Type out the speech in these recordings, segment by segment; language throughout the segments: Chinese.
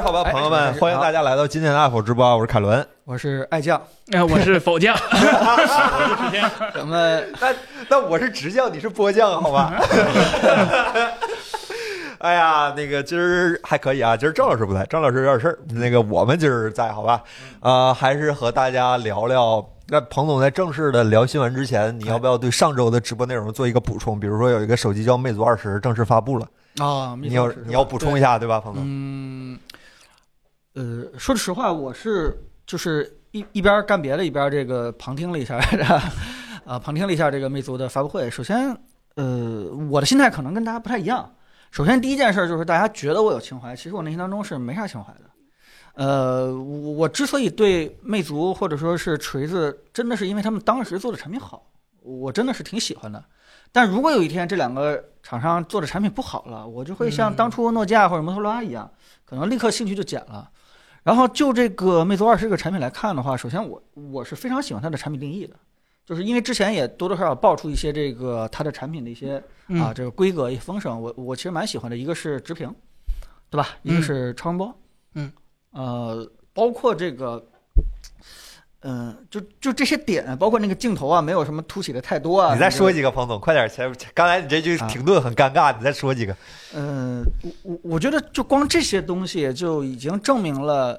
好吧，朋友们，欢迎大家来到今天的 UP 直播，我是凯伦。我是爱酱，哎，我是否 将，咱们那那我是直降，你是波降，好吧？ 哎呀，那个今儿还可以啊，今儿郑老师不在，郑老师有点事儿。那个我们今儿在，好吧？呃，还是和大家聊聊。那彭总在正式的聊新闻之前，你要不要对上周的直播内容做一个补充？比如说有一个手机叫魅族二十正式发布了，啊，你要你要补充一下。下对吧，彭总？嗯，呃，说实话，我是就是一一边干别的，一边这个旁听了一下， 啊，旁听了一下这个魅族的发布会。首先，呃，我的心态可能跟大家不太一样。首先，第一件事就是大家觉得我有情怀，其实我内心当中是没啥情怀的。呃，我我之所以对魅族或者说是锤子，真的是因为他们当时做的产品好，我真的是挺喜欢的。但如果有一天这两个厂商做的产品不好了，我就会像当初诺基亚或者摩托罗拉一样，可能立刻兴趣就减了。然后就这个魅族二十这个产品来看的话，首先我我是非常喜欢它的产品定义的，就是因为之前也多多少少爆出一些这个它的产品的一些啊，嗯，这个规格一风声，我我其实蛮喜欢的。一个是直屏，对吧？一个嗯是超声波，嗯，呃，包括这个，嗯、就就这些点，包括那个镜头啊，没有什么凸起的太多啊。你再那个说几个，彭总，快点！前刚才你这句停顿很尴尬，你再说几个。呃，我我我觉得就光这些东西就已经证明了，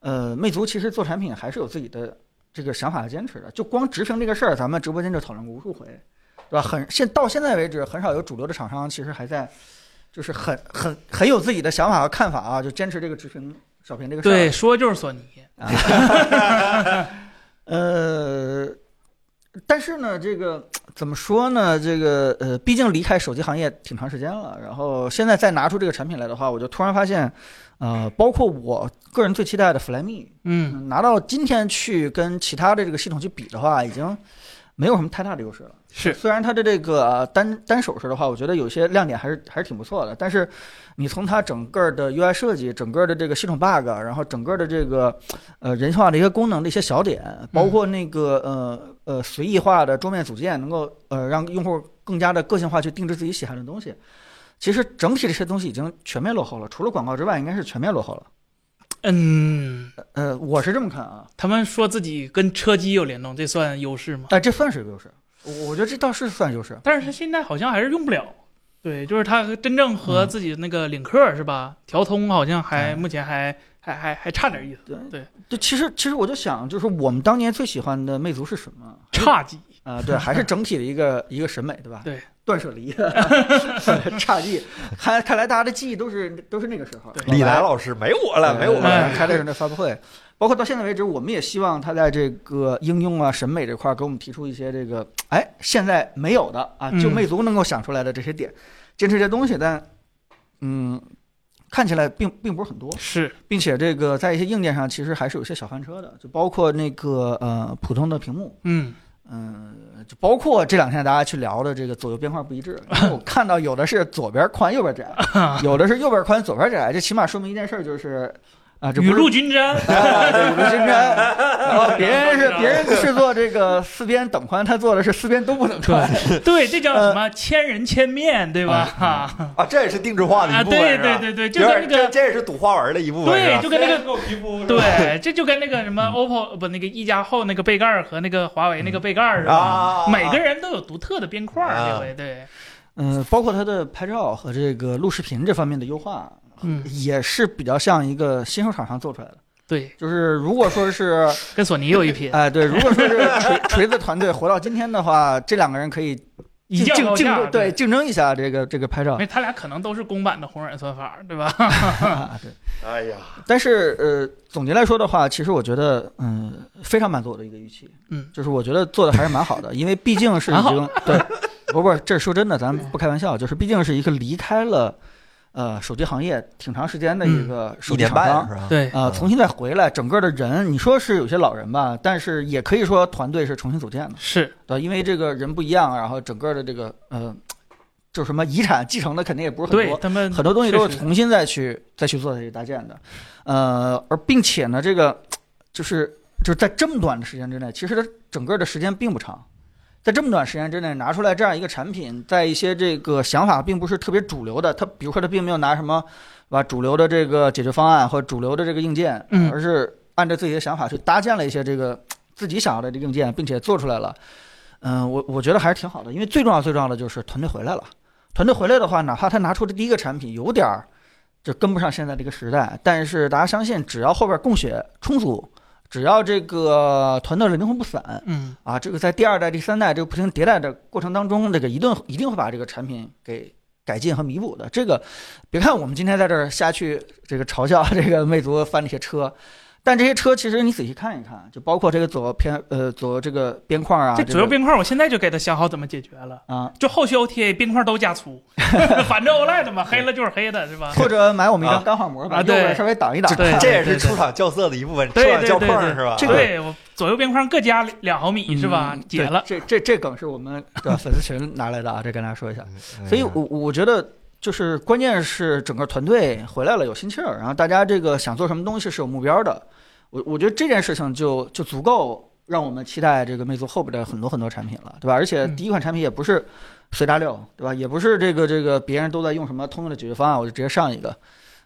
呃，魅族其实做产品还是有自己的这个想法和坚持的。就光直屏这个事儿，咱们直播间就讨论过无数回，对吧？很 现到现在为止，很少有主流的厂商其实还在，就是很很很有自己的想法和看法啊，就坚持这个直屏小屏这个事儿。对，说就是索尼， 呃，但是呢，这个怎么说呢？这个呃，毕竟离开手机行业挺长时间了，然后现在再拿出这个产品来的话，我就突然发现，呃，包括我个人最期待的 Flyme，嗯嗯拿到今天去跟其他的这个系统去比的话，已经没有什么太大的优势了。是虽然它的这个呃单单手式的话，我觉得有些亮点还是还是挺不错的，但是你从它整个的 UI 设计、整个的这个系统 bug，然后整个的这个呃人性化的一些功能的一些小点，包括那个呃呃随意化的桌面组件，能够呃让用户更加的个性化去定制自己喜欢的东西。其实整体这些东西已经全面落后了，除了广告之外，应该是全面落后了。嗯，呃，我是这么看啊，他们说自己跟车机有联动，这算优势吗？哎，这算是个优势，我我觉得这倒是算优势。但是他现在好像还是用不了，对，就是他真正和自己那个领克是吧，调通好像还嗯目前还还还还差点意思，对对，就其实其实我就想，就是我们当年最喜欢的魅族是什么？差几，啊、对，还是整体的一个一个审美，对吧？对， 断舍 离，差异。看看来大家的记忆都是都是那个时候。对李楠老师没我了，没我了。哎开的人的发布会，包括到现在为止，我们也希望他在这个应用啊、审美这块儿给我们提出一些这个，哎，现在没有的啊，就嗯魅族能够想出来的这些点，坚持这些东西，但嗯，看起来并并不是很多。是，并且这个在一些硬件上其实还是有些小翻车的，就包括那个呃普通的屏幕，嗯，嗯、就包括这两天大家去聊的这个左右边框不一 致，因为我看到有的是左边宽右边窄，有的是右边宽左边窄，这起码说明一件事儿就是。啊，这不雨是露均 沾，啊，对，雨露均 沾。然后别人是别人是做这个四边等宽，他做的是四边都不等宽。对，这叫呃什么？千人千面，对吧？ 哈啊，这也是定制化的一啊，部分，对是吧对对对，就有跟点那这个，这也是赌花纹的一部分，是对，吧就跟那个够皮肤，对，这就跟那个什嗯么 OPPO 不那个一加后那个背盖儿和那个华为那个背盖儿是吧？啊，每个人都有独特的边框儿，啊这回对，嗯，包括它的拍照和这个录视频这方面的优化，嗯，也是比较像一个新手厂商做出来的。对，就是如果说是，跟索尼有一拼，哎、对，如果说是锤 锤子团队活到今天的话，这两个人可以一竞较竞高竞下，争，对，竞争一下这个这个拍照因为他俩可能都是公版的红软算法，对吧？啊， 对。哎呀，但是呃，总结来说的话，其实我觉得嗯、非常满足我的一个预期，嗯，就是我觉得做的还是蛮好的，因为毕竟是已蛮经 对，不不，这是说真的，咱不开玩笑，就是毕竟是一个离开了呃手机行业挺长时间的一嗯个手一机年厂商半。是吧？对，啊、重新再回来，整个的人，你说是有些老人吧，但是也可以说团队是重新组建的，是，对吧，因为这个人不一样，然后整个的这个呃，就什么遗产继承的肯定也不是很对多，他们很多东西都确是实重新再去再去做再去搭建的，呃，而并且呢，这个就是就是在这么短的时间之内，其实它整个的时间并不长，在这么短时间之内拿出来这样一个产品，在一些这个想法并不是特别主流的，它比如说它并没有拿什么，对吧？主流的这个解决方案或者主流的这个硬件，嗯而是按照自己的想法去搭建了一些这个自己想要的这个硬件，并且做出来了。嗯，我我觉得还是挺好的，因为最重要最重要的就是团队回来了。团队回来的话，哪怕他拿出的第一个产品有点儿就跟不上现在这个时代，但是大家相信，只要后边供血充足，只要这个团队的灵魂不散，嗯啊，这个在第二代、第三代这个不停迭代的过程当中，这个一定一定会把这个产品给改进和弥补的。这个别看我们今天在这儿下去这个嘲笑这个魅族翻那些车，但这些车其实你仔细看一看，就包括这个左偏呃左这个边框啊，这左右个边框我现在就给他想好怎么解决了，啊，就后续 OTA 边框都加粗， 反正 OLED 嘛，黑了就是黑的，是吧？或者买我们一张啊钢化膜，把啊右边对稍微挡一挡。对这也是对对出厂校色的一部分，出对厂对校对碰对是吧？啊这个对我左右边框各加两毫米是吧嗯？解了，对这这这梗是我们的粉丝群拿来的啊，这跟大家说一下。哎嗯所以我，我觉得就是关键是整个团队回来了，有心气儿，然后大家这个想做什么东西是有目标的。我我觉得这件事情就就足够让我们期待这个魅族后边的很多很多产品了，对吧？而且嗯第一款产品也不是随大流，对吧？也不是这个这个别人都在用什么通用的解决方案，我就直接上一个。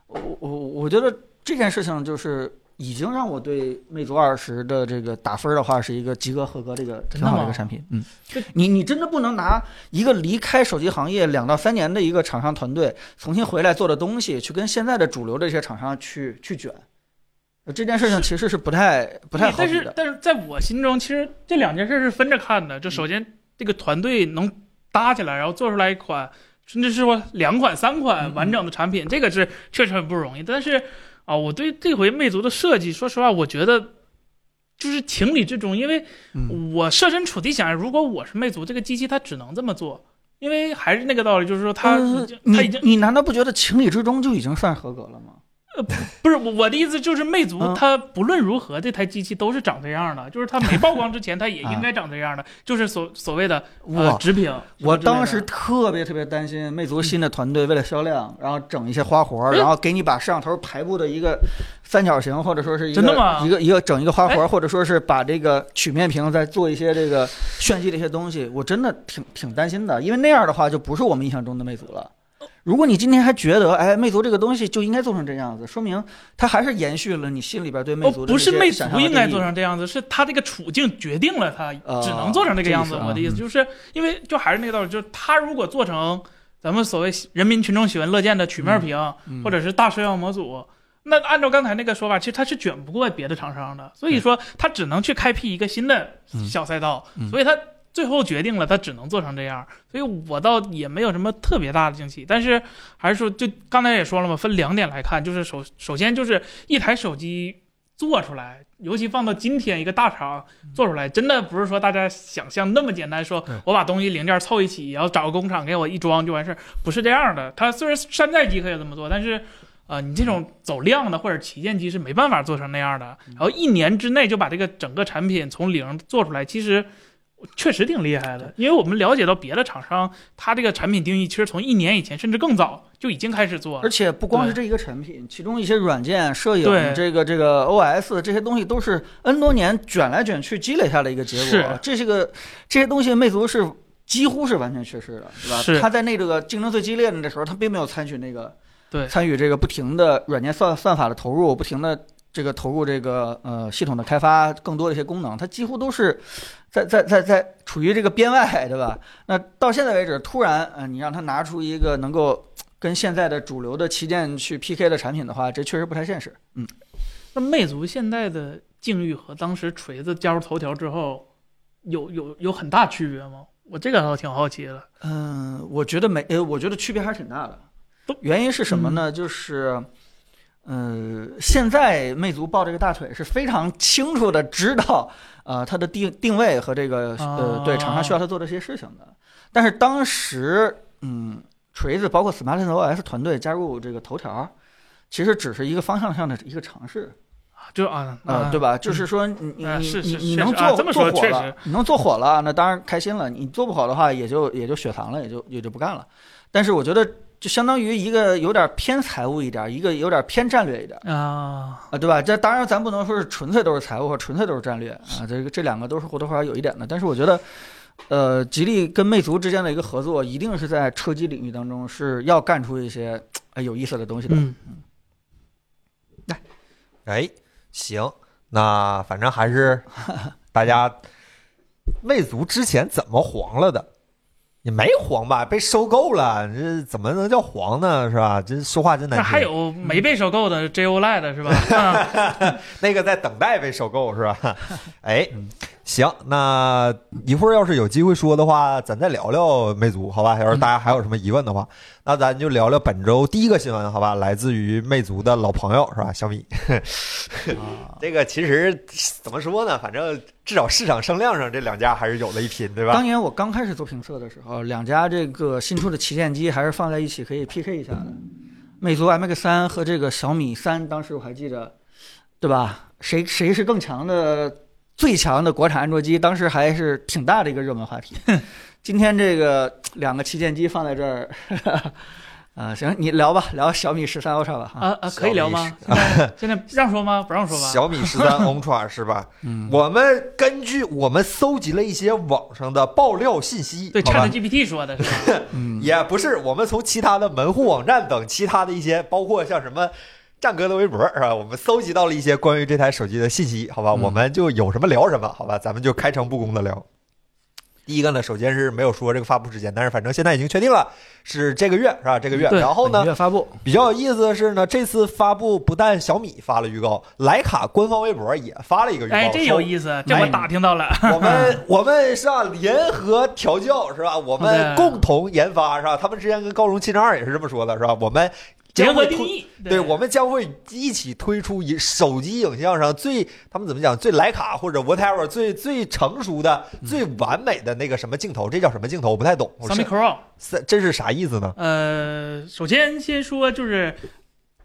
我我我觉得这件事情就是。已经让我对魅族二十的这个打分的话，是一个及格合格的一个挺真的好的吗一个产品。嗯这，你你真的不能拿一个离开手机行业两到三年的一个厂商团队重新回来做的东西，去跟现在的主流的一些厂商去去卷，这件事情其实是不太不太好但比是的。但是在我心中，其实这两件事是分着看嗯的。就首先这个团队能搭起来，然后做出来一款，甚至是说两款、三嗯款嗯完整的产品，这个是确实很不容易。但是啊，我对这回魅族的设计，说实话，我觉得就是情理之中，因为嗯我设身处地想，如果我是魅族，这个机器它只能这么做，因为还是那个道理，就是说它已经、它已呃你经你难道不觉得情理之中就已经算合格了吗？不是我我的意思，就是魅族嗯它不论如何，这台机器都是长这样的，就是它没曝光之前，它也 啊应该长这样的，就是所所谓的呃我直屏。我什么之类的哦当时特别特别担心魅族新的团队为了销量，然后整一些花活，然后给你把摄像头排布的一个三角形，或者说是一个真的吗一个一个整一个花活，哎或者说是把这个曲面屏再做一些这个炫技的一些东西，我真的挺挺担心的，因为那样的话就不是我们印象中的魅族了。如果你今天还觉得，哎，魅族这个东西就应该做成这样子，说明它还是延续了你心里边对魅哦，族的不是那些魅想象的族应该定义做成这样子，是它这个处境决定了它啊只能做成这个样子。这意思啊我的意思就是，因为就还是那个道理，就是它如果做成咱们所谓人民群众喜闻乐见的曲面屏，嗯或者是大摄像模组。那按照刚才那个说法，其实它是卷不过别的厂商的，所以说它只能去开辟一个新的小赛道，嗯嗯所以它最后决定了它只能做成这样。所以我倒也没有什么特别大的惊喜，但是还是说，就刚才也说了嘛，分两点来看，就是首首先就是一台手机做出来，尤其放到今天一个大厂做出来，真的不是说大家想象那么简单，说对我把东西零件凑一起，然后找个工厂给我一装就完事儿，不是这样的。它虽然山寨机可以这么做，但是。呃，你这种走量的或者旗舰机是没办法做成那样的，然后一年之内就把这个整个产品从零做出来，其实确实挺厉害的。因为我们了解到别的厂商，它这个产品定义其实从一年以前甚至更早就已经开始做了而。且不光是这一个产品，其中一些软件、摄对影、这个这个 OS 这些东西都是 N 多年卷来卷去积累下的一个结果是。这是个这些东西，魅族是几乎是完全缺失的，是吧？是它在那这个竞争最激烈的那时候，它并没有参与那个对参与这个不停的软件算算法的投入，不停的这个投入这个呃系统的开发，更多的一些功能，它几乎都是在在在在处于这个边外，对吧？那到现在为止，突然呃你让它拿出一个能够跟现在的主流的旗舰去 PK 的产品的话，这确实不太现实。嗯，那魅族现在的境遇和当时锤子加入头条之后，有有有很大区别吗？我这个倒挺好奇的。嗯、我觉得没，呃，我觉得区别还是挺大的都。原因是什么呢？就是，呃，现在魅族抱这个大腿是非常清楚的知道， 呃，它的定定位和这个呃啊对厂商需要它做这些事情的。但是当时，嗯，锤子包括 SmartOS 团队加入这个头条，其实只是一个方向上的一个尝试。啊就啊啊，对吧？吧？就是说你，你啊你是你是你确能实啊做这么做说火确了实，你能做火了，那当然开心了。你做不好的话，也就也就雪藏了，也就也就不干了。但是我觉得，就相当于一个有点偏财务一点，一个有点偏战略一点啊，啊，对吧？这当然咱不能说是纯粹都是财务或纯粹都是战略啊，这个这两个都是或多或少有一点的。但是我觉得，呃，吉利跟魅族之间的一个合作，一定是在车机领域当中是要干出一些哎有意思的东西的。嗯，哎，行，那反正还 是大家，魅族之前怎么黄了的？也没黄吧，被收购了，这怎么能叫黄呢？是吧？这说话真难那听。还有没被收购的 JOLED 是吧？啊 那个在等待被收购是 吧？哎，行，那一会儿要是有机会说的话，咱再聊聊魅族，好吧？要是大家还有什么疑问的话，那咱就聊聊本周第一个新闻，好吧？来自于魅族的老朋友是吧？小米，啊这个其实怎么说呢？反正至少市场声量上，这两家还是有了一拼，对吧？当年我刚开始做评测的时候，两家这个新出的旗舰机还是放在一起可以 PK 一下的。魅族 MX 三和这个小米三，当时我还记着，对吧？谁谁是更强的、最强的国产安卓机？当时还是挺大的一个热门话 题。今天这个两个旗舰机放在这儿， 啊、行，你聊吧，聊小米十三 Ultra 吧。啊，啊啊，可以聊吗？现在现在让说吗？不让说吧？小米十 三 Ultra 是吧？嗯，我们根据我们搜集了一些网上的爆料信息，对好吧？ ，ChatGPT 说的是吧？嗯，也不是，我们从其他的门户网站等其他的一些，包括像什么。战哥的微博是吧？我们搜集到了一些关于这台手机的信息，好吧？嗯我们就有什么聊什么，好吧？咱们就开诚布公的聊。第一个呢，首先是没有说这个发布时间，但是反正现在已经确定了，是这个月是吧？这个月。对然后呢本，月发布，比较有意思的是呢，这次发布不但小米发了预告，徕卡官方微博也发了一个预告，哎，这有说意思，这我打听到了。我们我们是吧？联合调教是吧？我们对共同研发是吧？他们之前跟高荣七乘二也是这么说的，是吧？我们结将合会定推，义，对我们将会一起推出以手机影像上最他们怎么讲最徕卡或者 whatever 最最成熟的、最完美的那个什么镜头，这叫什么镜头？我不太懂，我 s o m 是 y Pro，是这是啥意思呢？呃，首先先说就是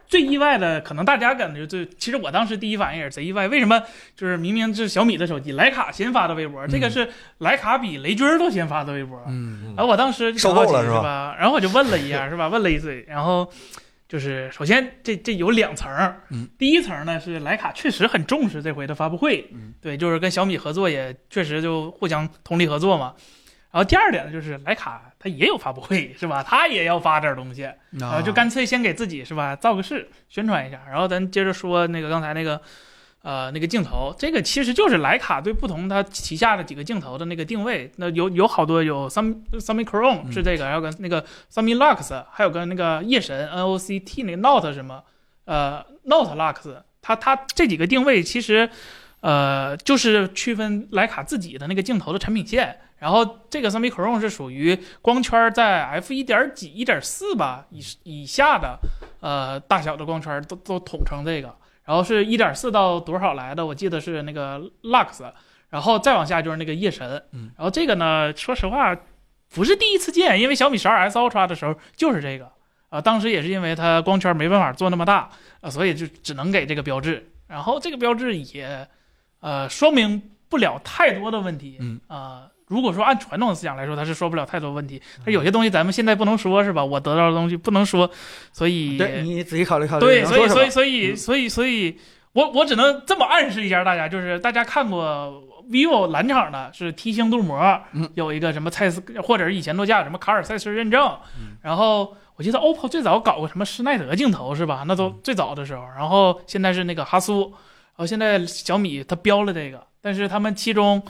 最意外的，可能大家感觉就，其实我当时第一反应也是贼意外，为什么就是明明是小米的手机，徕卡先发的微博，这个是徕卡比雷军儿都先发的微博，嗯然后我当时就受好够奇了是是吧吧？然后我就问了一下是吧？问了一嘴，然后就是首先这这有两层儿嗯，第一层儿呢是徕卡确实很重视这回的发布会嗯，对，就是跟小米合作也确实就互相通力合作嘛。然后第二点呢就是徕卡它也有发布会是吧？它也要发点儿东西，嗯啊然啊呃后就干脆先给自己是吧造个势，宣传一下。然后咱接着说那个刚才那个，呃，那个镜头，这个其实就是徕卡对不同它旗下的几个镜头的那个定位。那有有好多有 Sum Sumi 嗯 Chrome 是这个，还有个那个 Sumi Lux，还有个那个夜神 NOCT 那个 Note 什么，呃，Note Lux，它它这几个定位其实。呃，就是区分徕卡自己的那个镜头的产品线，然后这个 Sumi Chrome 是属于光圈在 f 一点几、一点四吧以以下的，呃，大小的光圈都都统称这个。然后是一点四到多少来的？我记得是那个 Lux，然后再往下就是那个夜神。嗯，然后这个呢，说实话不是第一次见，因为小米十二 S Ultra 的时候就是这个啊、当时也是因为它光圈没办法做那么大啊、所以就只能给这个标志。然后这个标志也呃说明不了太多的问题。嗯啊、如果说按传统思想来说，它是说不了太多问题。嗯它有些东西咱们现在不能说，是吧？我得到的东西不能说，所以对你仔细考虑考虑。对，能所以说什所以么所以嗯所以所以，我我只能这么暗示一下大家，就是大家看过 vivo 蓝厂的是梯形镀膜，嗯有一个什么蔡司，或者是以前诺基亚什么卡尔赛斯认证嗯，然后我记得 OPPO 最早搞过什么施耐德镜头是吧？那嗯都最早的时候，然后现在是那个哈苏，然后现在小米它标了这个，但是他们其中。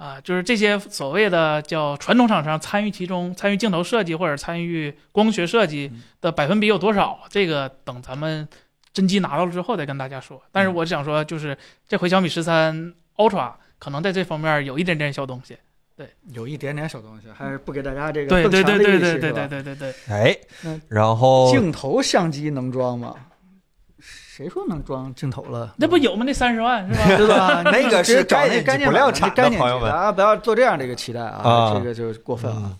啊、就是这些所谓的叫传统厂商参与其中，参与镜头设计或者参与光学设计嗯的百分比有多少？这个等咱们真机拿到了之后再跟大家说。但嗯是我想说，就是这回小米十三 Ultra 可能在这方面有一点点小东西。有一点点小东西，还是不给大家这个对更对强对的对意对识对是吧对对对对，哎嗯，然后镜头相机能装吗？谁说能装镜头了？那不有吗？那三十万是吧？ 对吧？那个直接是找概那念概机念不量产版概的念朋友机们大家不要做这样的一个期待啊啊，这个就是过分了。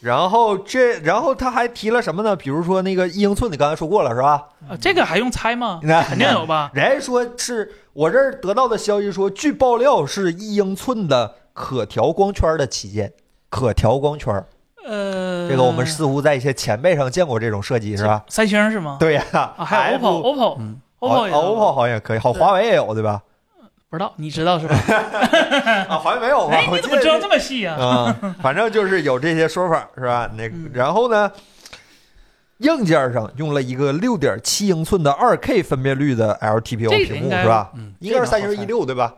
然后这，然后他还提了什么呢？比如说那个一英寸，你刚才说过了是吧？啊这个还用猜吗？嗯那肯定有吧？人家说是我这儿得到的消息说，据爆料是一英寸的可调光圈的旗舰。可调光圈，呃，这个我们似乎在一些前辈上见过这种设计，是吧？三星是吗？对呀、啊，还有 F- 哦 OPPO，OPPO，OPPO 嗯好也有 OPPO 好像也可以，好，对华为也有对吧？不知道，你知道是吧？啊，好像没有吧 哎？，我你记怎得 么知道这么细啊？啊，反正就是有这些说法是吧？那个嗯然后呢，硬件上用了一个六点七英寸的二 K 分辨率的这 LTPO 个屏应幕该是吧？嗯，应该是三这个星好一看六对吧？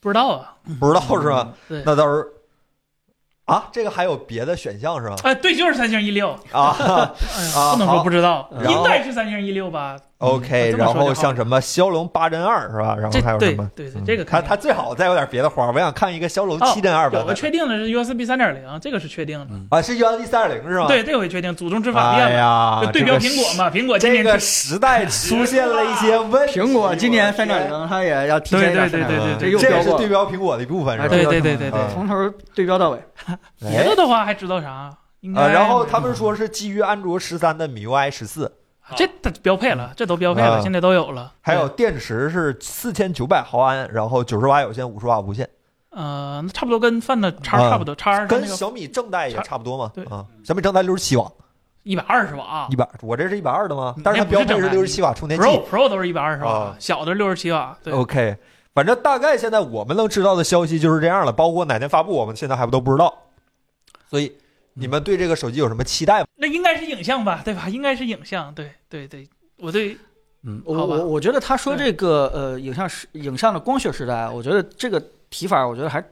不知道啊。不知道是吧？对，那到时候啊，这个还有别的选项是 吧？哎，对，就是三星一六。啊哎呀，啊不能说不知道好，应该是三星一六吧？ ，OK，嗯啊这么说就然好后像什么骁龙八针二是吧？然这后还有什对么？对对嗯，这个它肯定它最好再有点别的花儿，我想看一个骁龙七针二版哦有个本确定的是 USB 三点零，这个是确定的。啊，是 USB 三点零是吗？，对，这回确定，祖宗之法哎变嘛，呀就，对标这苹个果嘛，苹果今这年个时代出现了一些问题。苹果今年三点我的零，它也哎要提前一点对3.0对天，对对这又这标也是过对，标苹果的一部分，哎是吧对？这对个对对对，嗯从头对标到尾。别哎的的话还知道啥？应该啊，然后他们说是基于安卓十三的 MIUI 十四，啊这这标配了，这都标配了，嗯现在都有了。还有电池是四千九百毫安，然后九十瓦有线，五十瓦无线，呃，那差不多跟范的叉差不多，叉二啊跟小米正代也差不多嘛对。啊，小米正代六十七瓦，一百二十瓦啊一百，我这是一百二的吗你？但是它嗯那不是标配是正代六十七瓦充电器。 ，Pro Pro 都是一百二十啊哦瓦，小的六十七瓦。对， OK，反正大概现在我们能知道的消息就是这样了，包括哪天发布，我们现在还都不知道。所以你们对这个手机有什么期待吗？那应该是影像吧，对吧？应该是影像，对对对，我对嗯，我好吧嗯我我觉得他说这个呃影像时影像的光学时代，我觉得这个提法，我觉得还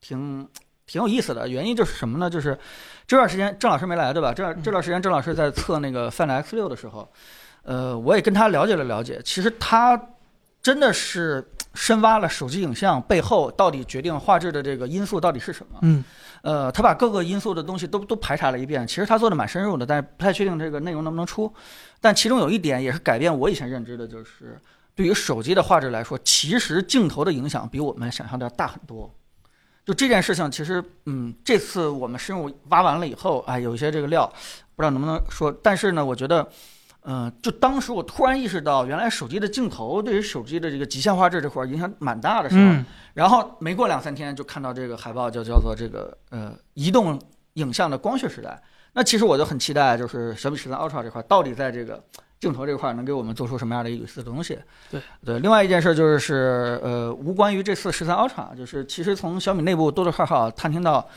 挺挺有意思的。原因就是什么呢？就是这段时间郑老师没来，对吧？这段嗯这段时间郑老师在测那个 Find X 六的时候，呃，我也跟他了解了了解，其实他真的是深挖了手机影像背后到底决定画质的这个因素到底是什么。嗯呃，他把各个因素的东西都都排查了一遍，其实他做的蛮深入的，但是不太确定这个内容能不能出。但其中有一点也是改变我以前认知的，就是对于手机的画质来说，其实镜头的影响比我们想象的要大很多。就这件事情，其实嗯，这次我们深入挖完了以后，哎，有一些这个料，不知道能不能说。但是呢，我觉得，嗯、就当时我突然意识到，原来手机的镜头对于手机的这个极限画质这块儿影响蛮大的时候，嗯然后没过两三天就看到这个海报，就叫做这个呃移动影像的光学时代。那其实我就很期待，就是小米十三 Ultra 这块到底在这个镜头这块能给我们做出什么样的有意思的东西。对对，另外一件事就是呃无关于这次十三 Ultra，就是其实从小米内部多多少少探听到，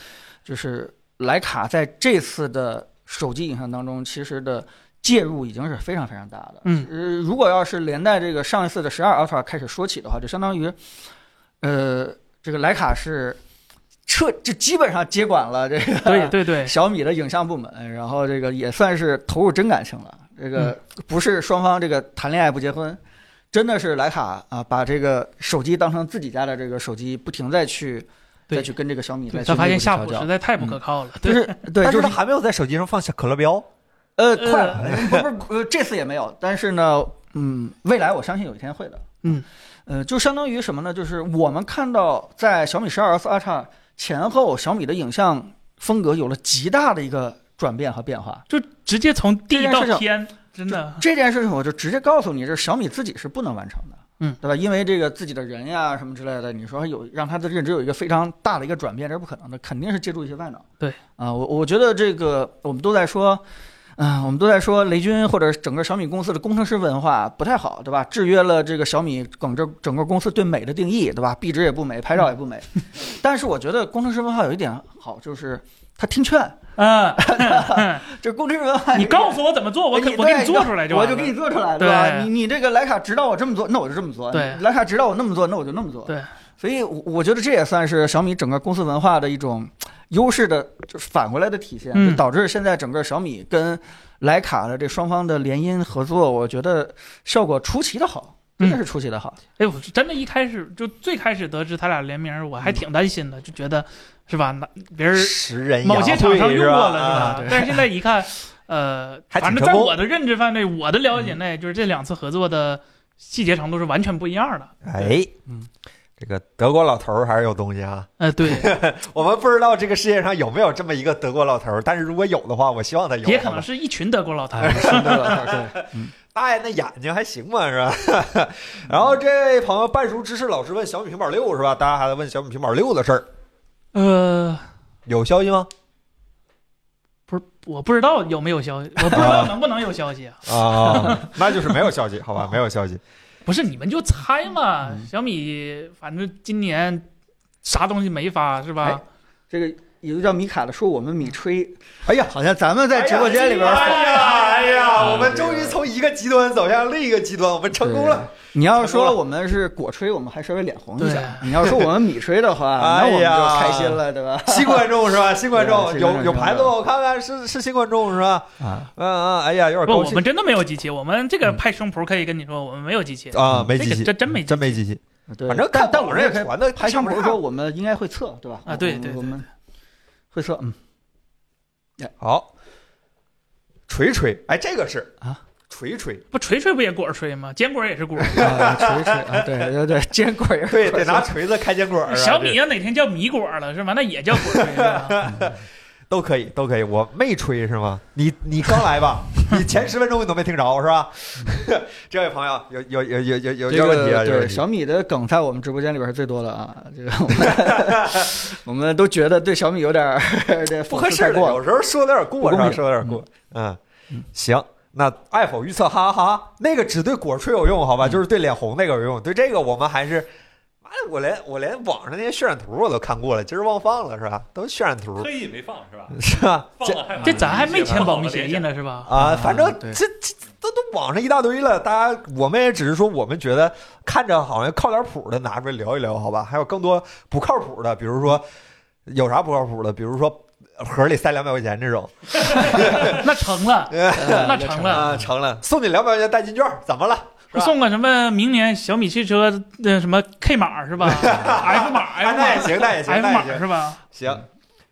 就是徕卡在这次的手机影像当中，其实的介入已经是非常非常大的。嗯呃，如果要是连带这个上一次的十二 Ultra 开始说起的话，就相当于，呃，这个徕卡是彻就基本上接管了这个对嗯对对， 小米的影像部门，然后这个也算是投入真感情了。这个嗯不是双方这个谈恋爱不结婚，真的是徕卡啊，把这个手机当成自己家的这个手机，不停再去再对去跟这个小米再对去他发内现部夏调普教实在太不嗯可靠了，就对是对，但就是它还没有在手机上放下可乐标。呃，呃快了，不是不是，呃，这次也没有，但是呢，嗯，未来我相信有一天会的，嗯，呃，就相当于什么呢？就是我们看到在小米十二 S Ultra 前后，小米的影像风格有了极大的一个转变和变化。就直接从这地件事情到天，真的这件事情，我就直接告诉你，这小米自己是不能完成的，嗯，对吧？因为这个自己的人呀什么之类的，你说有让他的认知有一个非常大的一个转变，这是不可能的，肯定是借助一些外脑。对，啊、我我觉得这个我们都在说，嗯、我们都在说雷军或者整个小米公司的工程师文化不太好，对吧？制约了这个小米整个整个公司对美的定义，对吧？壁纸也不美，拍照也 不美。但是我觉得工程师文化有一点好，就是他听劝， 嗯，这工程师文化你有一点告诉我怎么做， 我哎可你我给你对做出来就我完就了。给你做出来，对吧？对你你这个徕卡指导我这么做，那我就这么做；对徕卡指导我那么做，那我就那么做。对，所以我我觉得这也算是小米整个公司文化的一种优势的，就是反过来的体现，嗯就导致现在整个小米跟徕卡的这双方的联姻合作，我觉得效果出奇的好，真的是出奇的好。哎，我是真的一开始就最开始得知他俩联名，嗯我还挺担心的，就觉得是吧？那别人十人某些厂商用过了吧？啊是吧对？但是现在一看，呃， 还挺反正成在功嗯我的认知范围、我的了解内，就是这两次合作的细节程度是完全不一样的。哎，嗯，这个德国老头儿还是有东西啊。呃，对，我们不知道这个世界上有没有这么一个德国老头儿，但是如果有的话，我希望他有。也可能是一群德国老头儿。是 的，对，大爷那眼睛还行吧，是吧？ 然后这位朋友半熟知识老师问小米平板六是吧？大家还在问小米平板六的事儿，呃，有消息吗？不是，我不知道有没有消息，我不知道能不能有消息 啊。啊，那就是没有消息，好吧，没有消息。不是你们就猜嘛嗯，小米反正今年啥东西没发是吧？这个有个叫米卡的说我们米吹，哎呀，好像咱们在直播间里边儿。哎呀哎呀，嗯我们终于从一个极端走向另一个极端，我们成功了。你要是成功说了我们是果吹，我们还稍微脸红一下；对你要说我们米吹 的话，那哎我们呀就开心了，对吧？ 新观众是吧？新观众对新观有众有牌子吗？我看看是是新观众是吧？啊，嗯嗯，哎呀，有点不，高我兴们真的没有机器，我们这个派胸脯可以跟你说，我们没有机器，啊，没这机个器，真真没机真器。没机器。对。反正但看但网我上也们也传的，拍胸不脯看说我们应该会测，对吧？啊对对对我们会测，嗯，好，锤锤，哎，这个是啊，锤锤，不，锤锤不也果儿锤吗？坚果也是果儿。啊，锤一锤啊，对对对，坚果也 是对，得拿锤子开坚果儿啊。小米这要哪天叫米果儿了是吧？那也叫果儿锤是吧？都可以，都可以。我没吹是吗？你你刚来 吧？你前十分钟你都没听着是吧？ 这位朋友有有有有有有这有问题啊？个有问对题小米的梗在我们直播间里边是最多的啊，这个我 们我们都觉得对小米有点儿 这不讽合刺适太的，过了有时候说的有点过，不是公吧？平说的有点过，嗯，行。那爱否预测，哈哈哈哈，那个只对果吹有用，好吧？就是对脸红那个有用，对这个我们还是，妈的，我连我连网上那些渲染图我都看过了，今儿忘放了是吧？都是渲染图特意没放是吧？是吧？放这了还这咱还没签保密协协议，呢是吧？啊，反正对这这都都网上一大堆了，大家我们也只是说我们觉得看着好像靠点谱的拿出来聊一聊，好吧？还有更多不靠谱的，比如说有啥不靠谱的，比如说盒里塞两百块钱这种，那成了，那成了。啊，成了，送你两百块钱代金券，怎么了？是吧送个什么？明年小米汽车的什么 K 码是吧？F 码哎， ，F 那也码行，那也行， ，F 那也码行，是吧？行，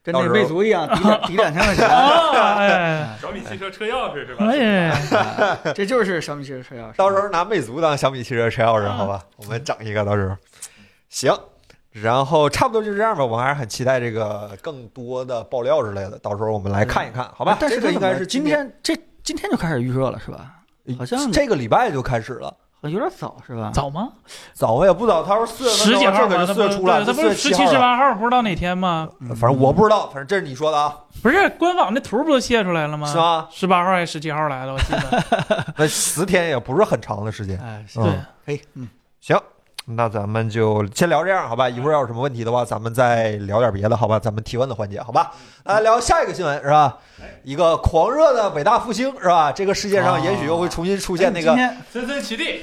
跟那魅族一样，抵 两抵两千块钱，啊，哎，小米汽车车钥匙是吧？哎，啊这就是小米汽车车钥匙。到时候拿魅族当小米汽车车钥匙，啊好吧？我们整一个，到时候行。然后差不多就这样吧，我们还是很期待这个更多的爆料之类的，到时候我们来看一嗯看，好好吧？哎但是这个它应怎么该是哎今天这今天就开始预热了是吧？好像这个礼拜就开始了，好像有点早是吧？早吗？早也不早，他说四月份十的几话这可就四月号吗？他不是，初了，对他不四月是十七、号十了八号不知道哪天吗？嗯反正我不知道，反正这是你说的啊，不是官网那图不都泄出来了是啊吗？吧？十八号还是十七号来了？我记得。那十天也不是很长的时间，哎，是嗯对，行，那咱们就先聊这样，好吧？一会儿要有什么问题的话，咱们再聊点别的，好吧？咱们提问的环节，好吧？啊，聊下一个新闻是吧？一个狂热的伟大复兴是吧？这个世界啊上也许又会重新哎出现那哎今个，天森森 齐地，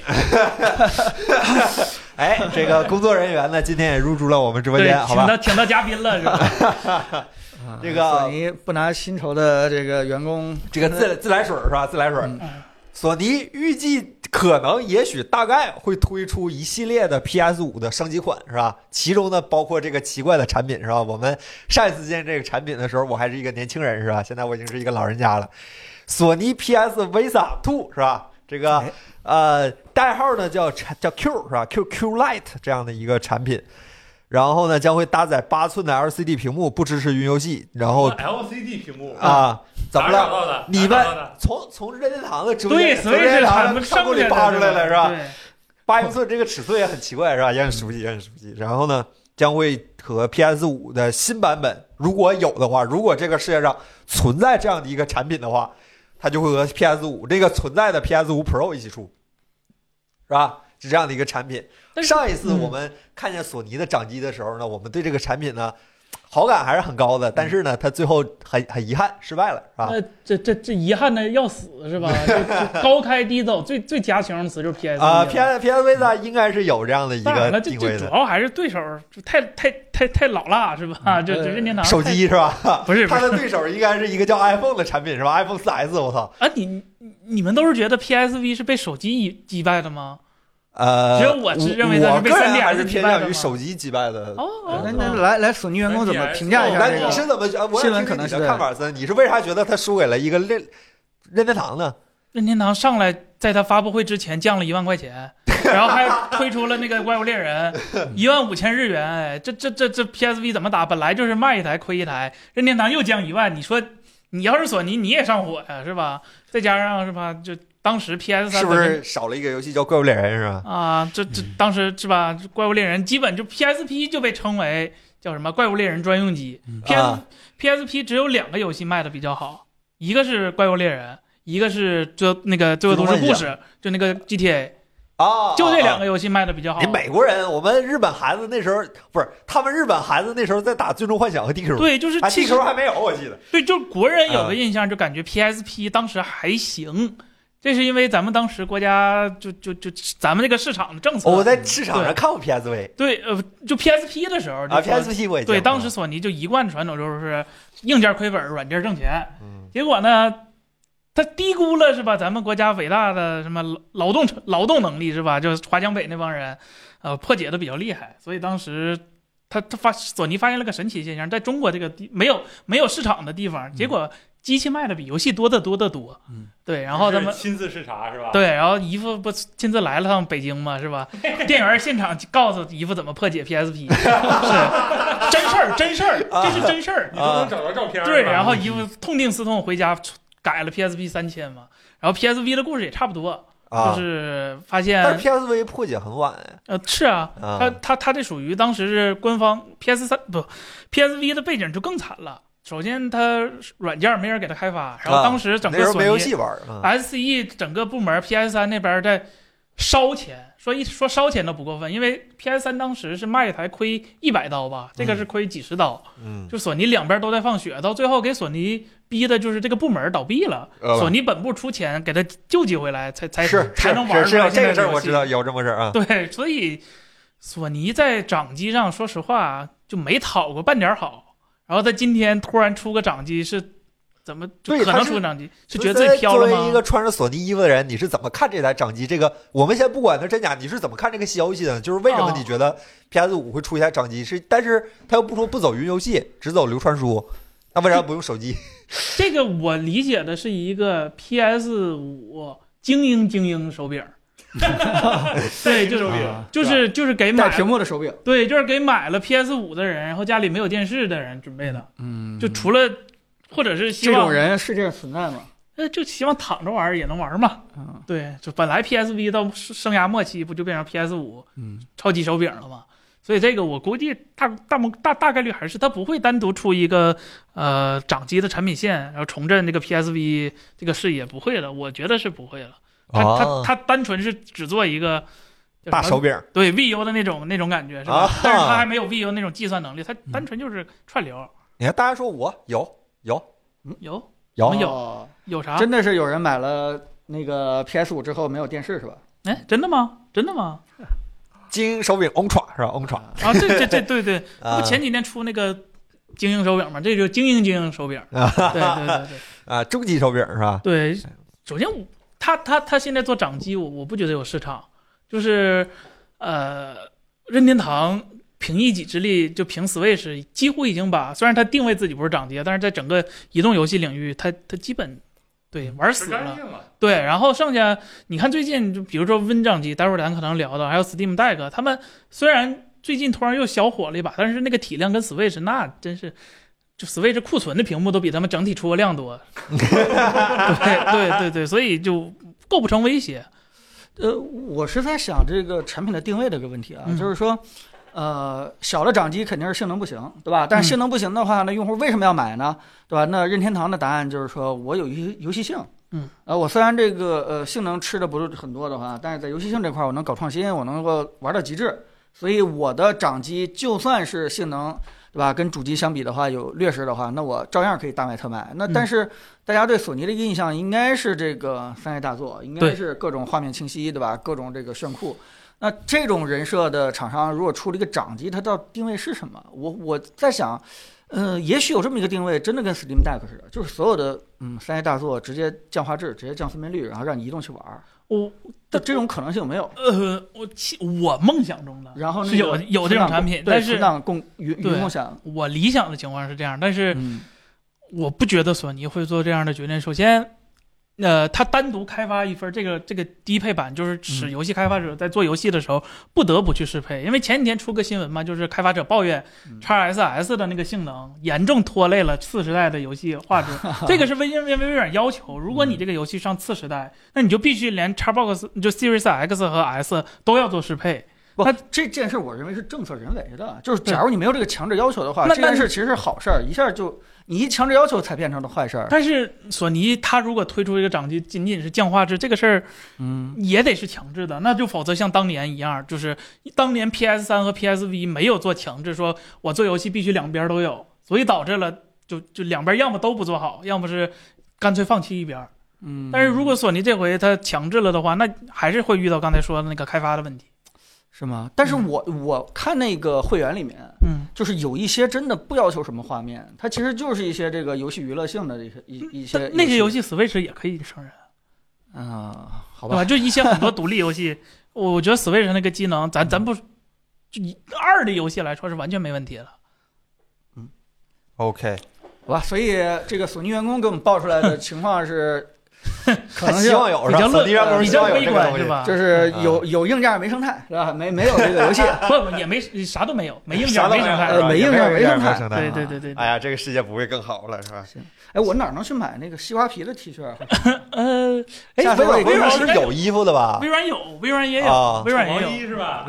哎，这个工作人员呢，今天也入驻了我们直播对间，，好请吧？到请到嘉宾了 是吧？啊这个索尼不拿薪酬的这个员工，这个自自来水是吧？自来水嗯，索尼预计可能、也许、大概会推出一系列的 PS 五的升级款是吧？其中呢，包括这个奇怪的产品是吧？我们上一次见这个产品的时候，我还是一个年轻人是吧？现在我已经是一个老人家了。索尼 PS Visa Two 是吧？这个哎呃，代号呢叫叫 Q 是吧？QQ Lite 这样的一个产品。然后呢，将会搭载八寸的 LCD 屏幕，不支持云游戏。然后 LCD 屏幕，啊，怎么了哪找？到的？你哪们找到的从从任天堂的直播对间，从任，Switch 天他堂们的上仓库去里扒出来了是吧？对八英寸这个尺寸也很奇怪是吧？也很熟悉，也很熟悉。然后呢，将会和 PS 五的新版本，如果有的话，如果这个世界上存在这样的一个产品的话，它就会和 PS 五这个存在的 PS 五 Pro 一起出，是吧？是这样的一个产品。但是上一次嗯我们看见索尼的掌机的时候呢，我们对这个产品呢好感还是很高的，嗯但是呢，它最后很很遗憾失败了，是吧？那这这这遗憾的要死是吧？就 就高开低走，最最佳形容词就是 PS 啊，P S P S V 呢，应该是有这样的一当然了，个这定这位主的要还是对手就太太太太老辣是吧？这这对任天堂嗯手太机是 吧？不是不他是的对手应该是一个叫 iPhone 的产品是吧？iPhone 4 S，我操，啊，你你你们都是觉得 PSV 是被手机击败的吗？呃，只有我是认为它我是被个人 3DS 还是偏向击败的于吗手机击败的。哦，对哎那哦那来来，索尼员工怎么评价一下那这你个？是怎么？呃我新想闻听可听能你是的看法森，你是为啥觉得他输给了一个任任天堂呢？任天堂上来在它发布会之前降了一万块钱，然后还推出了那个怪物猎人，一万五千日元，哎，这这这这 PSV 怎么打？本来就是卖一台亏一台，任天堂又降一万，你说你要是索尼你也上火呀、是吧？再加上是吧，就当时 PS 三是不是少了一个游戏叫《怪物猎人》是吧？啊，这这当时是吧？怪物猎人基本就 PSP 就被称为叫什么怪物猎人专用机。PS、啊 PSP 只有两个游戏卖的比较好，一个是怪物猎人，一个是最那个最后都市故事，就那个 GTA。啊，就这两啊。个游戏卖的比较好你。美国人，我们日本孩子那时候不是，他们日本孩子那时候在打《最终幻想》和 DQ，对，就是啊其实，DQ 还没有，我记得。对，就是国人有嗯个印象，就感觉 PSP 当时还行，这是因为咱们当时国家就就就咱们这个市场的政策。哦我在市场上对看过 PSV 对，呃，就 PSP 的时候就啊说，PSP 我也见过对，当时索尼就一贯传统就是硬件亏本，软件挣钱。嗯结果呢，他低估了是吧？咱们国家伟大的什么劳动劳动能力是吧？就是华强北那帮人，呃，破解的比较厉害，所以当时。他他发索尼发现了个神奇现象，在中国这个地没有没有市场的地方，结果机器卖的比游戏多得多得多。嗯，对，然后他们是亲自视察是吧？，对，然后姨夫不亲自来了趟北京嘛，是 吧？店员现场告诉姨夫怎么破解 PSP，是真事儿，真事儿，啊这是真事儿。你都能找着照片儿对，是吧然后姨夫痛定思痛回家改了 PSP 三千嘛，然后 PSV 的故事也差不多，啊就，是发但现是 PSV 破解很晚呃是啊，啊他他他这属于当时是官方 PS 三不 PSV 的背景就更惨了。首先，它软件没人给他开发，然后当时整啊那个时候索没游尼戏玩啊。 SE E 整个部门 PS 三那边在烧钱，说一说烧钱都不过分，因为 PS 三当时是卖一台亏一百刀吧，这个是亏几十刀，嗯，就索尼两边都在放血，到最后给索尼逼的就是这个部门倒闭了，呃索尼本部出钱给他救济回来，才才是才能玩是出是来有现这在个事儿，游我戏知道。有这么事儿啊。对，所以索尼在掌机上，说实话就没讨过半点好，然后他今天突然出个掌机是。怎么就对可他能是出个掌机？是所觉以得自己飘作了为一吗个？穿着索尼衣服的人，你是怎么看这台掌机？这个我们先不管它真假，你是怎么看这个消息的？就是为什么哦你觉得 PS 五会出一台掌机？是，但是它又不说不走云游戏，只走流传输，那为啥不用手机？这个我理解的是一个 PS 五精英精英手柄， 对，就手是柄啊就是就是给带买屏幕的手柄，对，就是给买了 PS 五的人，然后家里没有电视的人准备的，嗯就除了或者是希这种望，人世界上存在吗？呃，就希望躺着玩儿也能玩儿嘛。嗯对，就本来 PSV 到生涯末期不就变成 PS 五嗯超级手柄了吗？所以这个我估计大大模大大概率还是它不会单独出一个呃掌机的产品线，然后重振这个 PSV 这个视野不会了，我觉得是不会了。它哦它它单纯是只做一个叫大什么手柄对 VU 的那种那种感觉是吧？啊但是它还没有 VU 那种计算能力，它单纯就是串流。你看大家说我有有有有没有哦有啊啥？真的是有人买了那个 PS 五之后没有电视是吧？哎，真的吗？真的吗？精英手柄 Ultra 是吧？Ultra 啊，这这这对对，啊不前几天出那个精英手柄嘛，这就是精英精英手柄。啊对对对对。啊，终极手柄是吧？对，首先我他他他现在做掌机，我我不觉得有市场，就是呃，任天堂凭一己之力就凭 Switch 几乎已经把，虽然它定位自己不是掌机，但是在整个移动游戏领域，它它基本对玩吃死干了。净了，对，然后剩下你看最近就比如说 Win 掌机，待会儿咱可能聊到，还有 Steam Deck，他们虽然最近突然又小火了一把，但是那个体量跟 Switch 那真是。就 Switch 库存的屏幕都比他们整体出货量多，对对对对，所以就构不成威胁。呃，我是在想这个产品的定位这个问题啊，嗯就是说，呃，小的掌机肯定是性能不行，对吧？但是性能不行的话，那用户为什么要买呢？对吧？那任天堂的答案就是说我有游游戏性，嗯，呃，我虽然这个呃性能吃的不是很多的话，但是在游戏性这块儿我能搞创新，我能够玩到极致，所以我的掌机就算是性能。对吧？跟主机相比的话，有劣势的话，那我照样可以大卖特卖。那但是大家对索尼的印象应该是这个三 A 大作，应该对是各种画面清晰，对吧？各种这个炫酷。那这种人设的厂商，如果出了一个掌机，它到底定位是什么？我我在想，呃，也许有这么一个定位，真的跟 Steam Deck 似的，就是所有的嗯三 A 大作直接降画质，直接降分辨率，然后让你移动去玩儿。我但这种可能性有没有？呃，我其我梦想中的，然后那是有个有这种产品存档共但对是存档共云对云共享，我理想的情况是这样，但是嗯我不觉得索尼会做这样的决定。首先，呃，它单独开发一份这个这个低配版，就是使游戏开发者在做游戏的时候不得不去适配。因为前几天出个新闻嘛，就是开发者抱怨嗯 XSS 的那个性能严重拖累了次时代的游戏画质。这个是微因为微软要求，如果你这个游戏上次时代，那你就必须连 Xbox 就 Series X 和 S 都要做适配。不那，这件事我认为是政策人为的，就是假如你没有这个强制要求的话，那这那件事其实是好事儿，一下就你一强制要求才变成了坏事儿。但是索尼它如果推出一个掌机，仅仅是降画质这个事儿，嗯，也得是强制的，那就否则像当年一样，就是当年 PS 三和 PSV 没有做强制，说我做游戏必须两边都有，所以导致了就就两边要么都不做好，要么是干脆放弃一边儿。嗯但是如果索尼这回它强制了的话，那还是会遇到刚才说的那个开发的问题。是吗？但是我我看那个会员里面，嗯，就是有一些真的不要求什么画面，它其实就是一些这个游戏娱乐性的一些一一些嗯但那些游戏戏 Switch 也可以承认，啊，好对吧吧？，就一些很多独立游戏，我我觉得 Switch 那个机能，咱咱不就一二的游戏来说是完全没问题的。 OK，好吧。所以这个索尼员工给我们报出来 的情况是，可他能是希望有比较上索乐尼员工比希较望有悲这个观东是西？吧？就是嗯有有硬件没生态是吧？没没有这个游戏，不不也没啥都没有，没硬啥都件没生有态是。吧呃没也硬没件有没硬生没态生态对对对对，哎呀，这个世界不会更好了，是吧？哎，我哪能去买那个西瓜皮的 T 恤啊？呃，下哎，次微我软也微软给你是有衣服的吧微？软有，微软也有啊，微软也毛有。衣是 吧？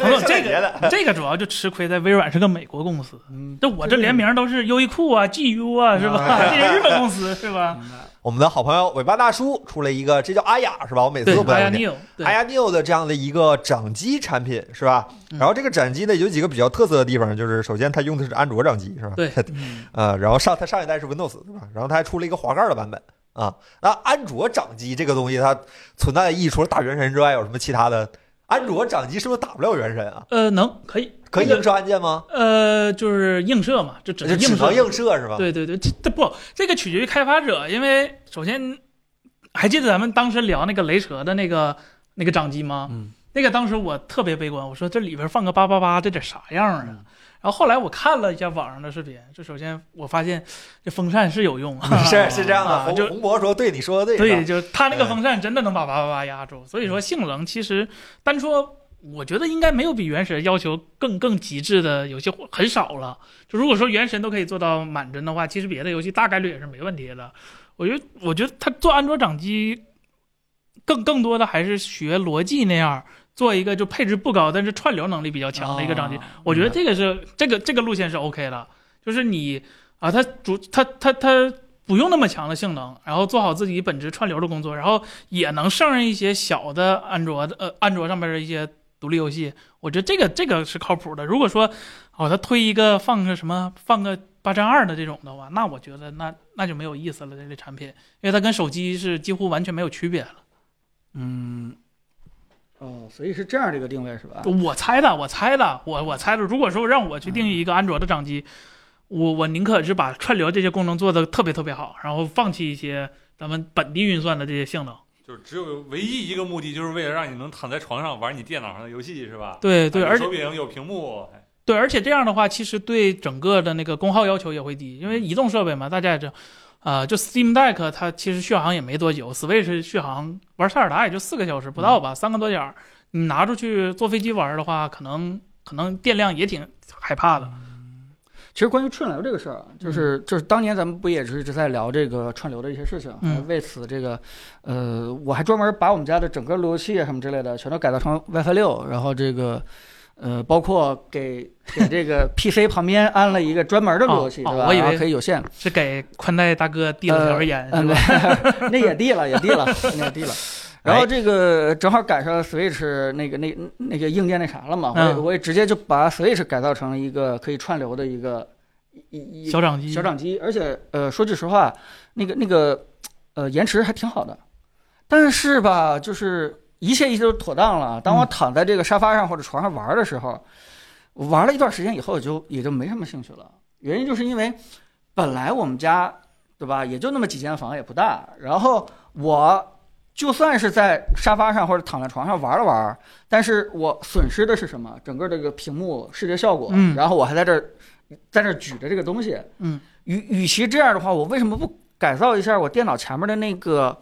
朋友，这圣洁个的哦 这个主要就吃亏在微软是个美国公司，嗯， 这我这联名都是优衣库啊、GU 啊，是吧？ 这是日本公司是吧？明白了我们的好朋友尾巴大叔出了一个，这叫阿雅是吧？我每次对都，不哎太阿亚会念。 Neo，对阿，亚 Neo 的这样的一个掌机产品是吧？嗯然后这个掌机呢有几个比较特色的地方，就是首先它用的是安卓掌机是吧？对，呃，然后上它上一代是 Windows 是吧？然后它还出了一个滑盖的版本啊。那安卓掌机这个东西它存在的意义，除了打原神之外，有什么其他的？安卓掌机是不是打不了原神啊？呃，能可以可以映射按键吗？呃，就是映射嘛，就只这能只映射能。映射是吧？对对对，这这不，这个取决于开发者，因为首先还记得咱们当时聊那个雷蛇的那个那个掌机吗？嗯，那个当时我特别悲观，我说这里边放个八八八，这得啥样啊？嗯然后后来我看了一下网上的视频，就首先我发现这风扇是有用， 是是这样的。啊就洪洪博说：“对，你说的对，对。就是它那个风扇真的能把八八八压住。所以说性能其实单说，我觉得应该没有比原神要求更更极致的游戏很少了。就如果说原神都可以做到满帧的话，其实别的游戏大概率也是没问题的。我觉得，我觉得它做安卓掌机更更多的还是学罗技那样。做一个就配置不高，但是串流能力比较 强的一个掌机，啊我觉得这个是这个这个路线是 OK 的，就是你啊，它主它它它不用那么强的性能，然后做好自己本职串流的工作，然后也能胜任一些小的安卓的呃安卓上面的一些独立游戏，我觉得这个这个是靠谱的。如果说哦，他推一个放个什么放个八战二的这种的话，那我觉得那那就没有意思了，这类产品，因为它跟手机是几乎完全没有区别了。嗯，哦，所以是这样的一个定位是吧？我猜的，我猜的，我我猜的。如果说让我去定义一个安卓的掌机，我我宁可是把串流这些功能做得特别特别好，然后放弃一些咱们本地运算的这些性能。就是只有唯一一个目的，就是为了让你能躺在床上玩你电脑上的游戏是吧？对对，有而且手柄有屏幕，哎对，而且这样的话，其实对整个的那个功耗要求也会低，因为移动设备嘛，大家也知道，呃，就 Steam Deck 它其实续航也没多久，Switch 续航玩塞尔达也就四个小时不到吧，三个多点儿，你拿出去坐飞机玩的话，可能可能电量也挺害怕的。其实关于串流这个事儿嗯啊，就是就是当年咱们不也是一直在聊这个串流的一些事情，嗯还为此这个，呃，我还专门把我们家的整个路由器啊什么之类的全都改造成 WiFi 六，然后这个，呃，包括给给这 个 PC 旁边安了一个专门的路由器，哦哦对吧？我以为然后可以有线，是给宽带大哥递了条烟、嗯，是吧？对 那也地了，也地了，那也 地了。然哎后这个正好赶上 Switch 那个那那个硬件那啥了嘛，我也嗯我也直接就把 Switch 改造成了一个可以串流的一个一一小掌机，小掌机，而且呃，说句实话，那个那个呃延迟还挺好的，但是吧，就是一切一切都妥当了。当我嗯躺在这个沙发上或者床上玩的时候，我玩了一段时间以后，就也就没什么兴趣了。原因就是因为本来我们家对吧，也就那么几间房，也不大，然后我。就算是在沙发上或者躺在床上玩了玩，但是我损失的是什么？整个这个屏幕视觉效果，嗯然后我还在这儿在这儿举着这个东西，嗯，与与其这样的话，我为什么不改造一下我电脑前面的那个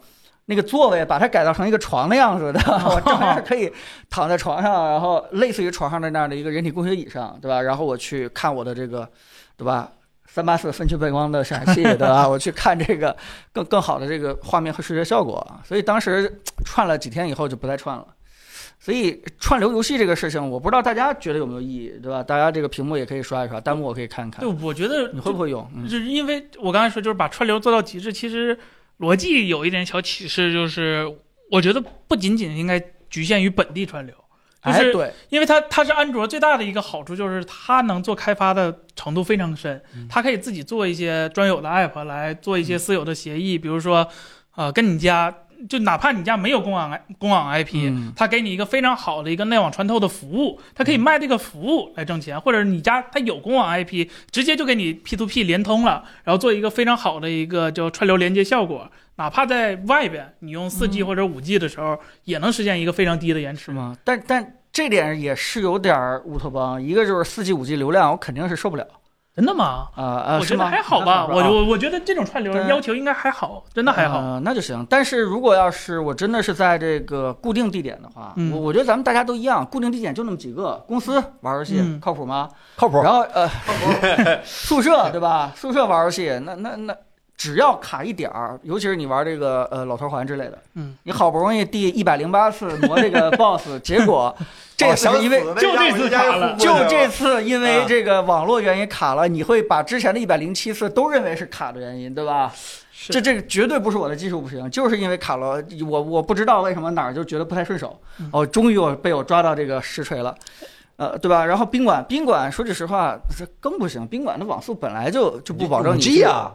那个座位，把它改造成一个床的样子的？ 我照样可以躺在床上，然后类似于床上的那样的一个人体工学椅上，对吧？然后我去看我的这个，对吧？三八四分区背光的 闪器，对吧？我去看这个更更好的这个画面和视觉效果，所以当时串了几天以后就不再串了。所以串流游戏这个事情，我不知道大家觉得有没有意义，对吧？大家这个屏幕也可以刷一刷，弹幕我可以看一看对，，我觉得你会不会用？嗯，就是因为我刚才说，就是把串流做到极致，其实逻辑有一点小启示，就是我觉得不仅仅应该局限于本地串流，就哎，是对，因为它它是安卓最大的一个好处，就是它能做开发的程度非常深嗯，它可以自己做一些专有的 app 来做一些私有的协嗯议，比如说，呃，跟你家就哪怕你家没有公网公网 IP，、嗯它给你一个非常好的一个内网穿透的服务，它可以卖这个服务来挣钱，或者你家它有公网 IP，直接就给你 P to P 连通了，然后做一个非常好的一个叫串流连接效果，哪怕在外边你用4 G 或者5 G 的时候，也能实现一个非常低的延嗯是？迟吗？但但这点也是有点儿乌托邦，一个就是四 G、五 G 流量，我肯定是受不了真的吗？啊啊，我是觉得吗还好吧，我是吧啊我我觉得这种串流对要求应该还好，真的还好。呃那就行。但是如果要是我真的是在这个固定地点的话，嗯我我觉得咱们大家都一样，固定地点就那么几个，公司玩游戏、嗯靠谱吗？靠谱。然后 呃，宿舍对吧？宿舍玩游戏，那那那只要卡一点儿，尤其是你玩这个呃老头环之类的，嗯，你好不容易第一百零八次磨这 个 BOSS，结果 这哦次想是因为死的家就这伙次一家卡又了互就过去这了次，因为啊这个网络原因卡了，你会把之前的一百零七次都认为是卡的原因，对吧？是这这个绝对不是我的技术不行，就是因为卡了，我我不知道为什么哪儿就觉得不太顺手嗯，哦，终于我被我抓到这个实锤了。呃，对吧？然后宾馆，宾馆说句实话，这更不行。宾馆的网速本来就就不保证你 G 啊，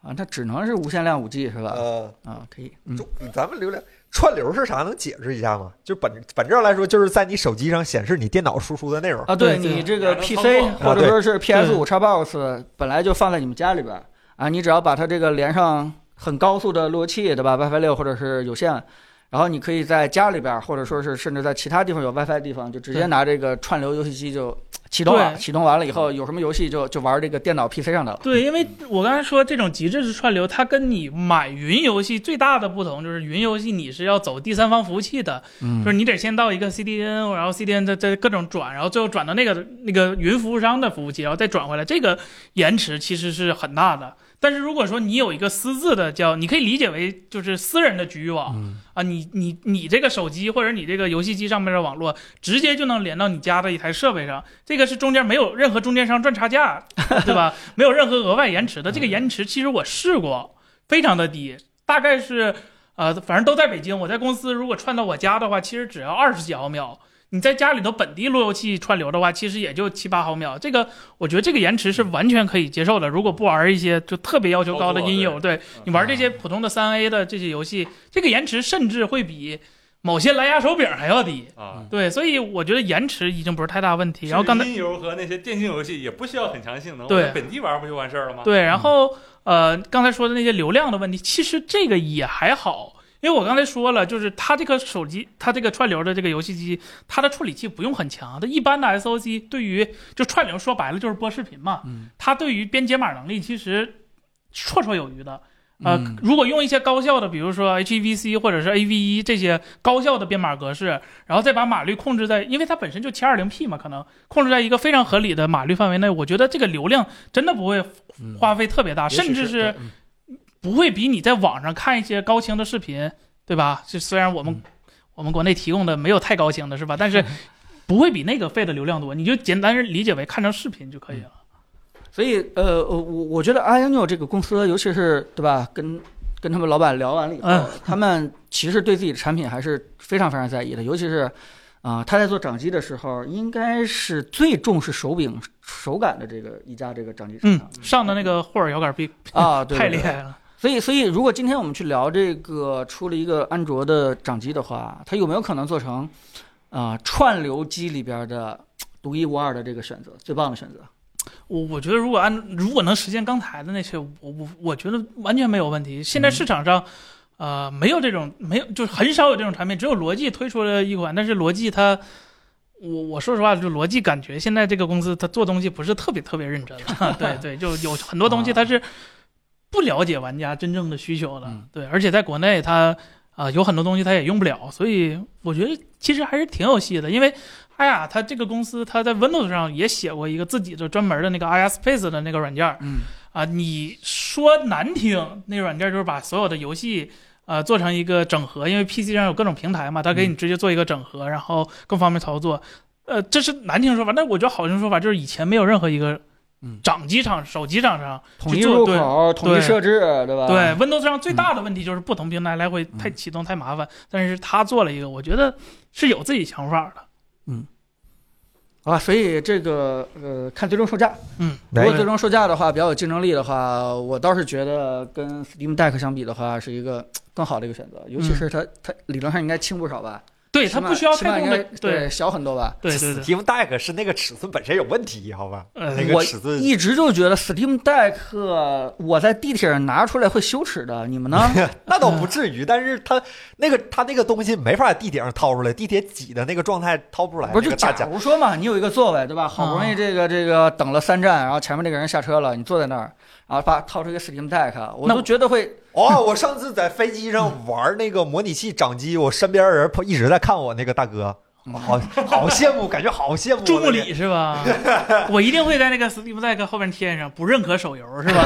啊，它只能是无限量五 G 是吧？呃，啊，可以，嗯就咱们流量串流是啥？能解释一下吗？就本本质上来说，就是在你手机上显示你电脑输出的内容。啊，对对对你这个还能 PC 作或操者啊说是 PS 五对 Xbox 本来就放在你们家里边儿啊，你只要把它这个连上很高速的路由器，对吧？WiFi 六或者是有线，然后你可以在家里边儿，或者说是甚至在其他地方有 WiFi 的地方，就直接对拿这个串流游戏机就启动了。对启动完了以后，有什么游戏就就玩这个电脑 PC 上的了。对，因为我刚才说这种极致式串流，它跟你买云游戏最大的不同就是，云游戏你是要走第三方服务器的，嗯就是你得先到一个 CDN，然后 CDN 再再各种转，然后最后转到那个那个云服务商的服务器，然后再转回来，这个延迟其实是很大的。但是如果说你有一个私自的叫，你可以理解为就是私人的局域网、啊，你你你这个手机或者你这个游戏机上面的网络，直接就能连到你家的一台设备上，这个是中间没有任何中间商赚差价，对吧？没有任何额外延迟的。这个延迟其实我试过，非常的低，大概是呃，反正都在北京。我在公司如果串到我家的话，其实只要二十几毫秒。你在家里头本地路由器串流的话，其实也就七八毫秒。这个我觉得这个延迟是完全可以接受的。如果不玩一些就特别要求高的音游，对你玩这些普通的三 A 的这些游戏，这个延迟甚至会比某些蓝牙手柄还要低。啊。对，所以我觉得延迟已经不是太大问题。嗯然后刚才甚至音游和那些电竞游戏也不需要很强性能，对我在本地玩不就完事儿了吗？对，然后呃，刚才说的那些流量的问题，其实这个也还好，因为我刚才说了，就是它这个手机，它这个串流的这个游戏机，它的处理器不用很强，它一般的 SOC 对于就串流说白了就是播视频嘛，嗯它对于编解码能力其实绰绰有余的。呃嗯，如果用一些高效的，比如说 HEVC 或者是 AV1 这些高效的编码格式，然后再把码率控制在，因为它本身就 720P 嘛，可能控制在一个非常合理的码率范围内，我觉得这个流量真的不会嗯花费特别大，也许甚至是是不会比你在网上看一些高清的视频，对吧？就虽然我嗯们、我们国内提供的没有太高清的是吧，但是不会比那个费的流量多，你就简单理解为看成视频就可以了。所以呃，我我觉得 i n u 这个公司，尤其是对吧，跟跟他们老板聊完了以后，嗯他们其实对自己的产品还是非常非常在意的，尤其是。啊、他在做掌机的时候，应该是最重视手柄手感的这个一家这个掌机厂嗯商、，上的那个霍尔摇杆比 啊，对太对厉对害了。所以，所以如果今天我们去聊这个出了一个安卓的掌机的话，它有没有可能做成啊、呃串流机里边的嘖独一无二的这个选择，最棒的选择？我我觉得如果按如果能实现刚才的那些，我我我觉得完全没有问题。现在市场上，呃，没有这种没有就是很少有这种产品，只有罗技推出了一款，但是罗技它。我我说实话，就罗技感觉现在这个公司，它做东西不是特别特别认真了。 对对，就有很多东西它是不了解玩家真正的需求的。嗯对，而且在国内它啊、有很多东西它也用不了，所以我觉得其实还是挺有戏的。因为哎呀，它这个公司它在 Windows 上也写过一个自己的专门的那个 i s Space 的那个软件儿嗯啊。你说难听，那个软件就是把所有的游戏呃做成一个整合，因为 PC 上有各种平台嘛，它嗯给你直接做一个整合，然后更方便操作。呃，这是难听说法，但我觉得好听说法就是以前没有任何一个嗯掌机厂、手机厂商统一去做入对口、统一对设置，对吧？对 Windows 上最大的问题就是不同平台来回太启动太麻烦，但是他做了一个，我觉得是有自己想法的。啊，所以这个呃，看最终售价。嗯，如哎果最终售价的话比较有竞争力的话，我倒是觉得跟 Steam Deck 相比的话，是一个更好的一个选择。尤其是它它理论上应该轻不少吧？对起码他嗯哎不需要起码太应多该的，对小很多吧？对 对对， Steam Deck 是那个尺寸本身有问题，好吧？呃那个我尺寸一直就觉得 Steam Deck 我在地铁上拿出来会羞耻的，你们呢？ 那倒不至于，但是它那个它那个东西没法在地铁上掏出来，地铁挤的那个状态掏不出来。不那是，就个大假假如说嘛，你有一个座位，对吧？好不嗯容易这个这个等了三站，然后前面那个人下车了，你坐在那儿，然后把掏出一个 Steam Deck，我那都觉得会哦，我上次在飞机上玩那个模拟器掌机，我身边人一直在看我那个大哥，好好羡慕，感觉好羡慕。朱木里是 吧？我一定会在那个 Steam Deck 后边贴上不认可手游是 吧？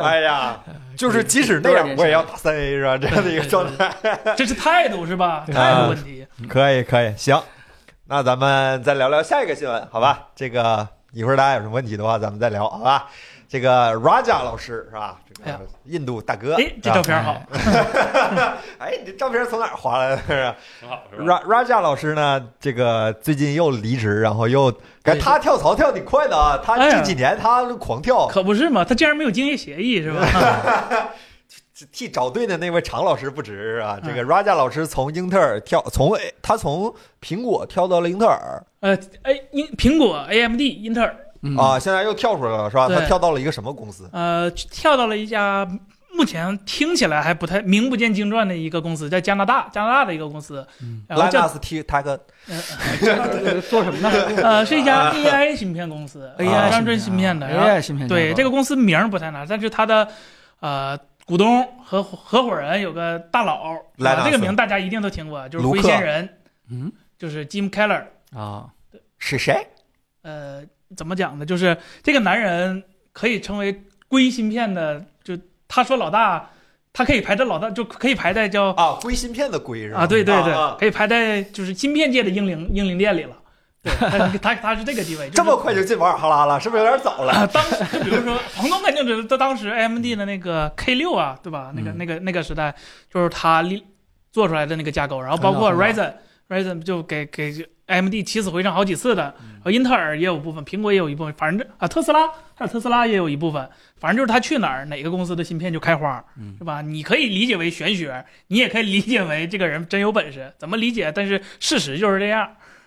哎呀，就是即使那样，我也要打三 A 是吧？这样的一个状态。这是态度是吧？态度问题。可以，可以，行。那咱们再聊聊下一个新闻，好吧？这个一会儿大家有什么问题的话，咱们再聊，好吧？这个 Raja 老师是吧？这哎呀个印度大啊哥，哎，这照片好，哎，你这照片从哪儿划来的？是吧挺好是吧？ Ra Raja 老师呢？这个最近又离职，然后又感觉他跳槽跳挺快的啊！他哎呀这几年他狂跳，可不是嘛？他竟然没有竞业协议是 吧？替找对的那位常老师不值啊！嗯这个 Raja 老师从英特尔跳，从他从苹果跳到了英特尔呃，哎，英苹果、AMD、英特尔，嗯啊，现在又跳出来了是吧？嗯对他跳到了一个什么公司？呃，跳到了一家目前听起来还不太名不见经传的一个公司，在加拿大，加拿大的一个公司，然后叫 Linus T Tech 呃做什么呢 呃是一家 AI 芯片公司 AI 专专芯片的，然后？AI 芯哎片对，这个公司名儿不太难，但是它的呃股东和合伙人有个大佬，莱纳啊斯这个名大家一定都听过，就是卢龟克仙人，嗯就是 Jim Keller。啊，是谁？呃，怎么讲呢？就是这个男人可以成为硅芯片的，就他说老大，他可以排在老大，就可以排在叫啊，硅芯片的硅是吧？啊，对对对，啊啊可以排在就是芯片界的英灵英灵殿里了。对，他他他是这个地位，就是这么快就进瓦尔哈拉了，是不是有点早了？啊，当时就比如说，房东肯定知道，他当时 AMD 的那个 K 六啊，对吧？那个、嗯那个那个时代，就是他立做出来的那个架构，然后包括很好很 Ryzen Ryzen 就给给 AMD 起死回生好几次的，然后英特尔也有部分，苹果也有一部分，反正这啊特斯拉还有特斯拉也有一部分，反正就是他去哪儿哪个公司的芯片就开花，嗯是吧？你可以理解为玄学，你也可以理解为这个人真有本事，怎么理解？但是事实就是这样。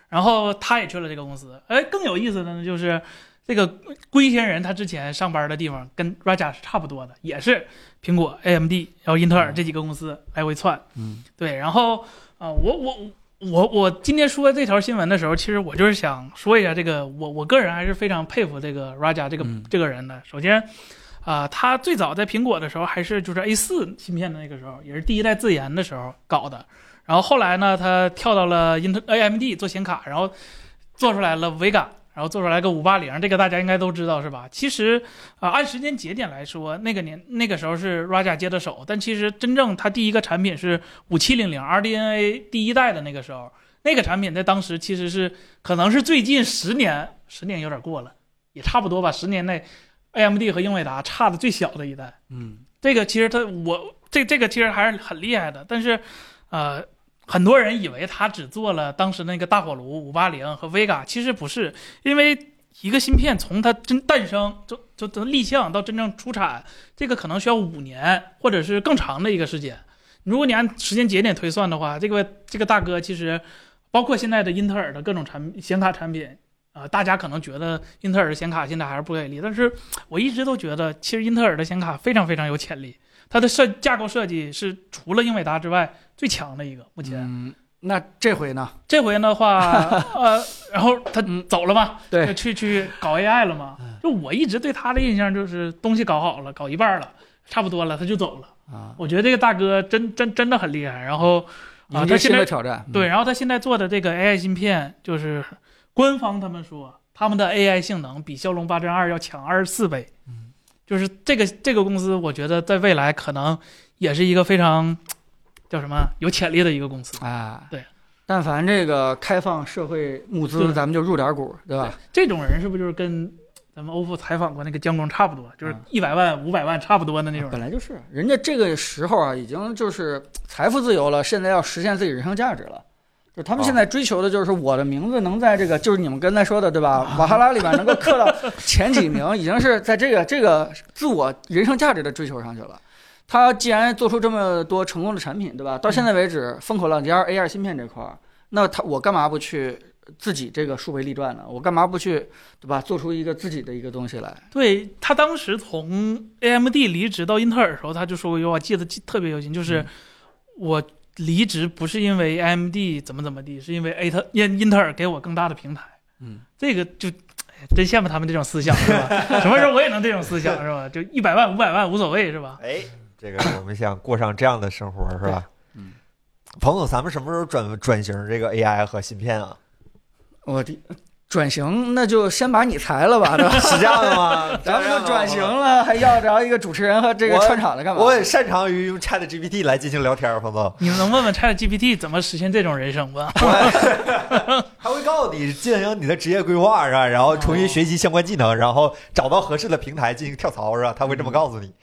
然后他也去了这个公司，哎，更有意思的呢就是。这个龟仙人他之前上班的地方跟 Raja 是差不多的，也是苹果、AMD，然后英特尔这几个公司来回窜。嗯，对，然后啊、我我我我今天说这条新闻的时候，其实我就是想说一下这个，我我个人还是非常佩服这个 Raja 这个、嗯这个人的。首先，啊、他最早在苹果的时候还是就是 A 4芯片的那个时候，也是第一代自研的时候搞的。然后后来呢，他跳到了英特 AMD 做显卡，然后做出来了 Vega，然后做出来个五八零，这个大家应该都知道是吧？其实啊、按时间节点来说，那个年那个时候是 Raja 接的手，但其实真正它第一个产品是五七零零 RDNA 第一代的那个时候，那个产品在当时其实是可能是最近十年，十年有点过了，也差不多吧，十年内 AMD 和英伟达差的最小的一代。嗯这个其实他我这这个其实还是很厉害的，但是，呃，很多人以为他只做了当时那个大火炉五八零和 Vega，其实不是，因为一个芯片从它真诞生就就从立项到真正出产，这个可能需要五年或者是更长的一个时间。如果你按时间节点推算的话，这个这个大哥其实包括现在的英特尔的各种产显卡产品。啊、大家可能觉得英特尔的显卡现在还是不给力，但是我一直都觉得，其实英特尔的显卡非常非常有潜力，它的设架构设计是除了英伟达之外最强的一个。目前、嗯，那这回呢？这回 的话，呃，然后他嗯走了嘛，对嗯就去去搞 AI 了嘛。就我一直对他的印象就是东西搞好了，搞一半了，差不多了，他就走了。啊，我觉得这个大哥真真真的很厉害，然后啊、迎接他现新在的挑战。对，然后他现在做的这个 AI 芯片，就是官方他们说他们的 AI 性能比骁龙八针二要强二十四倍，嗯就是这个这个公司，我觉得在未来可能也是一个非常叫什么有潜力的一个公司。啊，对。但凡这个开放社会募资，对咱们就入点股，对吧？这种人是不是就是跟咱们欧富采访过那个江工差不多，就是一百万、五百万差不多的那种嗯啊本人？来就是，人家这个时候啊，已经就是财富自由了，现在要实现自己人生价值了。就他们啊现在追求的就是我的名字能在这个，就是你们刚才说的，对吧？瓦哈拉里面能够刻到前几名，已经是在这个这个自我人生价值的追求上去了。他既然做出这么多成功的产品，对吧？到现在为止，风口浪尖儿 AR 芯片这块儿，那他我干嘛不去自己这个树为立传呢？我干嘛不去，对吧？做出一个自己的一个东西来？对他当时从 AMD 离职到英特尔的时候，他就说过一句话，记得记特别犹新，嗯就是我离职不是因为 AMD 怎么怎么地，是因为 A 特英英特尔给我更大的平台。嗯，这个就。哎真羡慕他们这种思想 是吧？什么时候我也能这种思想是吧？就一百万、五百万无所谓是 吧？哎，这个我们想过上这样的生活是吧？嗯，彭总，咱们什么时候转转型这个 AI 和芯片啊？我的转型，那就先把你裁了吧，对 吧？是这样的吗？ 咱们都转型了，还要着一个主持人和这个我串场的干嘛？我很擅长于用 Chat GPT 来进行聊天儿，彭总，你们能问问 Chat GPT 怎么实现这种人生 吗？他会告诉你进行你的职业规划是吧？然后重新学习相关技能，然后找到合适的平台进行跳槽是吧？他会这么告诉你。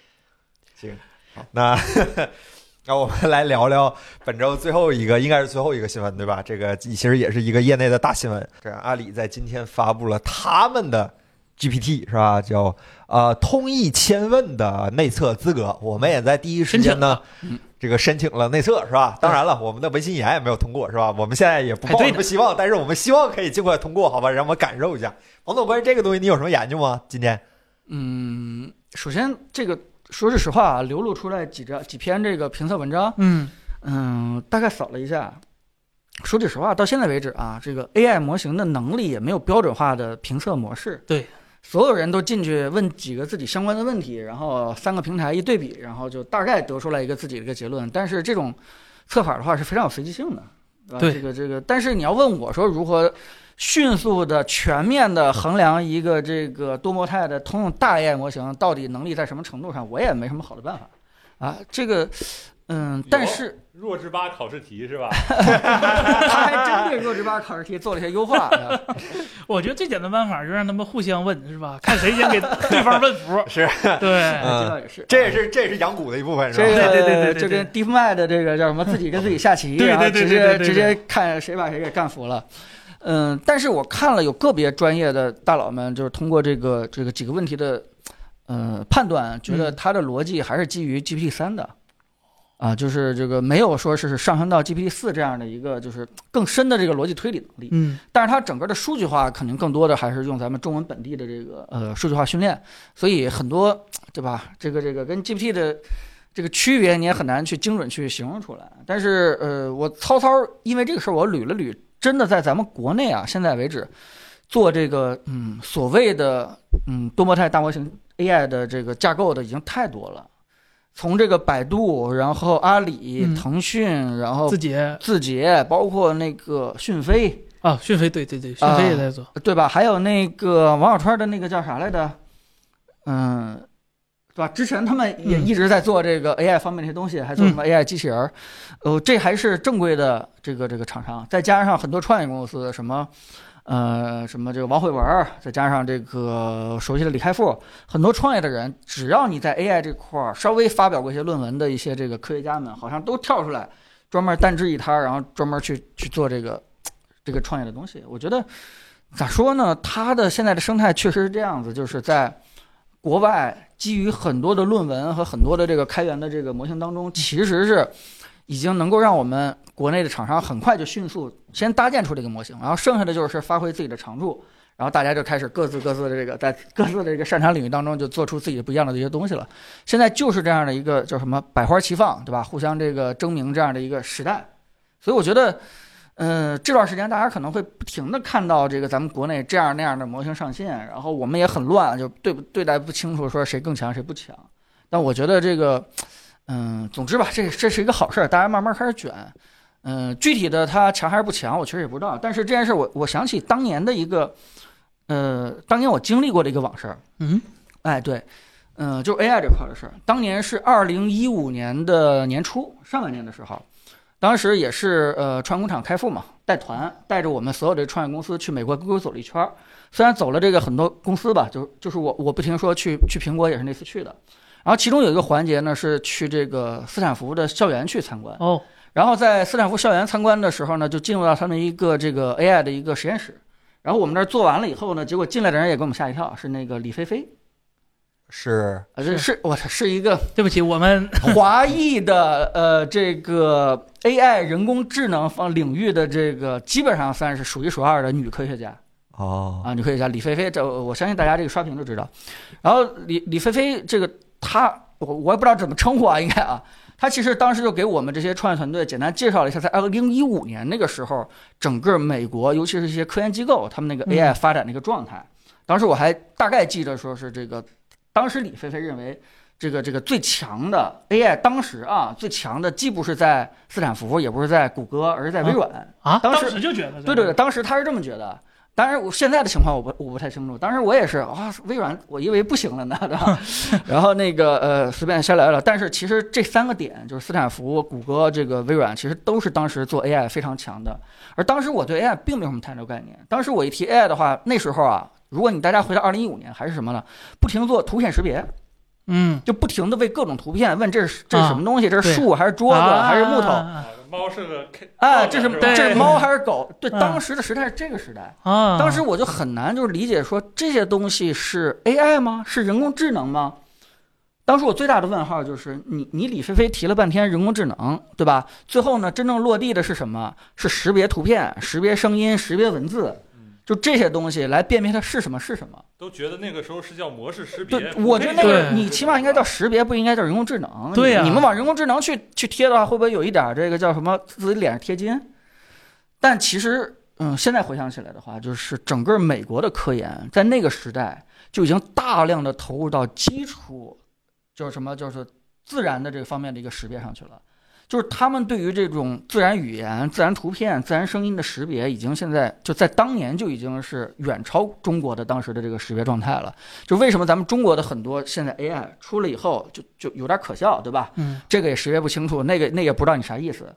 行，好，那那我们来聊聊本周最后一个，应该是最后一个新闻对吧？这个其实也是一个业内的大新闻。这阿里在今天发布了他们的 GPT 是吧？叫呃通义千问的内测资格，我们也在第一时间呢。这个申请了内测是吧？当然了，我们的文心一言也没有通过是吧？我们现在也不排抱队什么希望，但是我们希望可以尽快通过，好吧？让我们感受一下。王总，关于这个东西你有什么研究吗？今天嗯，首先这个说句实话啊，流露出来几张几篇这个评测文章，嗯，嗯，大概扫了一下。说句实话，到现在为止啊，这个 AI 模型的能力也没有标准化的评测模式。对，所有人都进去问几个自己相关的问题，然后三个平台一对比，然后就大概得出来一个自己的一个结论。但是这种测法的话是非常有随机性的，吧对这个这个，但是你要问我说如何迅速的、全面的衡量一个这个多模态的通用大 AI 模型到底能力在什么程度上，我也没什么好的办法啊。这个，嗯，但是弱智吧考试题是吧？他还针对弱智吧考试题做了一些优化。 啊我觉得最简单办法就是让他们互相问，是吧？ 看谁先 给对方问服。是，嗯对，呃这倒也是，这也是这也是养蛊的一部分是这吧？个嗯对对对对对就跟 DeepMind 的这个叫什么，自己跟自己下棋，对对然后对直对对接对直接看谁把谁给干服了。嗯，但是我看了有个别专业的大佬们，就是通过这个这个几个问题的呃判断，觉嗯得它的逻辑还是基于 GPT 三的。啊，就是这个没有说是上升到 GPT 四这样的一个，就是更深的这个逻辑推理能力。嗯，但是它整个的数据化肯定更多的还是用咱们中文本地的这个呃数据化训练，所以很多对吧？这个这个跟 GPT 的这个区别你也很难去精准去形容出来。但是呃，我曹操因为这个事儿我捋了捋，真的在咱们国内啊，现在为止做这个嗯所谓的嗯多模态大模型 AI 的这个架构的已经太多了。从这个百度，然后阿里、嗯腾讯，然后字节字节，包括那个讯飞，啊，讯飞，对对对，讯飞也在做。对吧？还有那个王小川的那个叫啥来着？嗯，对吧？之前他们也嗯一直在做这个 AI 方面的些东西，还做什么 AI 机器人儿，呃，这还是正规的这个这个厂商，再加上很多创业公司，什么呃什么这个王慧文儿，再加上这个熟悉的李开复，很多创业的人，只要你在 AI 这块儿稍微发表过一些论文的一些这个科学家们，好像都跳出来专门单支一摊儿，然后专门去去做这个这个创业的东西。我觉得咋说呢，它的现在的生态确实是这样子，就是在国外基于很多的论文和很多的这个开源的这个模型当中，其实是已经能够让我们国内的厂商很快就迅速先搭建出这个模型，然后剩下的就是发挥自己的长处。然后大家就开始各自各自的这个在各自的这个擅长领域当中就做出自己不一样的一些东西了。现在就是这样的一个叫什么百花齐放，对吧？互相这个争鸣这样的一个时代，所以我觉得，呃，这段时间大家可能会不停的看到这个咱们国内这样那样的模型上线，然后我们也很乱，就对不对待不清楚，说谁更强谁不强。但我觉得这个，嗯、总之吧，这这是一个好事儿，大家慢慢开始卷。嗯、具体的它强还是不强，我确实也不知道。但是这件事我，我想起当年的一个，呃，当年我经历过的一个往事儿。嗯哎，对，嗯，就是 AI 这块儿的事儿。当年是二零一五年的年初，上半年的时候，当时也是呃创业工厂开复嘛，带团带着我们所有的创业公司去美国硅谷走了一圈儿。虽然走了这个很多公司吧，就就是我我不停说去去苹果也是那次去的。然后其中有一个环节呢是去这个斯坦福的校园去参观。哦，然后在斯坦福校园参观的时候呢，就进入到他们一个这个 AI 的一个实验室。然后我们那儿做完了以后呢，结果进来的人也给我们吓一跳，是那个李飞飞，是啊，这是我操，是一个 对不起，我们华裔的呃这个 AI 人工智能方领域的这个基本上算是数一数二的女科学家哦，啊，女科学家李飞飞，这我相信大家这个刷屏就知道。然后李李飞飞这个她，我我也不知道怎么称呼啊，应该啊，她其实当时就给我们这些创业团队简单介绍了一下，在二零一五年那个时候，整个美国尤其是一些科研机构他们那个嗯 AI 发展的一个状态。当时我还大概记着说是这个，当时李飞飞认为。这个这个最强的 AI，当时啊最强的既不是在斯坦福，也不是在谷歌，而是在微软。啊，当当时时就觉得，对对对，，当时他是这么觉得。当然，我现在的情况我不我不太清楚。当时我也是啊，微软我以为不行了呢，对 吧？然后那个呃，随便瞎聊一聊。但是其实这三个点就是斯坦福、谷歌、这个微软，其实都是当时做 AI 非常强的。而当时我对 AI 并没有什么太多概念。当时我一提 AI 的话，那时候啊，如果你大家回到二零一五年，还是什么呢？不停地做图片识别，嗯，就不停的为各种图片问这是这是什么东西？这是啊对树还是桌子啊还是木头？啊猫是个 K，哎，这是啊对这是猫还是狗？对，嗯当时的时代是这个时代。啊，当时我就很难就是理解说这些东西是 AI 吗？是人工智能吗？当时我最大的问号就是你你李飞飞提了半天人工智能，对吧？最后呢，真正落地的是什么？是识别图片、识别声音、识别文字，嗯就这些东西来辨别它是什么是什么。都觉得那个时候是叫模式识对别。，我觉得那个对你起码应该叫识别，不应该叫人工智能。对呀你你们往人工智能去去贴的话，会不会有一点儿这个叫什么自己脸上贴金？但其实，嗯，现在回想起来的话，就是整个美国的科研在那个时代就已经大量的投入到基础，就是什么就是自然的这个方面的一个识别上去了。就是他们对于这种自然语言、自然图片、自然声音的识别，已经现在就在当年就已经是远超中国的当时的这个识别状态了。就为什么咱们中国的很多现在 AI 出了以后就，就有点可笑，对吧？嗯，这个也识别不清楚，那个那个也不知道你啥意思。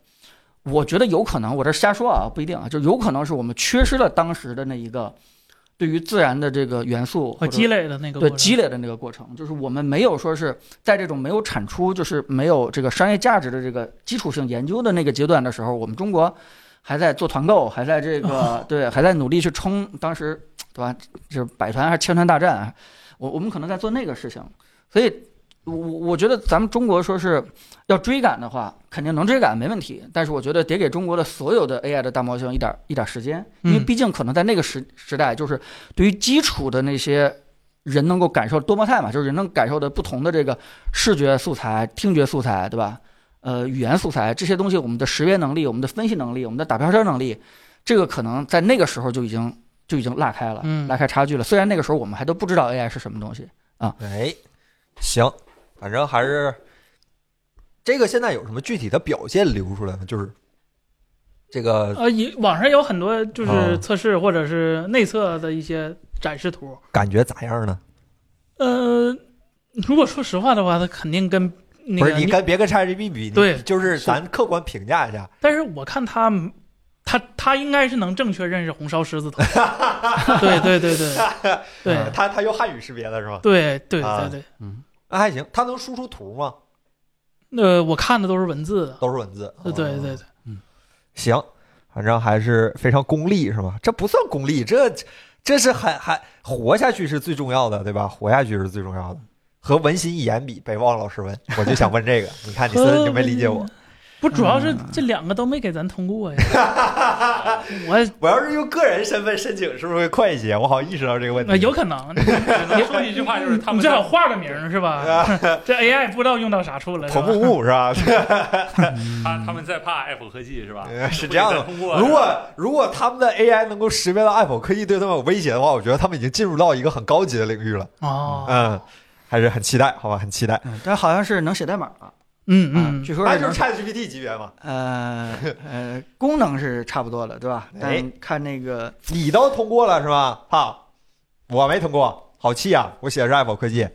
我觉得有可能，我这瞎说啊，不一定啊，就有可能是我们缺失了当时的那一个对于自然的这个元素我或者哦积累的那个对过程积累的那个过程，就是我们没有说是在这种没有产出，就是没有这个商业价值的这个基础性研究的那个阶段的时候，我们中国还在做团购，还在这 个对，还在努力去冲当时对吧？就是百团还是千团大战，啊我我们可能在做那个事情，所以我我觉得咱们中国说是要追赶的话，肯定能追赶没问题，但是我觉得得给中国的所有的 AI 的大模型一点一点时间，因为嗯毕竟可能在那个时时代，就是对于基础的那些人能够感受多模态嘛，就是人能感受的不同的这个视觉素材、听觉素材，对吧？呃，语言素材这些东西，我们的识别能力、我们的分析能力、我们的打标签能力，这个可能在那个时候就已经就已经拉开了，嗯拉开差距了。虽然那个时候我们还都不知道 AI 是什么东西，哎，行，反正还是这个现在有什么具体的表现流出来吗？就是这个呃，也网上有很多就啊是测试或者是内测的一些展示图。感觉咋样呢？呃，如果说实话的话，它肯定跟那不个是你跟别跟 ChatGPT 比，你对就是是咱客观评价一下。但是我看他，他他应该是能正确认识红烧 狮子头。对对对对对呃他他用汉语识别的是吗？对对啊对对。那还行，他能输出图吗？呃，我看的都是文字的。都是文字。对对对哦，，行，反正还是非常功利是吧？这不算功利，这这是还还活下去是最重要的，对吧？活下去是最重要的。和文心一言比，北望老师文，我就想问这个。 你看，你森你就没理解 我。呃嗯不主要是这两个都没给咱通过呀。我我要是用个人身份申请，是不是会快一些？我好像意识到这个问 呃题。有可能，只能说一句话，就是他你们最好在画个名儿 是吧？啊这 AI 不知道用到啥处了。是彭吧？木木是 吧？他他们在怕 Apple 科技是吧？呃是这样的不给咱通过如果如果他们的 AI 能够识别到 Apple 科技对他们有威胁的话，我觉得他们已经进入到一个很高级的领域了。哦，嗯，还是很期待，好吧，很期待。嗯，但好像是能写代码了，嗯啊嗯，据说那是就能是 ChatGPT 级别嘛。呃呃，功能是差不多了，对吧？哎但看那个你都通过了是吧？哈，我没通过，好气啊！我写的是 Apple 科技，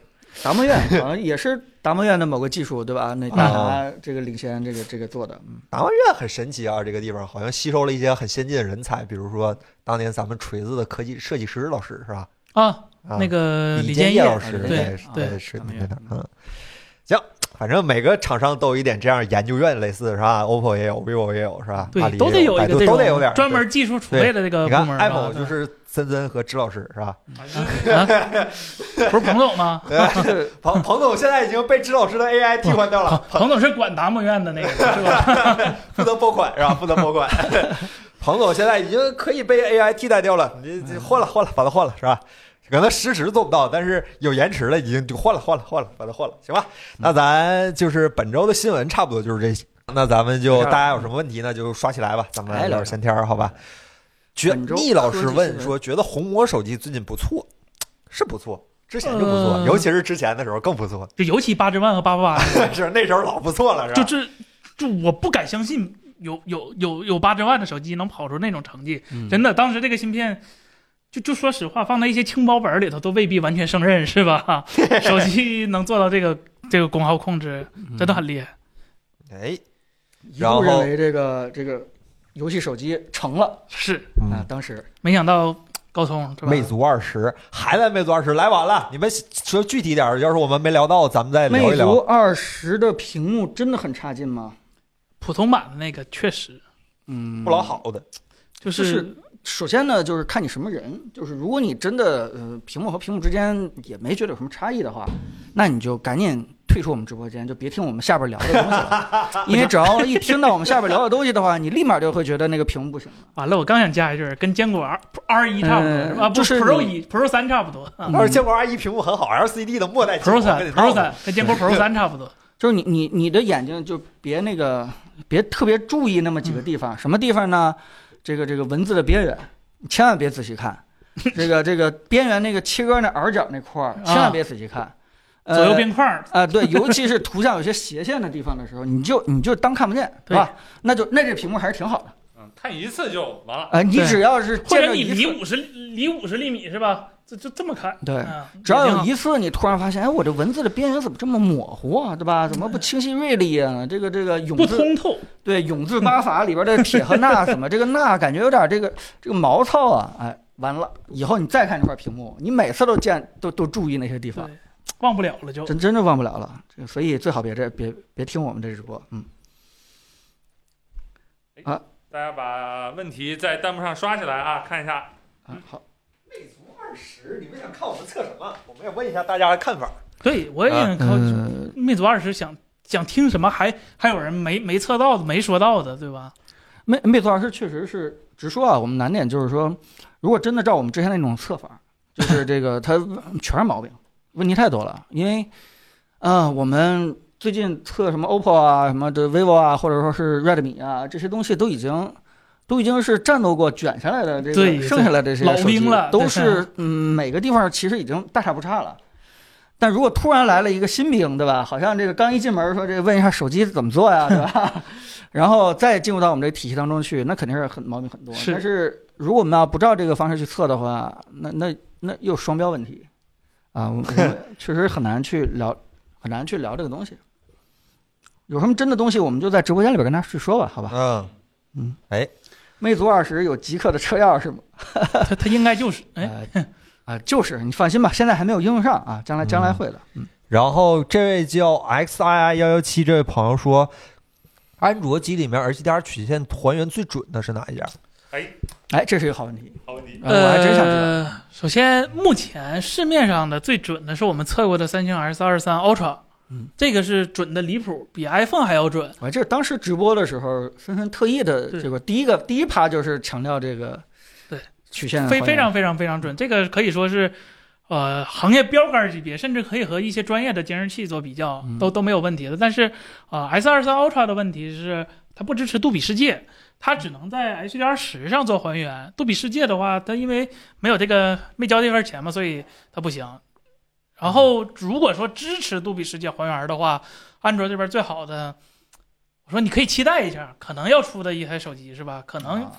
达摩院好像也是达摩院的某个技术，对吧？那大拿这个领先这个这个做的，嗯，达摩院很神奇啊，这个地方好像吸收了一些很先进的人才，比如说当年咱们锤子的科技设计师老师是吧？啊，啊那个李建啊业老师对在对在是他们那边也嗯，行，反正每个厂商都有一点这样研究院类似是吧？OPPO 也有，vivo 也有是吧？阿里对，都得也有一百个度这哎都得有点种儿专对门技术储备的这个你部看门儿吧。 ，Apple 就是森森和支老师 是吧？对不是彭 总吗？彭彭总现在已经被支老师的 AI 替换掉了，彭总是管达摩院的那个是吧？ 不能拨款是吧？不能拨款。 彭总现在已经可以被 AI 替代掉了，你你换了换了，把它换了是吧？可能实时做不到，但是有延迟了，已经就换了换了换了，把它换了，行吧？那咱就是本周的新闻差不多就是这些，那咱们就大家有什么问题呢就刷起来吧，咱们聊聊闲天儿好吧？觉本周逆老师科技新问闻说，觉得红魔手机最近不错，是不错，之前就不错，嗯呃尤其是之前的时候更不错， 就尤其八之万和八八八， 是那时候老不错了，是吧？就这就我不敢相信有有有有八之万的手机能跑出那种成绩，嗯真的，当时这个芯片。就就说实话，放在一些轻薄本儿里头都未必完全胜任，是吧？ 手机能做到这个这个功耗控制，嗯真的很厉害。哎，一然度后认为这个这个游戏手机成了是，嗯啊，当时没想到高通是吧？魅族二十还在魅族二十，来晚了。你们说具体点儿，要是我们没聊到，咱们再聊魅一族聊。二十的屏幕真的很差劲吗？普通版的那个确实嗯，不老。好的，就就是是首先呢，就是看你什么人，就是如果你真的呃屏幕和屏幕之间也没觉得有什么差异的话，那你就赶紧退出我们直播间，就别听我们下边聊的东西了，因为只要一听到我们下边聊的东西的话，你立马就会觉得那个屏幕不行了。完了，我刚想加一句儿，跟坚果 R R 一差不多呃是吧？就是 Pro 你嗯一 Pro 三差不多啊要是坚果 R 一屏幕很好，LCD 的末代，Pro 我跟三你闹 Pro 腾三跟 坚果 Pro 三差不多。就是你你你的眼睛就别那个别特别注意那么几嗯个地方，什么地方呢？这个这个文字的边缘，你千万别仔细看。这个这个边缘那个切割那耳角那块儿，千万别仔细看。呃啊左右边框儿，啊、对，尤其是图像有些斜线的地方的时候，你就你就当看不见，是对吧？那就那这屏幕还是挺好的。嗯，看一次就完了。呃，你对只要是或见者着你一离次，五十离五十厘米是吧？就就这么看。对啊哎只要也挺有好一次你突然发现，哎，我这文字的边缘怎么这么模糊啊，对吧？怎么不清晰锐利啊？这个这个永不字通透，对永字八法里边的撇和捺怎么这个捺感觉有点这个这个毛糙啊？哎，完了，以后你再看这块屏幕，你每次都见都都注意那些地方对，忘不了了就。真真的忘不了了。这个所以最好别这别别听我们这直播，嗯。大家把问题在弹幕上刷起来啊，看一下。啊，好，魅族二十，你们想看我们测什么？我们也问一下大家的看法。对，我也啊想嗯靠呃，魅族二十想想听什么，还还有人没没测到的，没说到的，对吧？魅魅族二十确实是直说啊，我们难点就是说，如果真的照我们之前那种测法，就是这个 它全是毛病，问题太多了。因为啊、我们最近测什么 OPPO 啊、什么的 vivo 啊，或者说是 Redmi 啊，这些东西都已经都已经是战斗过、卷下来的这对个剩下来的这些老手机兵了都对是嗯每个地方其实已经大差不差了。但如果突然来了一个新兵，对吧？好像这个刚一进门说这个问一下手机怎么做呀，对吧？然后再进入到我们这个体系当中去，那肯定是很毛病很多。是但是如果我们要不照这个方式去测的话，那那那又双标问题啊，我我 们确实很难去聊，很难去聊这个东西。有什么真的东西，我们就在直播间里边跟大家去说吧，好吧？嗯魅族二十有极客的车钥匙吗？他他应该就是哎，嗯呃啊，就是你放心吧，现在还没有应用上啊，将来将来会的。然后这位叫 XII 幺幺七这位朋友说，安卓机里面 HDR 曲线还原最准的是哪一家？哎，这是一个好问题，好问题。啊我还真想知道。呃首先，目前市面上的最准的是我们测过的三星 S 二三 Ultra，嗯，这个是准的离谱，比 iPhone 还要准。我这当时直播的时候，森森特意的对这个第一个第一趴就是强调这个对曲线的非还非原常非常非常准，这个可以说是，呃，行业标杆级别，甚至可以和一些专业的监视器做比较，都都没有问题的。但是，呃，S 二三 Ultra 的问题是它不支持杜比世界，它只能在 HDR 十上做还原。杜比世界的话，它因为没有这个没交这份钱嘛，所以它不行。然后，如果说支持杜比世界还原的话，安卓这边最好的，我说你可以期待一下，可能要出的一台手机是吧？可能啊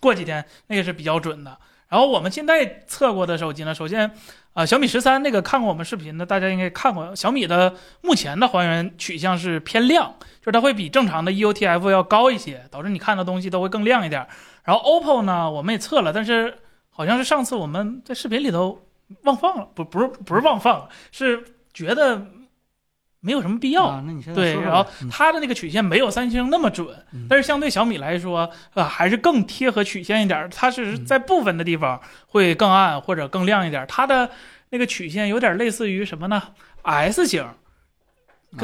过几天那个是比较准的。然后我们现在测过的手机呢，首先，啊、小米十三那个看过我们视频的大家应该看过，小米的目前的还原取向是偏亮，就是它会比正常的 E EOTF 要高一些，导致你看的东西都会更亮一点。然后 OPPO 呢，我们也测了，但是好像是上次我们在视频里头忘放了，不不是不是忘放了，是觉得没有什么必要，啊，那你现在对，说说然后吧嗯它的那个曲线没有三星那么准，嗯但是相对小米来说，呃，还是更贴合曲线一点儿。它是嗯在部分的地方会更暗或者更亮一点儿。它的那个曲线有点类似于什么呢？S 型，啊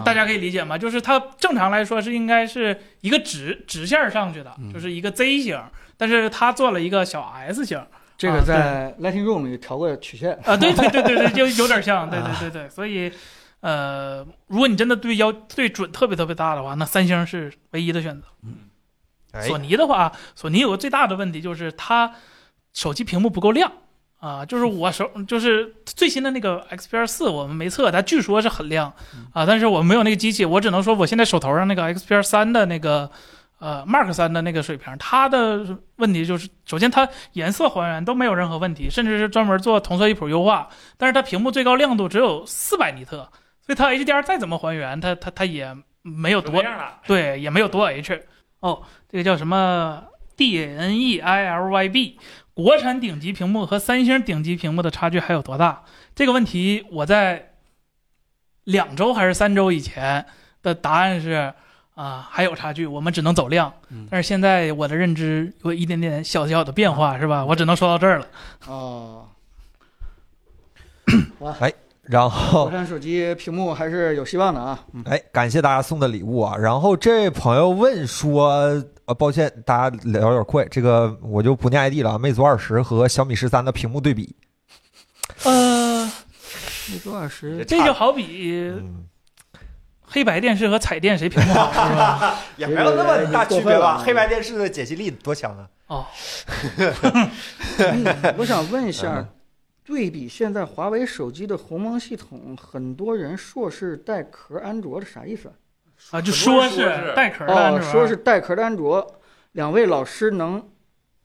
大家可以理解吗？就是它正常来说是应该是一个直直线儿上去的，嗯就是一个 Z 型，但是它做了一个小 S 型。这啊个对在 Lighting Room 里调过曲线，啊，对对对对对，就有点像，对对对对，所以，呃，如果你真的对要对准特别特别大的话，那三星是唯一的选择。哎索尼的话，索尼有个最大的问题就是它手机屏幕不够亮啊、就是我手 就是最新的那个 XPR 四，我们没测，它据说是很亮啊、但是我没有那个机器，我只能说我现在手头上那个 XPR 三的那个。呃，Mark 三的那个水平，它的问题就是，首先它颜色还原都没有任何问题，甚至是专门做同色一谱优化，但是它屏幕最高亮度只有四百尼特，所以它 HDR 再怎么还原，它它它也没有就多那样了。对，也没有多 H。哦，这个叫什么 D N E I L Y B，国产顶级屏幕和三星顶级屏幕的差距还有多大？这个问题我在两周还是三周以前的答案是啊、还有差距，我们只能走量嗯。但是现在我的认知有一点点小小的变化，是吧？我只能说到这儿了。哦，然哦国后产手机屏幕还是有希望的啊。嗯，哎，感谢大家送的礼物啊。然后这位朋友问说，呃，抱歉，大家聊有点快，这个我就不念 ID 了。魅族二十和小米十三的屏幕对比，呃，魅族二 十，这就好比嗯，黑白电视和彩电谁屏幕好，是吧？也没有那么大区别吧黑白电视的解析力多强啊！哦，嗯我想问一下嗯，对比现在华为手机的鸿蒙系统，很多人说是带壳安卓的啥意思啊？啊，就很说多是人说是带壳的，哦，吧说是带壳的安卓，两位老师能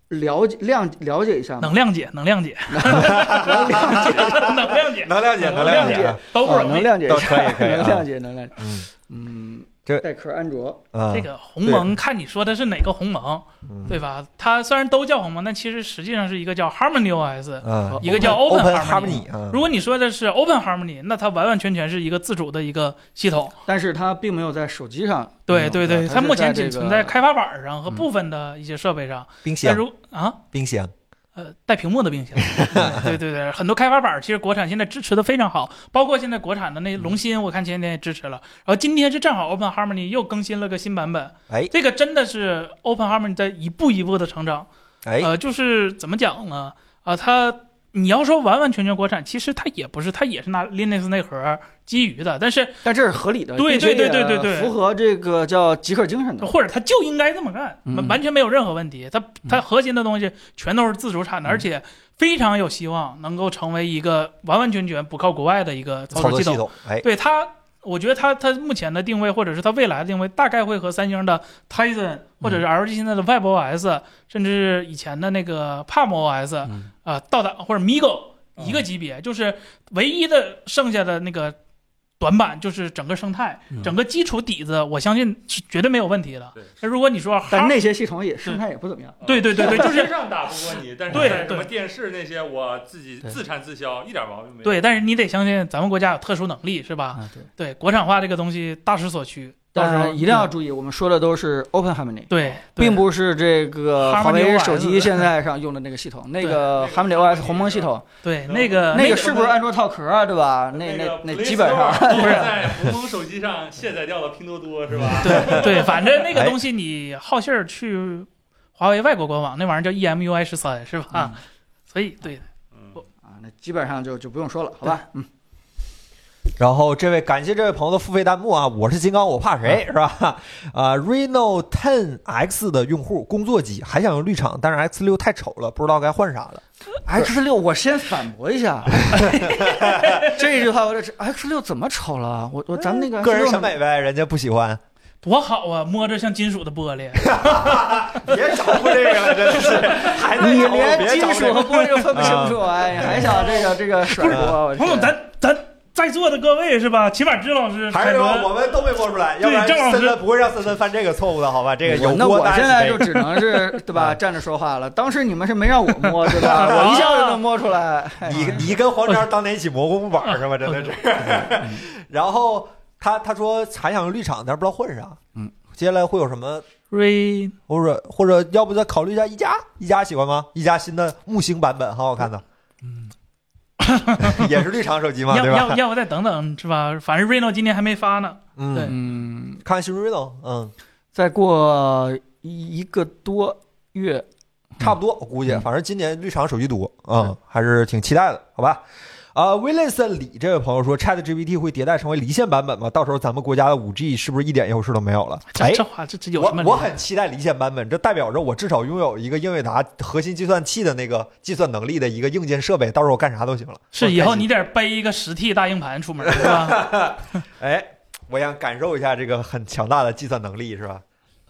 了解谅了解一下吗？能谅解，能谅解，能谅解，能谅解，能谅解都不哦容能易。谅解一都可以下，可以啊 能谅解，能谅解。嗯嗯，这带壳安卓，嗯，这个鸿蒙，看你说的是哪个鸿蒙，嗯对吧？它虽然都叫鸿蒙，但其实实际上是一个叫 Harmony OS。嗯，一个叫 Open Open Harmony，嗯如果你说的是 Open Harmony，那它完完全全是一个自主的一个系统。但是它并没有在手机上应对用。对对，吧它目前是仅这存个在开发板上和嗯部分的一些设备上。冰但箱，如啊，冰箱，呃，带屏幕 的冰箱。对对对，很多开发板儿其实国产现在支持的非常好，包括现在国产的那龙芯，我看前几天也支持了。然后今天是正好 Open Harmony 又更新了个新版本，哎这个真的是 Open Harmony 在一步一步的成长。哎，呃，就是怎么讲呢？啊、它你要说完完全全国产，其实它也不是，它也是拿 Linux 内核基于的，但是但这是合理的，对并且对对对对对哦也符合这个叫极客精神的。或者它就应该这么干，嗯完完全没有任何问题。它嗯它核心的东西全都是自主产的，而且非常有希望能够成为一个完完全全不靠国外的一个操操作作系系统。统，哎，对它，我觉得它它目前的定位，或者是它未来的定位，大概会和三星的 Tizen，或嗯者是 LG 现在的 WebOS，、甚至是以前的那个 PalmOS，啊、嗯到达或者 Migo 嗯一个级别，就是唯一的剩下的那个短板就是整个生态，嗯整个基础底子，我相信是绝对没有问题的对。那如果你说但哈那些系统也生态也不怎么样。对对对对，就是线嗯上打不过你，但是对在什么对电视那些，我自己对自产自销，一点毛病没有。对，但是你得相信咱们国家有特殊能力，是吧？啊，对。对，国产化这个东西大势所趋，到时候但一定要注意，我们说的都是 Open Harmony，对，嗯对并不是这个 Harmony 华为 OS 手机现在上用的那个系统，那个对 Harmony OS 鸿蒙系统，对呃那个那个那个是不是安卓套壳啊？对吧？那个那那 Play 基本上 Store 不是在鸿蒙手机上卸载掉了拼多多是 吧？对对，反正那个东西你好信儿去华为外国官网，那玩意儿叫 E EMUI 十三是吧？所以对，嗯啊，那基本上就就不用说了，好吧？嗯，然后这位感谢这位朋友的付费弹幕啊，我是金刚，我怕谁是吧？啊，Reno 10 X 的用户工作机还想用绿厂，但是 X 六太丑了，不知道该换啥了。 X 六，我先反驳一下 这一句话，我这 X 六怎么丑了？我我咱们那个个人 X6 审美呗，人家不喜欢。多好啊，摸着像金属的玻 璃。别找这个了，真是。还你能连别金找啊属这和个玻璃都分不清楚，哎，还想这个这个甩锅？我朋友，天咱咱在座的各位是吧？起码知道是还海是说伦我们都没摸出来，要对不然郑老师森森不会让森森犯这个错误的，好吧？这个有我那锅我大家啊一起现在背就只能是 对吧，站着说话了。当时你们是没让我摸，对吧？啊我一下就能摸出来。哎你你跟黄章当年一起磨过木板是吧？真的是。嗯 然后他他说还想用绿场，但是不知道混啥。嗯，接下来会有什么？ Ray 或者或者要不再考虑一下一加？一加喜欢吗？一加新的木星版本，好好看的。 嗯，也是绿场手机嘛，要对要吧？要不再等等是吧？反正 Reno 今年还没发呢。对嗯，嗯，看看新 Reno，嗯，再过一个多月，差不多，我估计，嗯反正今年绿场手机多，嗯，还是挺期待的，好吧？啊、威廉森李这位朋友说，Chat GPT 会迭代成为离线版本吗？到时候咱们国家的五 G 是不是一点优势都没有了？这哎，这话这这有我什么理？我很期待离线版本，这代表着我至少拥有一个英伟达核心计算器的那个计算能力的一个硬件设备，到时候我干啥都行了。是我以后开你心得背一个十 T 大硬盘出门 是吧？哎，我想感受一下这个很强大的计算能力，是吧？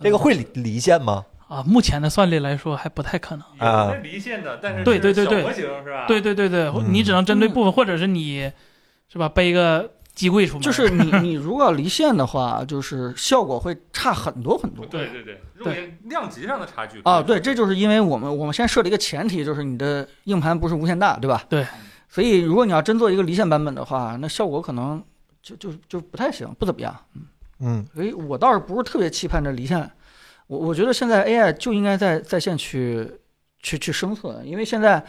这个会离离线吗？啊，目前的算力来说还不太可能。啊也是离线的，但是对对对对是小模型是吧？对，对对对，嗯你只能针对部分，或者是你是吧背一个机柜出门，就是你你如果离线的话，就是效果会差很多很多。对对对，用于量级上的差距啊，，对，这就是因为我们我们现在设了一个前提，就是你的硬盘不是无限大，对吧？对。所以如果你要真做一个离线版本的话，那效果可能就就就不太行，不怎么样。嗯所以我倒是不是特别期盼这离线，我我觉得现在 AI 就应该在在线去去去生存，因为现在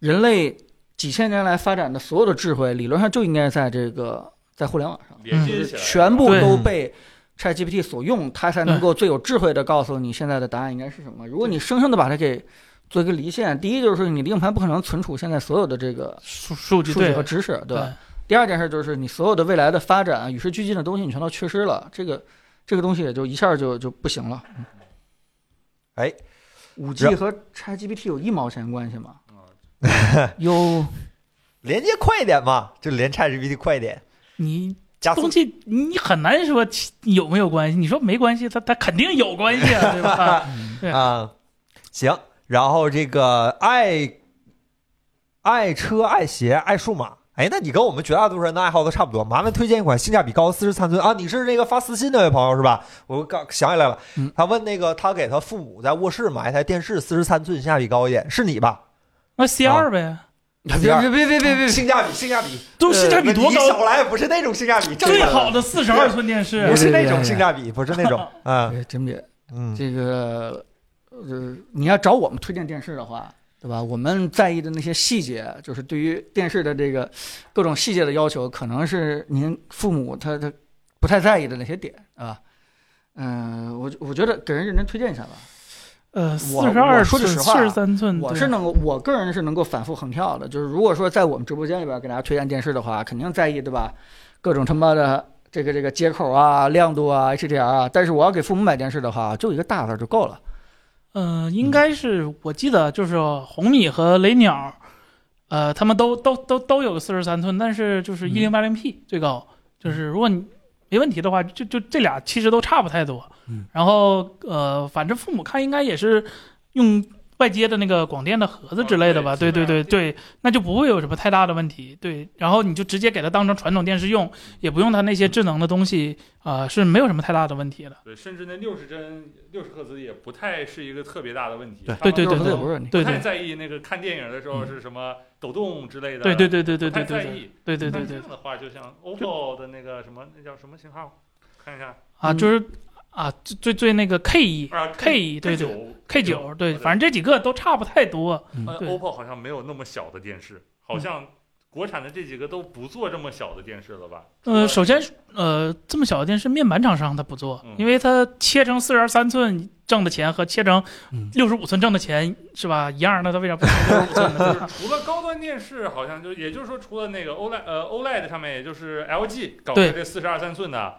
人类几千年来发展的所有的智慧，理论上就应该在这个在互联网上，连就嗯接是起来，全部对都被 ChatGPT 所用，它才能够最有智慧的告诉你现在的答案应该是什么。如果你生生的把它给做一个离线，第一就是你的硬盘不可能存储现在所有的这个数数据数据对和知识，对吧？对第二件事就是你所有的未来的发展啊与时俱进的东西，你全都缺失了，这个这个东西也就一下就就不行了。哎，五 G 和 ChatGPT 有一毛钱关系吗？哎有连接快一点嘛，就连 ChatGPT 快一点，你加速东。西你很难说其有没有关系，你说没关系，它它肯定有关系啊，对吧？对啊、行。然后这个爱爱车、爱鞋、爱数码，哎，那你跟我们绝大多数人的爱好都差不多。麻烦推荐一款性价比高、四十三寸啊！你是那个发私信那位朋友是吧？我刚想起来了嗯，他问那个他给他父母在卧室买一台电视，四十三寸性价比高一点，是你吧？那 C 二呗，啊呃别别别别别别！性价比，性价比，都性价比多你高，少来，不是那种性价比，正最版的好的四十二寸电视不，是那对对种对性价比，不是那 种，嗯啊别哎真别，嗯，这个呃，你要找我们推荐电视的话，对吧？我们在意的那些细节，就是对于电视的这个各种细节的要求，可能是您父母他他不太在意的那些点啊。嗯、我我觉得给人认真推荐一下吧。呃，四我十二我说句寸、实话四十三寸，我嗯对是能够，我个人是能够反复横跳的。就是如果说在我们直播间里边给大家推荐电视的话，肯定在意对吧？各种他妈的这个这个接口啊、亮度啊、HDR 啊。但是我要给父母买电视的话，就一个大字儿就够了。呃，应该是我记得就是红米和雷鸟，呃，他们都都都都有个四十三寸，但是就是一零八零 P 最高，就是如果你没问题的话，就就这俩其实都差不太多。嗯然后呃，反正父母看应该也是用外接的那个广电的盒子之类的吧，哦对对对对基本对，那就不会有什么太大的问题。对，然后你就直接给它当成传统电视用，也不用它那些智能的东西，啊，是没有什么太大的问题的。对，甚至那六十帧、六十赫兹也不太是一个特别大的问题。对他们对对这对也不是问题。对不太对在意那个看电影的时候是什么抖动之类的，对对对对对不太对在对意。对对对但对这。样的话，就像 OPPO 的那个什么，那叫什么型号？看一下啊，嗯就是啊，最最最那个 K 一啊 K 一对对九 K 九对，对反正这几个都差不太多。呃对嗯，OPPO 好像没有那么小的电视，好像国产的这几个都不做这么小的电视了吧？呃，除首了先呃，这么小的电视面板厂商他不做嗯，因为他切成四十三寸挣的钱和切成嗯六十五寸挣的钱是吧一样？那他为啥不做六十五寸呢？除了高端电视，好像就也就是说，除了那个 OLED 呃 OLED 上面，也就是 LG 搞对的这四十二三寸的，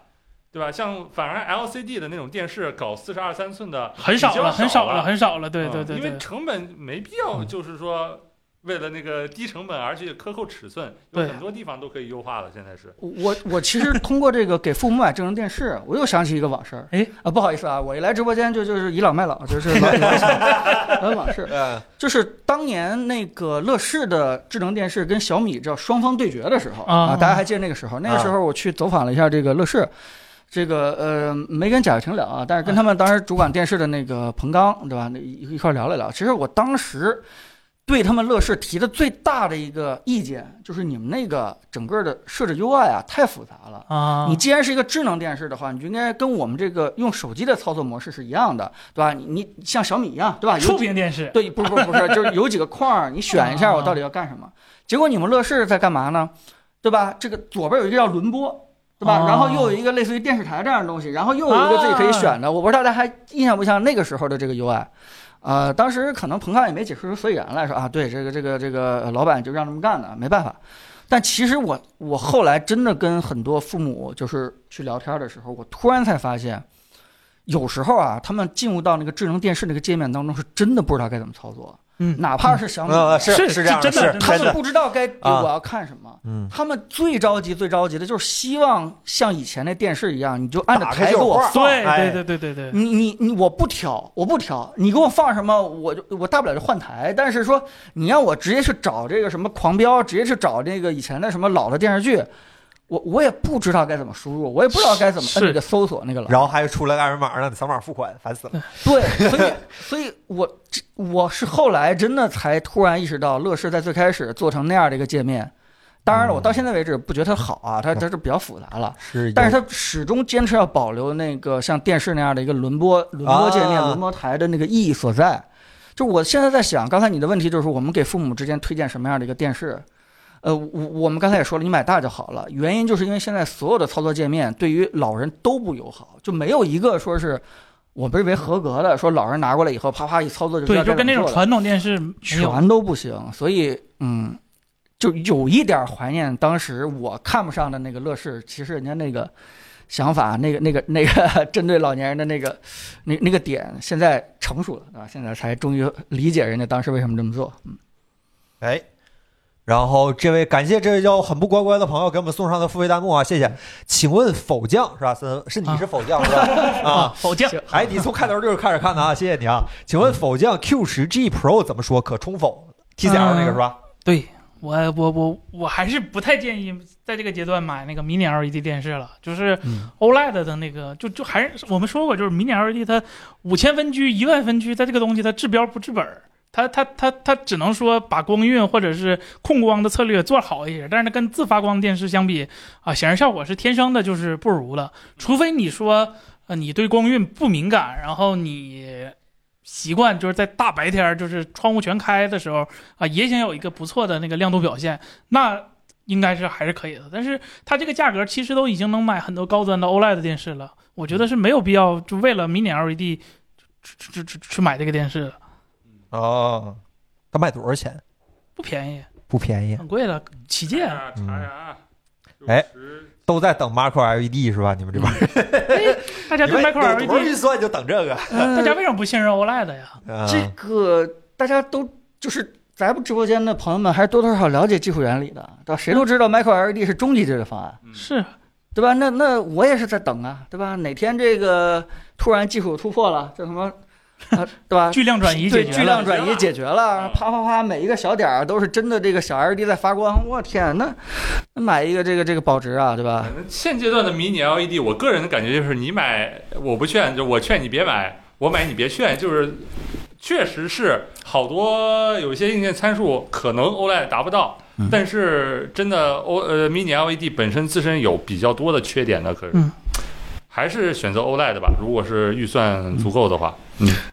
对吧？像反而 LCD 的那种电视搞四十二三寸的 很少比较了，很少少了，很少了。对嗯嗯对对因为对，成本没必要，就是说为了那个低成本而去克扣尺寸，有对很多地方都可以优化了。现在是我我其实通过这个给父母买智能电视，我又想起一个往事儿。哎啊，不好意思啊，我一来直播间就就是倚老卖老，就是老老想老往事。呃嗯就是当年那个乐视的智能电视跟小米叫双方对决的时候啊大家还记得那个时候？那个时候我去走访了一下这个乐视，这个呃没跟贾跃亭聊啊，但是跟他们当时主管电视的那个彭刚对吧，那一一块儿聊了聊。其实我当时对他们乐视提的最大的一个意见就是你们那个整个的设置 UI 啊太复杂了。啊，你既然是一个智能电视的话，你就应该跟我们这个用手机的操作模式是一样的，对吧？你你像小米一样，对吧？有触屏电视，对，不是不是不是，就是有几个框儿，你选一下我啊到底要干什么。结果你们乐视在干嘛呢？对吧？这个左边有一个叫轮播，对吧？啊然后又有一个类似于电视台这样的东西，然后又有一个自己可以选的。我不知道大家还印象不印象那个时候的这个 UI。呃，当时可能彭刚也没解释出所以然来说啊，对这个这个这个呃老板就让他们干的，没办法。但其实我我后来真的跟很多父母就是去聊天的时候，我突然才发现，有时候啊，他们进入到那个智能电视那个界面当中，是真的不知道该怎么操作，嗯，哪怕是小米，嗯，是是这样的，是真的是真的他真们的，不知道该啊我要看什么。嗯，他们最着急、最着急的就是希望像以前那电视一样，你就按着打开台给就有我画儿放。对哎对对对对对，你你你，我不挑，我不挑，你给我放什么，我就我大不了就换台。但是说你让我直接去找这个什么狂飙，直接去找这个以前的什么老的电视剧，我我也不知道该怎么输入，我也不知道该怎么摁是那个扫搜索那个了。然后还出来个二维码让你扫码付款，烦死了。对，所以所以我这我是后来真的才突然意识到，乐视在最开始做成那样的一个界面。当然了，我到现在为止不觉得它好啊，它它是比较复杂了。是但是它始终坚持要保留那个像电视那样的一个轮播轮播界面、啊轮播台的那个意义所在。就我现在在想，刚才你的问题就是我们给父母之间推荐什么样的一个电视？呃，我我们刚才也说了，你买大就好了。原因就是因为现在所有的操作界面对于老人都不友好，就没有一个说是我们认为合格的，说老人拿过来以后啪啪一操作就知道对，该就跟那怎么做种了传统电视没有，全都不行。所以，嗯，就有一点怀念当时我看不上的那个乐视，其实人家那个想法，那个那个那个 针对老年人的那个那那个点，现在成熟了，对吧？现在才终于理解人家当时为什么这么做。哎，然后这位感谢这位叫很不乖乖的朋友给我们送上的付费弹幕啊，谢谢。请问否将是吧？森是你是否将是吧？啊。否将行哎，你从开头就是开始看的啊，谢谢你啊。请问否将 Q 十 G Pro 怎么说？可冲否？TCL 那个是吧？对我我我我还是不太建议在这个阶段买那个迷你 LED 电视了，就是嗯 OLED 的那个，就就还是我们说过，就是迷你 LED 它五千分区、一万分区，它这个东西它治标不治本儿。它它它它只能说把光晕或者是控光的策略做好一些，但是它跟自发光电视相比啊，显示效果是天生的就是不如了。除非你说呃你对光晕不敏感，然后你习惯就是在大白天儿就是窗户全开的时候啊，也想有一个不错的那个亮度表现，那应该是还是可以的。但是它这个价格其实都已经能买很多高端的 OLED 电视了，我觉得是没有必要就为了迷你 LED 去 E 去去去去买这个电视了，哦，它卖多少钱？不便宜，不便宜，很贵的，起哎价。查啊查呀，哎60都在等 Micro LED 是吧？你们这边儿，大家你对们 E Micro 哎有多少 LED，预算就等这个。E 呃大家为什么不信任 OLED 呀？啊这个大家都就是咱们直播间的朋友们，还是多多少少了解技术原理的，对吧？谁都知道 Micro LED 是终极解决方案。嗯是啊对吧？那那我也是在等啊，对吧？哪天这个突然技术突破了，这什么，啊、对吧？巨量转移解对，决巨量了。转移解决了，嗯啪啪啪，每一个小点儿都是真的这个小 LED 在发光。我天，那那买一个这个这个保值啊，对吧？反正现阶段的迷你 LED，我个人的感觉就是，你买我不劝，就我劝你别买，我买你别劝，就是确实是好多有一些硬件参数可能 OLED 达不到，嗯但是真的 O 呃迷你 LED 本身自身有比较多的缺点的，可是。嗯还是选择 OLED 吧，如果是预算足够的话。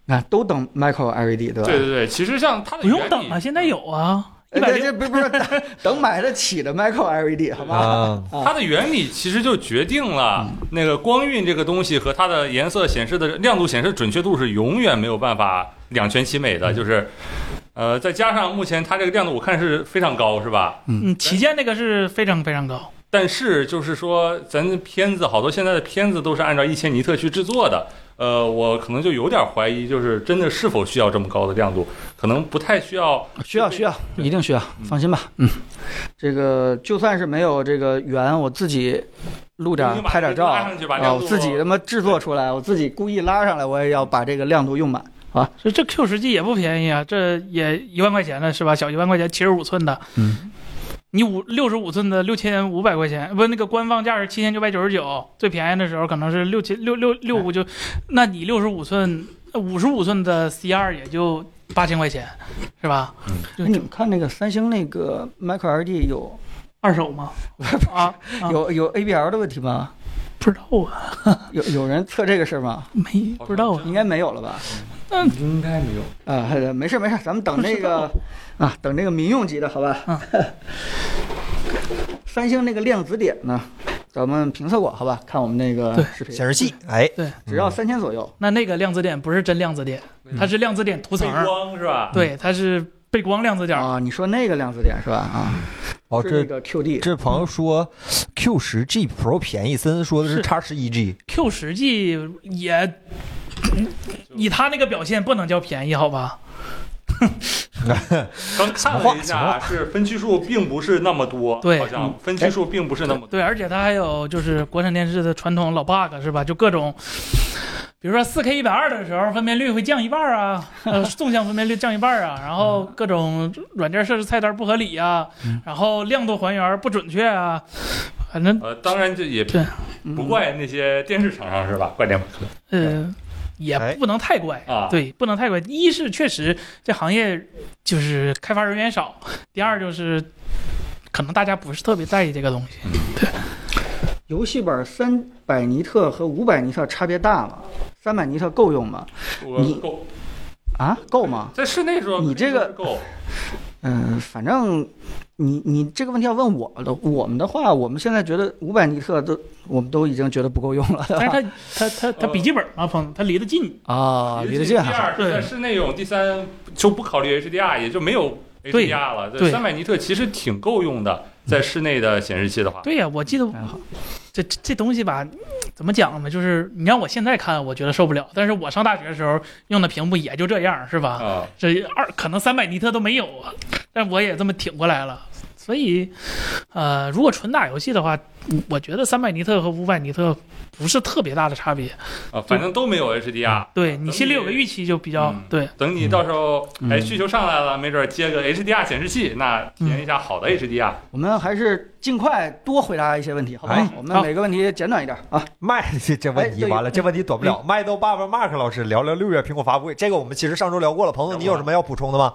那都等 Micro LED，对吧？对对对，其实像它嗯的不用原理等啊，现在有啊，一呃百这零这不是不是等等买得起的 Micro LED，好吧？啊，它的原理其实就决定了那个光晕这个东西和它的颜色显示的亮度显示准确度是永远没有办法两全其美的，就是，呃，再加上目前它这个亮度我看是非常高，是吧？嗯，旗舰那个是非常非常高，但是就是说，咱片子好多现在的片子都是按照一千尼特去制作的，呃，我可能就有点怀疑，就是真的是否需要这么高的亮度，可能不太需要。 需要需要，一定需要，放心吧。嗯，这个就算是没有这个圆，我自己录点你把拍点照这个拉上去把啊，亮度我自己他妈制作出来，我自己故意拉上来，我也要把这个亮度用满啊。这这 Q 十 G 也不便宜啊，这也一万块钱了是吧？小一万块钱，七十五寸的，嗯，你五六十五寸的六千五百块钱，不，那个官方价是七千九百九十九，最便宜的时候可能是六千六六六五就，那你六十五寸、五十五寸的 C 二也就八千块钱，是吧？哎你们看那个三星那个 Micro LED 有二手吗？啊，啊有有 ABL 的问题吗？不知道啊，有有人测这个事儿吗？没不知道啊。应该没有了吧？应该没有。啊，没事没事，咱们等那 个啊，等那个民用级的好吧？嗯 三星那个量子点呢，咱们评测过好吧？看我们那个对视频显，示器，哎，只要三千左右。那那个量子点不是真量子点，它是量子点涂层背，光是吧？对，它是背光量子点。啊，你说那个量子点是吧？啊，哦，是那这个 QD，这朋友说 Q 十 G Pro 便宜，森森说的是是 X 十一 G， Q 十 G 也以它那个表现不能叫便宜，好吧？刚看了一下，是分区数并不是那么多，对好像分区数并不是那么多。对，而且它还有就是国产电视的传统老 bug 是吧？就各种，比如说4 K 一百二的时候分辨率会降一半儿啊，呃，纵向分辨率降一半儿啊，然后各种软件设置菜单不合理啊，然后亮度还原不准确啊，反正呃，当然这也对嗯不怪那些电视厂商是吧？怪联发科。呃，也哎不能太怪啊对，不能太怪。一是确实这行业就是开发人员少，第二就是可能大家不是特别在意这个东 西。游戏本三百尼特和五百尼特差别大吗？三百尼特够用吗？我你够啊，够吗？在室内说，你这个够嗯，反正你你这个问题要问我的，我们的话，我们现在觉得五百尼特都，我们都已经觉得不够用了，对但 是吧？它它它它笔记本嘛，朋友，它离得近，啊，离得近第还好。二是在室内用，第三就不考虑 HDR，也就没有对 HDR 了。对三百尼特其实挺够用的，在室内的显示器的话，对呀、我记嗯得嗯还好这这这东西吧，怎么讲呢？就是你让我现在看，我觉得受不了。但是我上大学的时候用的屏幕也就这样，是吧？啊，这二可能三百尼特都没有，啊，但我也这么挺过来了。所以，呃，如果纯打游戏的话，嗯我觉得三百尼特和五百尼特不是特别大的差别。啊，反正都没有 HDR。啊对你心里有个预期就比较、嗯对。等你到时候嗯哎需求上来了，没准接个 HDR 显示器，那体验一下好的嗯 HDR。我们还是尽快多回答一些问题，好不好哎？我们每个问题简短一点啊。麦这这问题哎对完了，这问题躲不了。麦豆爸爸 Mark 老师聊聊六月苹果发布会，这个我们其实上周聊过了。朋友，你有什么要补充的吗？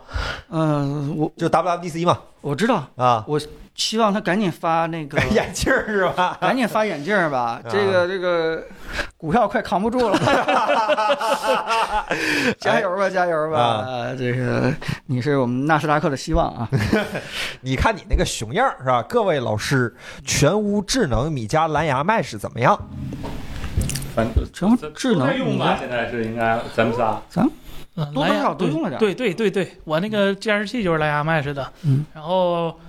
嗯、我就 WWDC 嘛，我知道，啊，，我希望他赶紧发那个 眼镜儿是吧？赶紧发眼镜儿吧，这个这个股票快扛不住了。加油吧，加油吧！啊呃这个你是我们纳斯达克的希望啊！你看你那个熊样儿是吧？各位老师，全屋智能米家蓝牙麦是怎么样？反正全部咱智都能在用吧，你现在是应该咱们仨。嗯多多蓝少牙少都用了点儿对对对对，我那个监视器就是蓝牙麦式的，嗯，然后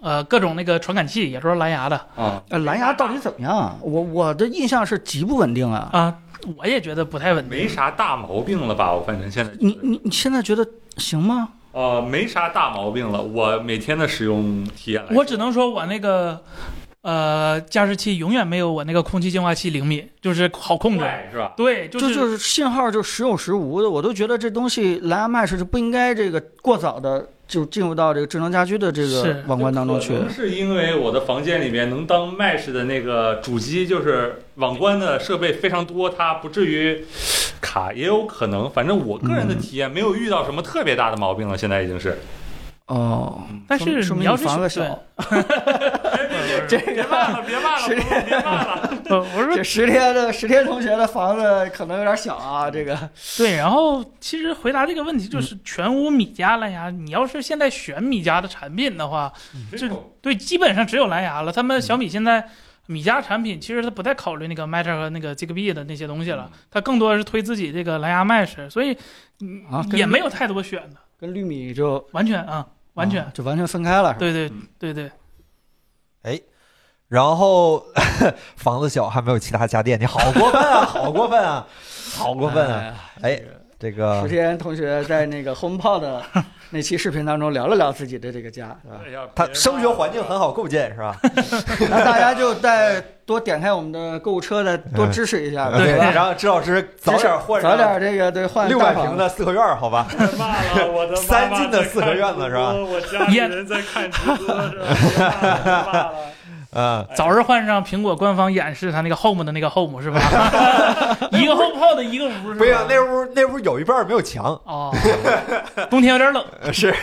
呃各种那个传感器也都是蓝牙的啊，呃，蓝牙到底怎么样啊？我我的印象是极不稳定啊。啊，我也觉得不太稳定。没啥大毛病了吧？我反正现在觉得你你你现在觉得行吗？呃没啥大毛病了。我每天的使用体验来说，我只能说我那个呃加湿器永远没有我那个空气净化器灵敏，就是好控制。快是吧？对，这就就是就是信号就时有时无的，我都觉得这东西蓝牙麦是就不应该这个过早的就进入到这个智能家居的这个是网关当中去可。能是因为我的房间里面能当 Mesh 的那个主机，就是网关的设备非常多，它不至于卡，也有可能。反正我个人的体验没有遇到什么特别大的毛病了，现在已经是。哦，但说明是说你明要你是房子对小，这别骂了，别骂了，别骂了。呃我 说这十天的十天同学的房子可能有点小啊，这个对，然后其实回答这个问嗯题就是全屋米家蓝牙，你要是现在选米家的产品的话，这对，基本上只有蓝牙了。他们小米现在米家产品其实它不太考虑那个 Matter 和那个 Zigbee 的那些东西了，它更多的是推自己这个蓝牙麦式，所以嗯啊跟也没有太多选的，跟绿米就完全啊，完全啊，就完全分开了，是吧？对对对对， 然后房子小还没有其他家电，你好过分啊，好过分啊！好过分啊！啊！哎，这石个天同学在那个 HomePod 的那期视频当中聊了聊自己的这个家， 是吧？哎呀他声学环境很好构建是吧？那大家就再多点开我们的购物车，再多支持一下，对吧？然后支老师早点换啊早上点这个对换六大百房平的四合院儿，好吧？别骂了，我的妈妈三进的四合院子在看是吧直播我家里人在看直播是吧？别骂了嗯，早日换上苹果官方演示它那个 Home 的那个 Home 是吧？一个 HomePod 一个屋是吧？不行，嗯那屋那屋有一半儿没有墙，哦，冬天有点冷，嗯 是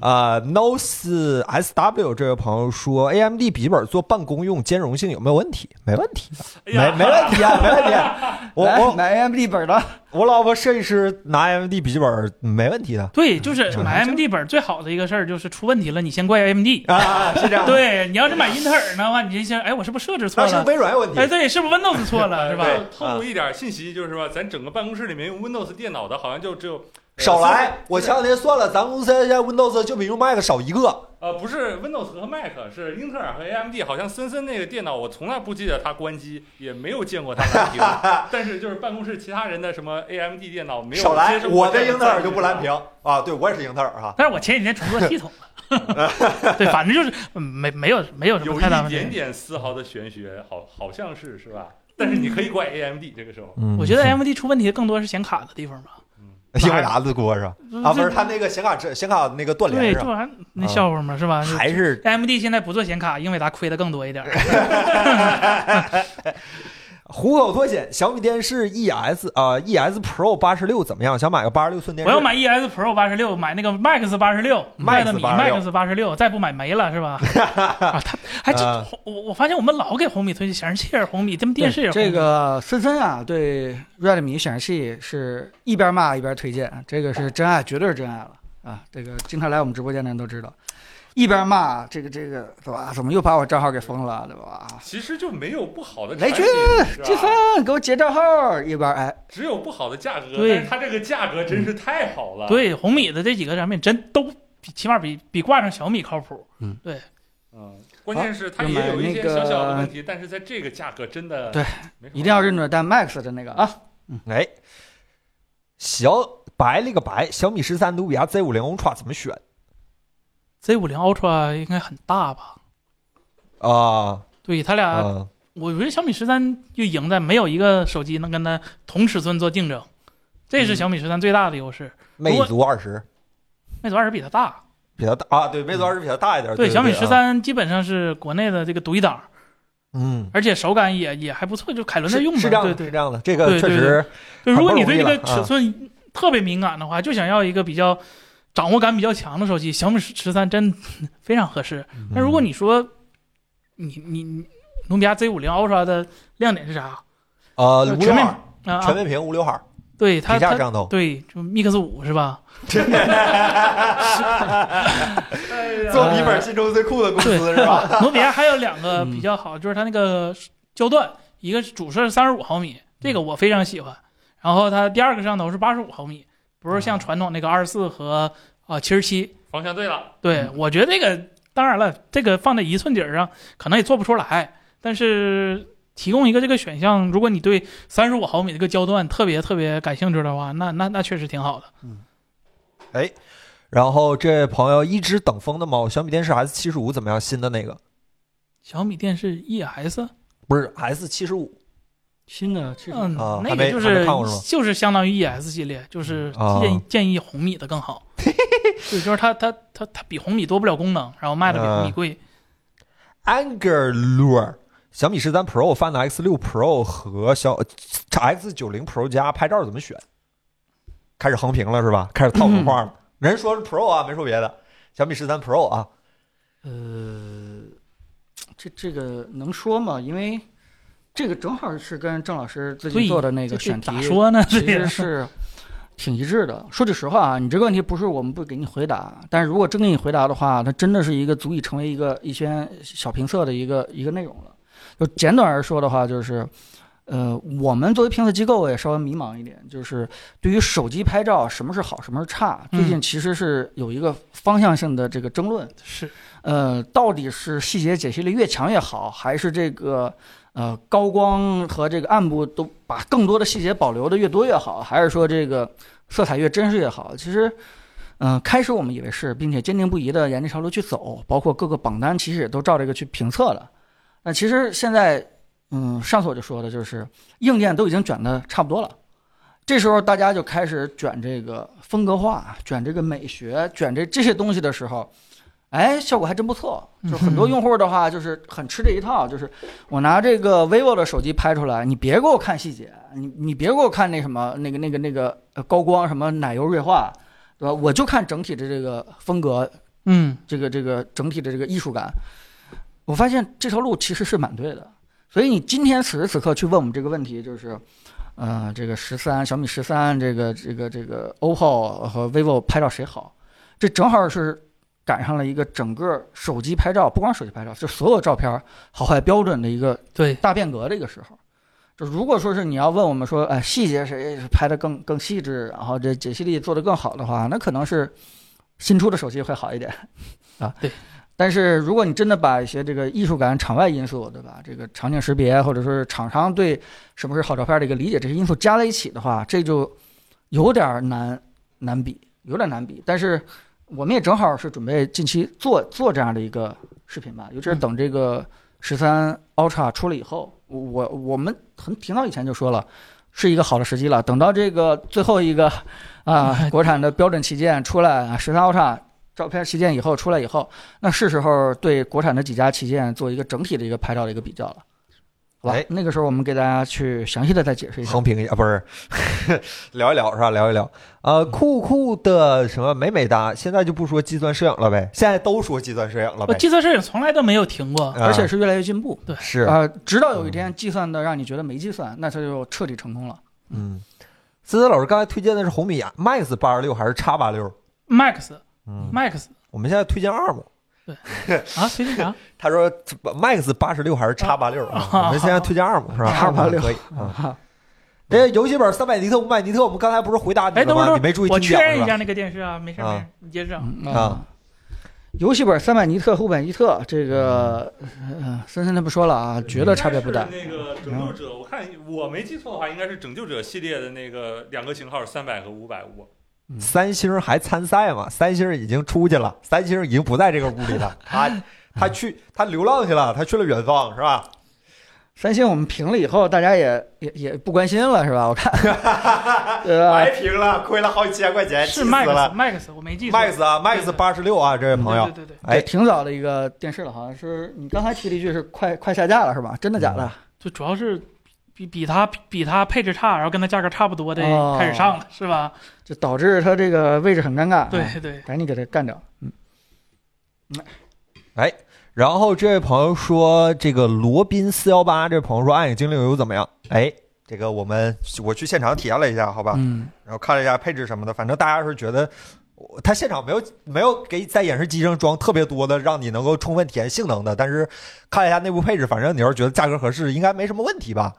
啊。No 四 SW 这位朋友说，AMD 笔记本做办公用兼容性有没有问题？没问题，哎呀没没问 题啊，没问题啊。我来我买 AMD 本的，我老婆设计师拿 AMD 笔记本儿没问题的对，就是买 AMD 本最好的一个事儿就是出问题了，你先怪 AMD。啊，是这样。，对，你要是买英特尔的话，你这些哎，我是不是设置 错那是了？微软有问题哎，。对，是不是 Windows 错了是吧？对嗯透嗯露一点信息就是说，咱整个办公室里面用 Windows 电脑的，好像就只有呃少来！我前两天算了，咱公司现在 Windows 就比用 Mac 少一个。呃，不是 Windows 和 Mac，是英特尔和 AMD。好像森森那个电脑，我从来不记得它关机，也没有见过它 蓝屏。但是就是办公室其他人的什么 AMD 电脑没有少来接！受过我的这样英特尔赞誉就不蓝。屏啊，对我也是英特尔哈。但是我前几天重做系统了，对，反正就是嗯没没有没有什有么一太大问点题。点丝毫的玄学，好，好像是是吧？但是你可以怪 AMD 这个时候，嗯我觉得 AMD 出问题更多是显卡的地方吧。因为啥自锅是吧？啊，不是，他那个显卡这显卡那个断嗯对，联这是吧？玩意儿那笑话嘛是吧？还是 AMD 现在不做显卡，英伟达亏的更多一点儿。虎口脱险，小米电视 ES 啊、ES Pro 八十六怎么样？想买个八十六寸电我视，要买 ES Pro 八十六，买那个 Max 八十六，卖的米 Max Max 八十六，再不买没了是吧？啊，他还真啊我我发现我们老给红米推荐显示器也是红米，他们电视也是红米这个森森啊，对 Redmi 显示器是一边骂一边推荐，这个是真爱，绝对是真爱了啊！这个经常来我们直播间的人都知道，一边骂这个这个对吧？怎么又把我账号给封了对吧？其实就没有不好的雷产军品，积是吧？分给我结账号，一边哎，只有不好的价格，对但是它这个价格真是太好了。，对红米的这几个产品真都比起码比比挂上小米靠谱。嗯，关键是它也那么有一些那个小小的问题，但是在这个价格真的对没什么一定要认准带 Max 的那个啊！哎，小白了个白，小米十三努比亚 Z 五零 Ultra 怎么选 Z 五零 Ultra 应该很大吧？啊？对他俩，嗯，我觉得小米十三就赢在没有一个手机能跟它同尺寸做竞争，这嗯是小米十三最大的优势。魅族二十魅族二十比它大，比它大啊，对，魅族二十比它大一点。对，小米对啊十，三基本上是国内的这个独一档，嗯，而且手感也也还不错，就凯伦在是用嘛。是这样的，对对是这样的，这个对确对实对，如果你对这很个不容易了啊尺寸特别敏感的话，就想要一个比较掌握感比较强的手机，小米十三真非常合嗯适。那如果你说你你你努比亚 Z 五零 Ultra 的亮点是啥啊呃呃无全刘面海，啊？全面屏无刘海，对它皮下它摄像头。对，就 Mix 五是吧？ 哎做笔记本心中最酷的公司是吧？嗯努比啊亚还有两个比较好，就是它那个焦段，一个是主摄三十五毫米，这嗯个我非常喜欢。然后它第二个摄像头是八十五毫米，不啊是像传统那个二十四和啊七十七。方向对了，对嗯我觉得这个，当然了，这个放在一寸底儿上可能也做不出来，但是提供一个这个选项，如果你对三十五毫米这个焦段特别特别感兴趣的话，那那那确实挺好的。然后这位朋友一直等风的猫，小米电视 S 七十五怎么样？新的那个小米电视 E ES，不是 S 七十五新的这个嗯啊，那还没个就还没是看过是吗就是相当于 ES 系列，就是啊建议建议红米的更好，对，就是它它它它比红米多不了功能，然后卖的比红米贵。 Angular。小米十三 Pro、Find X 六 Pro 和小 X 九零 Pro 加拍照怎么选？开始横屏了是吧？开始套图画了。人说是 Pro 啊，没说别的。小米十三 Pro 啊，呃，这这个能说吗？因为这个正好是跟郑老师自己对做的那这个这选题咋说 呢？其这实个是挺一致的。说句实话啊，你这个问题不是我们不给你回答，但是如果真给你回答的话，它真的是一个足以成为一个一篇小评测的一个一个内容了。就简短而说的话，就是，呃，我们作为评测机构也稍微迷茫一点，就是对于手机拍照什么是好，什么是差，嗯最近其实是有一个方向性的这个争论。是呃，到底是细节解析力越强越好，还是这个呃高光和这个暗部都把更多的细节保留的越多越好，还是说这个色彩越真实越好？其实，嗯、开始我们以为是，并且坚定不移的沿这条路去走，包括各个榜单其实也都照这个去评测了。那其实现在，嗯，上次我就说的就是硬件都已经卷的差不多了。这时候大家就开始卷这个风格化、卷这个美学、卷这这些东西的时候，哎，效果还真不错。就很多用户的话，就是很吃这一套，就是我拿这个 vivo 的手机拍出来，你别给我看细节，你你别给我看那什么那个那个那个呃高光什么奶油锐化，对吧？我就看整体的这个风格，嗯这个这个整体的这个艺术感，我发现这条路其实是蛮对的。所以你今天此时此刻去问我们这个问题，就是，呃，这个十三小米十三，这个这个这个 OPPO 和 vivo 拍照谁好？这正好是赶上了一个整个手机拍照，不光手机拍照，就所有照片好坏标准的一个对大变革的一个时候。就如果说是你要问我们说，哎，细节谁拍的更更细致，然后这解析力做得更好的话，那可能是新出的手机会好一点 啊。对。但是如果你真的把一些这个艺术感、场外因素，对吧？这个场景识别，或者说是厂商对什么是好照片的一个理解，这些因素加在一起的话，这就有点儿难难比，有点儿难比。但是我们也正好是准备近期做做这样的一个视频吧，尤嗯其是等这个十三 Ultra 出了以后，我我我们很挺早以前就说了，是一个好的时机了。等到这个最后一个 啊、国产的标准旗舰出来，啊十三 Ultra 照片旗舰以后出来以后，那是时候对国产的几家旗舰做一个整体的一个拍照的一个比较了。好吧哎，那个时候我们给大家去详细的再解释一下横。评一下，不是 聊一聊是吧？聊一聊，呃，酷酷的什么美美哒，现在就不说计算摄影了呗，现在都说计算摄影了我呗，计算摄影从来都没有停过。啊而且是越来越进步，是啊、直到有一天计算的让你觉得没计算，那它就彻底成功了。嗯，思思老师刚才推荐的是红米 Max 八十六还是 X 八六？ Max 嗯， Max 我们现在推荐二嘛。啊，推荐啥？他说 Max 八十六还是 X 八六啊？我们现在推荐二嘛是吧 X 八六可以啊。这游戏本三百尼特、五百尼特，我们刚才不是回答你哎，了等会吗？儿你没注意我听确讲认是一下吧？那个电视啊，没事儿啊没事儿，你接着。嗯啊游戏本三百尼特、五百尼特，这个，嗯呃，森森他不说了啊，觉得差别不大。应该是那个拯救者，我看我没记错的话，应该是拯救者系列的那个两个型号三百和五百五。三星还参赛吗？三星已经出去了，三星已经不在这个屋 里啊了。他他去他流浪去了，他去了远方是吧？三星我们评了以后，大家也也也不关心了，是吧？我 看，对吧？哎白评了，亏了好几千块钱，呃气是死 Max 了。 Max，我没记错。 Max 啊，Max 八十六啊，这位朋友，对对对对，哎，挺早的一个电视了，好像是你刚才提了一句是快快下架了，是吧？真的假嗯的？就主要是比比它比它配置差，然后跟它价格差不多的哦开始上了，是吧？就导致它这个位置很尴尬。啊，对对，赶紧给它干掉。啊然后这位朋友说，这个罗宾四幺八，这位朋友说暗影精灵游怎么样？哎，这个我们我去现场体验了一下，好吧，嗯，然后看了一下配置什么的，反正大家是觉得。我他现场没有没有给在演示机上装特别多的让你能够充分体验性能的，但是看了一下内部配置，反正你要是觉得价格合适，应该没什么问题吧？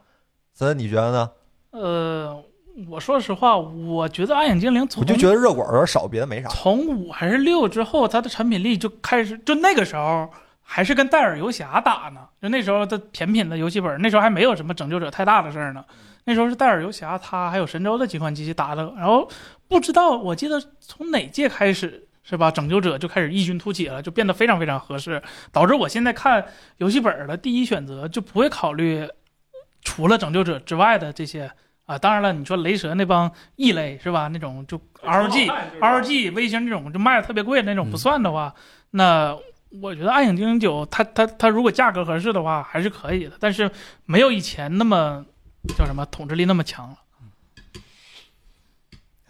森，你觉得呢？呃，我说实话，我觉得暗影精灵从我就觉得热管有点少，别的没啥。从五还是六之后，它的产品力就开始，就那个时候还是跟戴尔游侠打呢，就那时候的甜品的游戏本，那时候还没有什么拯救者太大的事儿呢。那时候是戴尔游侠，它还有神州的几款机器打的，然后不知道我记得从哪届开始是吧，拯救者就开始异军突起了，就变得非常非常合适，导致我现在看游戏本的第一选择就不会考虑除了拯救者之外的这些啊。当然了，你说雷蛇那帮异类是吧，那种就 RG R G 微型这种就卖的特别贵的那种不算的话，那我觉得暗影精灵九它它它如果价格合适的话还是可以的，但是没有以前那么叫什么统治力那么强了。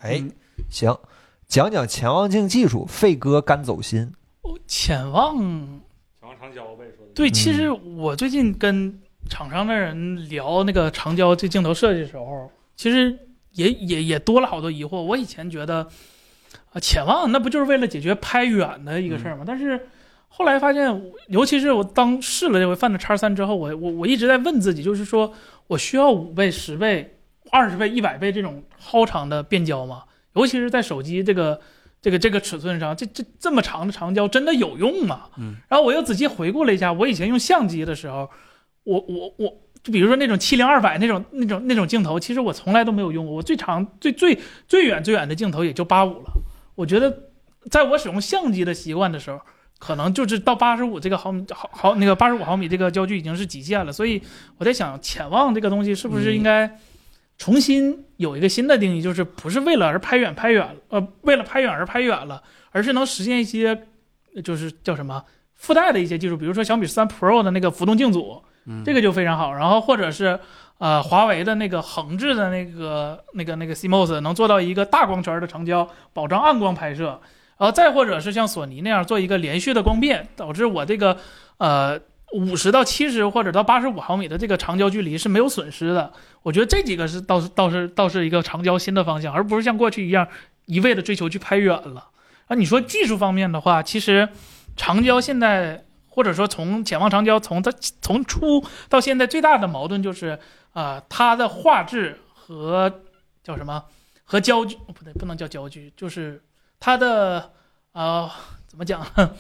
哎嗯，行，讲讲潜望镜技术，费哥甘走心。哦，潜望小王长焦呗，说的对，其实我最近跟厂商的人聊那个长焦这镜头设计的时候，其实也也也多了好多疑惑。我以前觉得啊，潜望那不就是为了解决拍远的一个事儿吗？但是后来发现，尤其是我当试了这回犯了叉三之后，我我我一直在问自己，就是说我需要五倍、十倍、二十倍、一百倍这种超长的变焦吗？尤其是在手机这个这个这个尺寸上，这这这么长的长焦真的有用吗？嗯。然后我又仔细回顾了一下，我以前用相机的时候，我我我。就比如说那种七零二百那种那种那种镜头，其实我从来都没有用过。我最长最最最远最远的镜头也就八五了。我觉得，在我使用相机的习惯的时候，可能就是到八十五这个毫米毫毫那个八十五毫米这个焦距已经是极限了。所以我在想，潜望这个东西是不是应该重新有一个新的定义，就是不是为了而拍远拍远，呃，为了拍远而拍远了，而是能实现一些就是叫什么附带的一些技术，比如说小米十三 Pro 的那个浮动镜组。嗯这个就非常好。然后或者是呃，华为的那个横置的那个那个那个 CMOS 能做到一个大光圈的长焦，保障暗光拍摄。然后再或者是像索尼那样做一个连续的光变，导致我这个呃五十到七十或者到八十五毫米的这个长焦距离是没有损失的。我觉得这几个是倒是倒是倒是一个长焦新的方向，而不是像过去一样一味的追求去拍远了。啊，你说技术方面的话，其实长焦现在或者说从潜望长焦从它从出到现在最大的矛盾就是啊、呃它的画质和叫什么和焦距哦不对，不能叫焦距，就是它的呃怎么讲呢？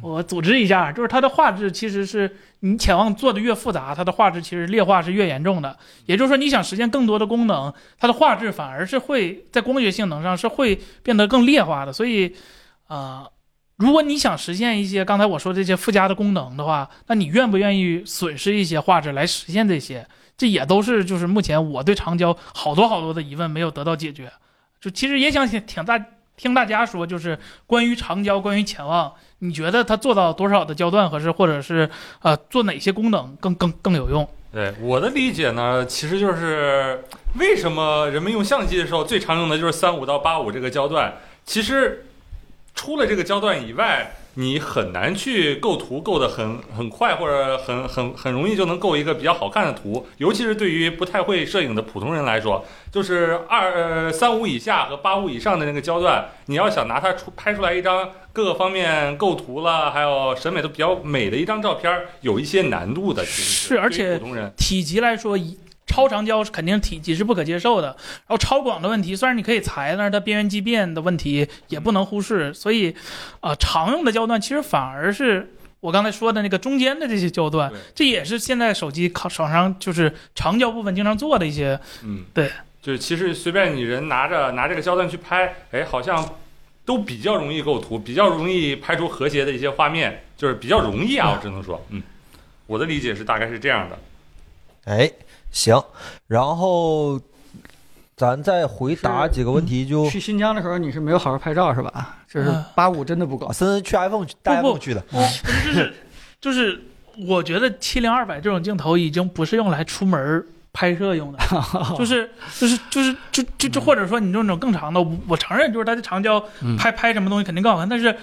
我组织一下，就是它的画质其实是你潜望做的越复杂，它的画质其实劣化是越严重的。也就是说，你想实现更多的功能，它的画质反而是会在光学性能上是会变得更劣化的。所以，啊、如果你想实现一些刚才我说这些附加的功能的话，那你愿不愿意损失一些画质来实现这些？这也都是就是目前我对长焦好多好多的疑问没有得到解决。就其实也想请听大听大家说，就是关于长焦，关于潜望，你觉得它做到多少的焦段合适，或者是呃做哪些功能更更更有用？对我的理解呢，其实就是为什么人们用相机的时候最常用的就是三五到八五这个焦段。其实除了这个焦段以外，你很难去构图构得很很快，或者很很很容易就能构一个比较好看的图。尤其是对于不太会摄影的普通人来说，就是二呃三五以下和八五以上的那个焦段，你要想拿它出拍出来一张各个方面构图啦，还有审美都比较美的一张照片儿，有一些难度的。其实是而对于且普通人。体积来说，一超长焦是肯定体积是不可接受的。然后超广的问题，虽然你可以裁，但是它边缘畸变的问题也不能忽视。所以，啊、常用的焦段其实反而是我刚才说的那个中间的这些焦段对，这也是现在手机靠手上就是长焦部分经常做的一些。嗯，对，就是其实随便你人拿着拿这个焦段去拍，哎，好像都比较容易构图，比较容易拍出和谐的一些画面，就是比较容易啊，我只能说，嗯，我的理解是大概是这样的。哎，行，然后咱再回答几个问题就。嗯去新疆的时候你是没有好好拍照是吧？就是嗯啊八五真的不够啊，。森森去 iPhone 去带不 iPhone 去的，哦就是就是，我觉得七零二百这种镜头已经不是用来出门儿拍摄用的，就是就是就是就就就或者说你用那种更长的，我我承认就是它的长焦嗯拍拍什么东西肯定更好看，但是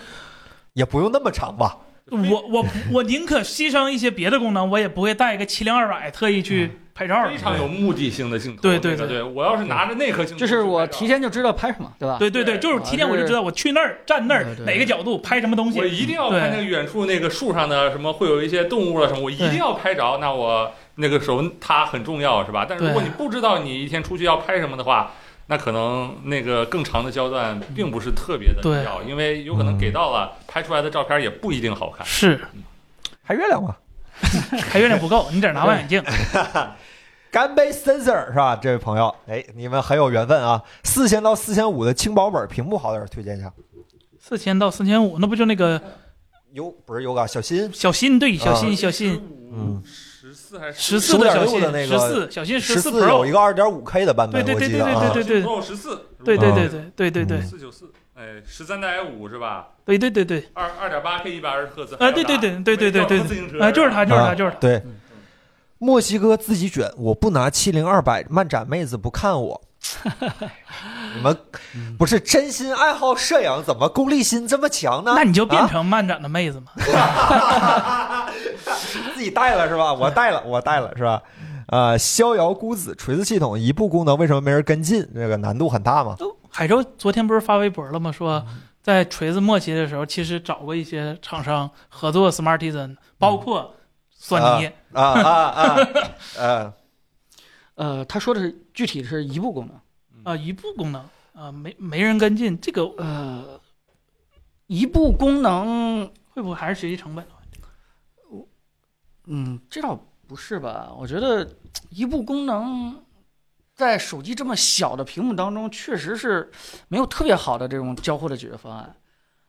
也不用那么长吧？我我我宁可牺牲一些别的功能，我也不会带一个七零二百特意去拍照非的。常有目的性的镜头，嗯对对那个对对，我要是拿着那颗镜头，就是我提，前就知道拍什么，对吧？对对对，就是提前我就知道我去那儿站那儿对对哪个角度拍什么东西我，一定要拍那个远处那个树上的什么，会有一些动物了什么，我一定要拍着。那我那个时候它很重要是吧？但是对如果你不知道你一天出去要拍什么的话，那可能那个更长的焦段并不是特别的对必要，因为有可能给到了，拍出来的照片也不一定好看。是还月亮吗？还月亮不够，你得拿望远镜。干杯，Sensor 是吧？这位朋友，哎，你们很有缘分啊！四千到四千五的轻薄本屏幕好点儿，推荐一下。四千到四千五，那不就那个有不是 Yoga 小新小新对小啊新小新。嗯十四还是十四的小新， 15.6的那十个四小新十四四有一 Pro，个二点五 K 的版本，对对对我记得啊。对对对十四，对对啊对对对对对嗯四九四，哎，十三代 i 五是吧？对对对对，二二点八 K 一百二十赫兹，哎啊对对对对对对对自行车啊就是它就是它啊就是它，对，墨西哥自己卷，我不拿七零二百，漫展妹子不看 我。你们不是真心爱好摄影，怎么功利心这么强呢？那你就变啊成漫展的妹子嘛，自己带了是吧？我带了，我带了是吧？啊，逍遥孤子锤子系统一步功能为什么没人跟进？这个难度很大嘛？嗯都海州昨天不是发微博了吗？说在锤子末期的时候，其实找过一些厂商合作 Smartisan，包括索尼。嗯啊啊啊！呃，呃，他说的是具体是一步功能，啊，一步功能啊，没没人跟进，这个呃，一步功能，会不会还是学习成本？嗯，这倒不是吧？我觉得一步功能在手机这么小的屏幕当中，确实是没有特别好的这种交互的解决方案。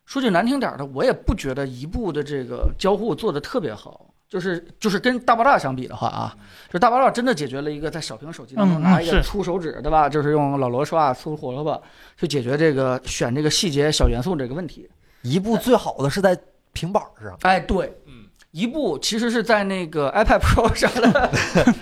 说句难听点儿的，我也不觉得一步的这个交互做得特别好。就是就是跟大爆炸相比的话啊，就大爆炸真的解决了一个在小屏手机当中嗯拿一个是粗手指，对吧？就是用老罗说啊，粗胡萝卜去解决这个选这个细节小元素这个问题。一部最好的是在平板上，哎，对，嗯，一部其实是在那个 iPad Pro 上的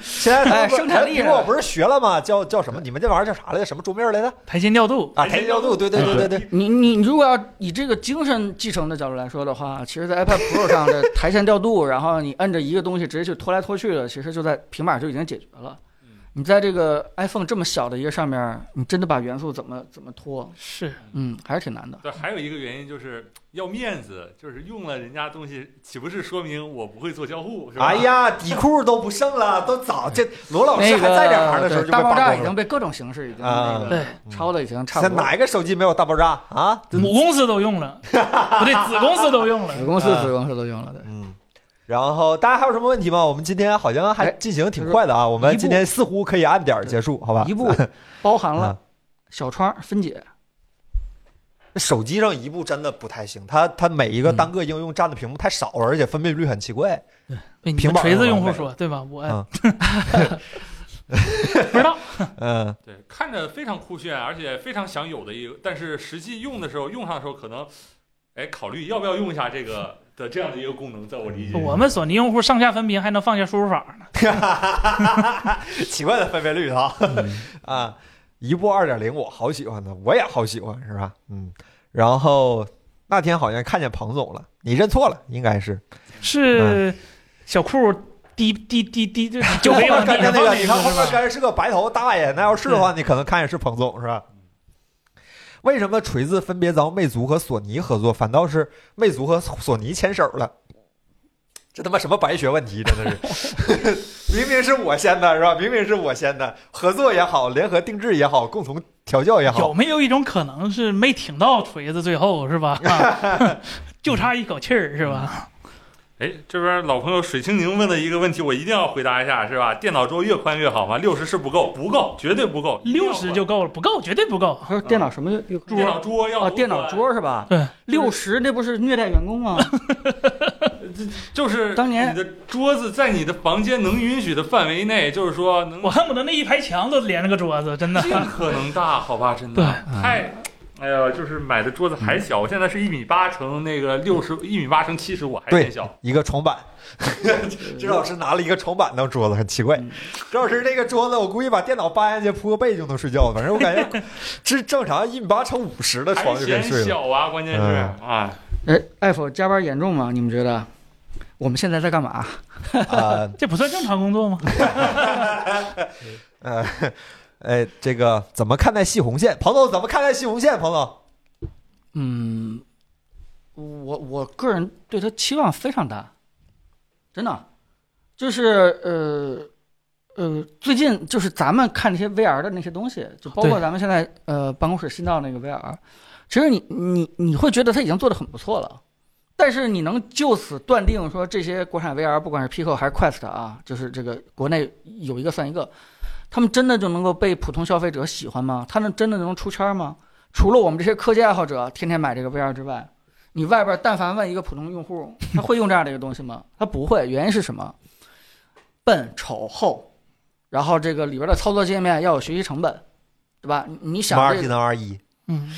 现在哎生产力苹果不是学了吗？叫叫什么？你们这玩意儿叫啥来着？什么桌面来着？台前调度，啊，台阶调度，对对对对对，你你如果要以这个精神继承的角度来说的话，其实，在 iPad Pro 上的台前调度，然后你摁着一个东西直接去拖来拖去的，其实就在平板就已经解决了嗯。你在这个 iPhone 这么小的一个上面，你真的把元素怎么怎么拖，是嗯，还是挺难的。对，还有一个原因就是要面子，就是用了人家东西，岂不是说明我不会做交互？是吧哎，呀，底裤都不剩 了，都早这罗老师那还在这行的个时候对就大被爆炸罢已工经了。被各种形式已经啊那个对，抄的已经差不现在多了。哪一个手机没有大爆炸啊？真 母公司都用 了，不对，子公司都用子了。公司啊子公司都用了，对。嗯，然后大家还有什么问题吗？我们今天好像还哎进行挺快的啊，我们今天似乎可以按点儿结束，好吧？一步包含啊了小窗分解，手机上一步真的不太行，它它每一嗯个单个应用占的屏幕太少了，而且分辨率很奇怪。对，你平们板锤子上用户完美说对吧？我嗯 不知道，嗯，对，看着非常酷炫，而且非常想有的一个，但是实际用的时候，用上的时候可能，哎，考虑要不要用一下这个的这样的一个功能，在我理嗯解，我们索尼用户上下分屏还能放下输入法呢。奇怪的分辨率啊， 啊，一部二点零我好喜欢的，我也好喜欢，是吧？嗯，然后那天好像看见彭总了，你认错了，应该是是小库滴滴滴滴，这 酒杯往刚才那地上个，放的哎你一看后面个是吧？跟是个白头大爷，那要是的话，你可能看也是彭总是吧？为什么锤子分别遭魅族和索尼合作，反倒是魅族和索尼牵手了？这他妈什么白学问题，真的是！明明是 我先的，是吧？明明是我先的，合作也好，联合定制也好，共同调教也好有，没有一种可能是没挺到锤子最后 是吧？就差一口气儿是吧？哎，这边老朋友水清宁问的一个问题，我一定要回答一下，是吧？电脑桌越宽越好吗？六十是不够，不够，绝对不够，嗯一定要六宽十就够了，不够绝对不够。还有电啊脑什么又电脑桌要啊，多电脑宽，桌是吧？对，六十那不是虐待员工吗？就是当年你的桌子在你的房间能允许的范围内，就是说哦能我恨不得那一排墙都连着个桌 子，真的。尽可能大，好吧，真的对太。哎呀，就是买的桌子还小，我现在是一米八乘那个六十，一米八乘七十，我还对嫌小。一个 床板。这老师拿了一个床板当桌子，很奇怪。嗯这老师那个桌子，我估计把电脑搬下去铺个被就能睡觉。反正我感觉 这正常一米八乘五十的还床就可以嫌睡了。小啊，关键是嗯啊，哎，艾否加班严重吗？你们觉得？我们现在在干嘛？啊这不算正常工作吗？呃， 哎，这个怎么看待细红线？彭总怎么看待细红线？彭总，嗯，我我个人对他期望非常大，真的，就是呃呃，最近就是咱们看那些 VR 的那些东西，就包括对咱们现在呃办公室新到那个 VR，其实你你你会觉得他已经做的很不错了。但是你能就此断定说这些国产 VR，不管是 Pico 还是 Quest 啊，就是这个国内有一个算一个，他们真的就能够被普通消费者喜欢吗？他们真的能出圈吗？除了我们这些科技爱好者天天买这个 VR 之外，你外边但凡问一个普通用户，他会用这样的一个东西吗？他不会，原因是什么？笨、丑、厚，然后这个里边的操作界面要有学习成本，对吧？你你想马这技个能 R 一，嗯，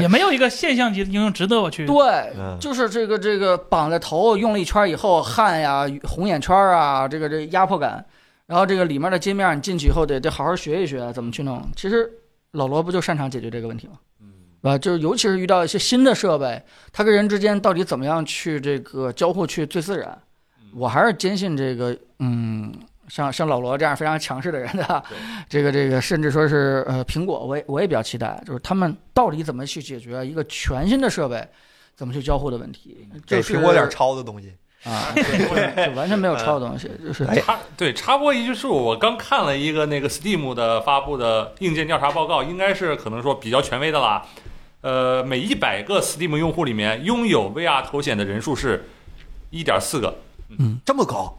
也没有一个现象级的应用值得我去。对，嗯就是这个这个绑在头用了一圈以后，汗呀、红眼圈啊，这个这压迫感，然后这个里面的界面你进去以后得得好好学一学怎么去弄。其实老罗不就擅长解决这个问题吗？嗯，啊，就是尤其是遇到一些新的设备，它跟人之间到底怎么样去这个交互去最自然？我还是坚信这个，嗯，像像老罗这样非常强势的人的对， 这个这个，甚至说是呃，苹果，我也我也比较期待，就是他们到底怎么去解决一个全新的设备怎么去交互的问题，给就是苹果点抄的东西。啊， 对就完全没有抄的东西，就是哎插对插播一句，是我刚看了一个那个 Steam 的发布的硬件调查报告，应该是可能说比较权威的啦。呃，每一百个 Steam 用户里面拥有 VR 头显的人数是一点四个，这么高，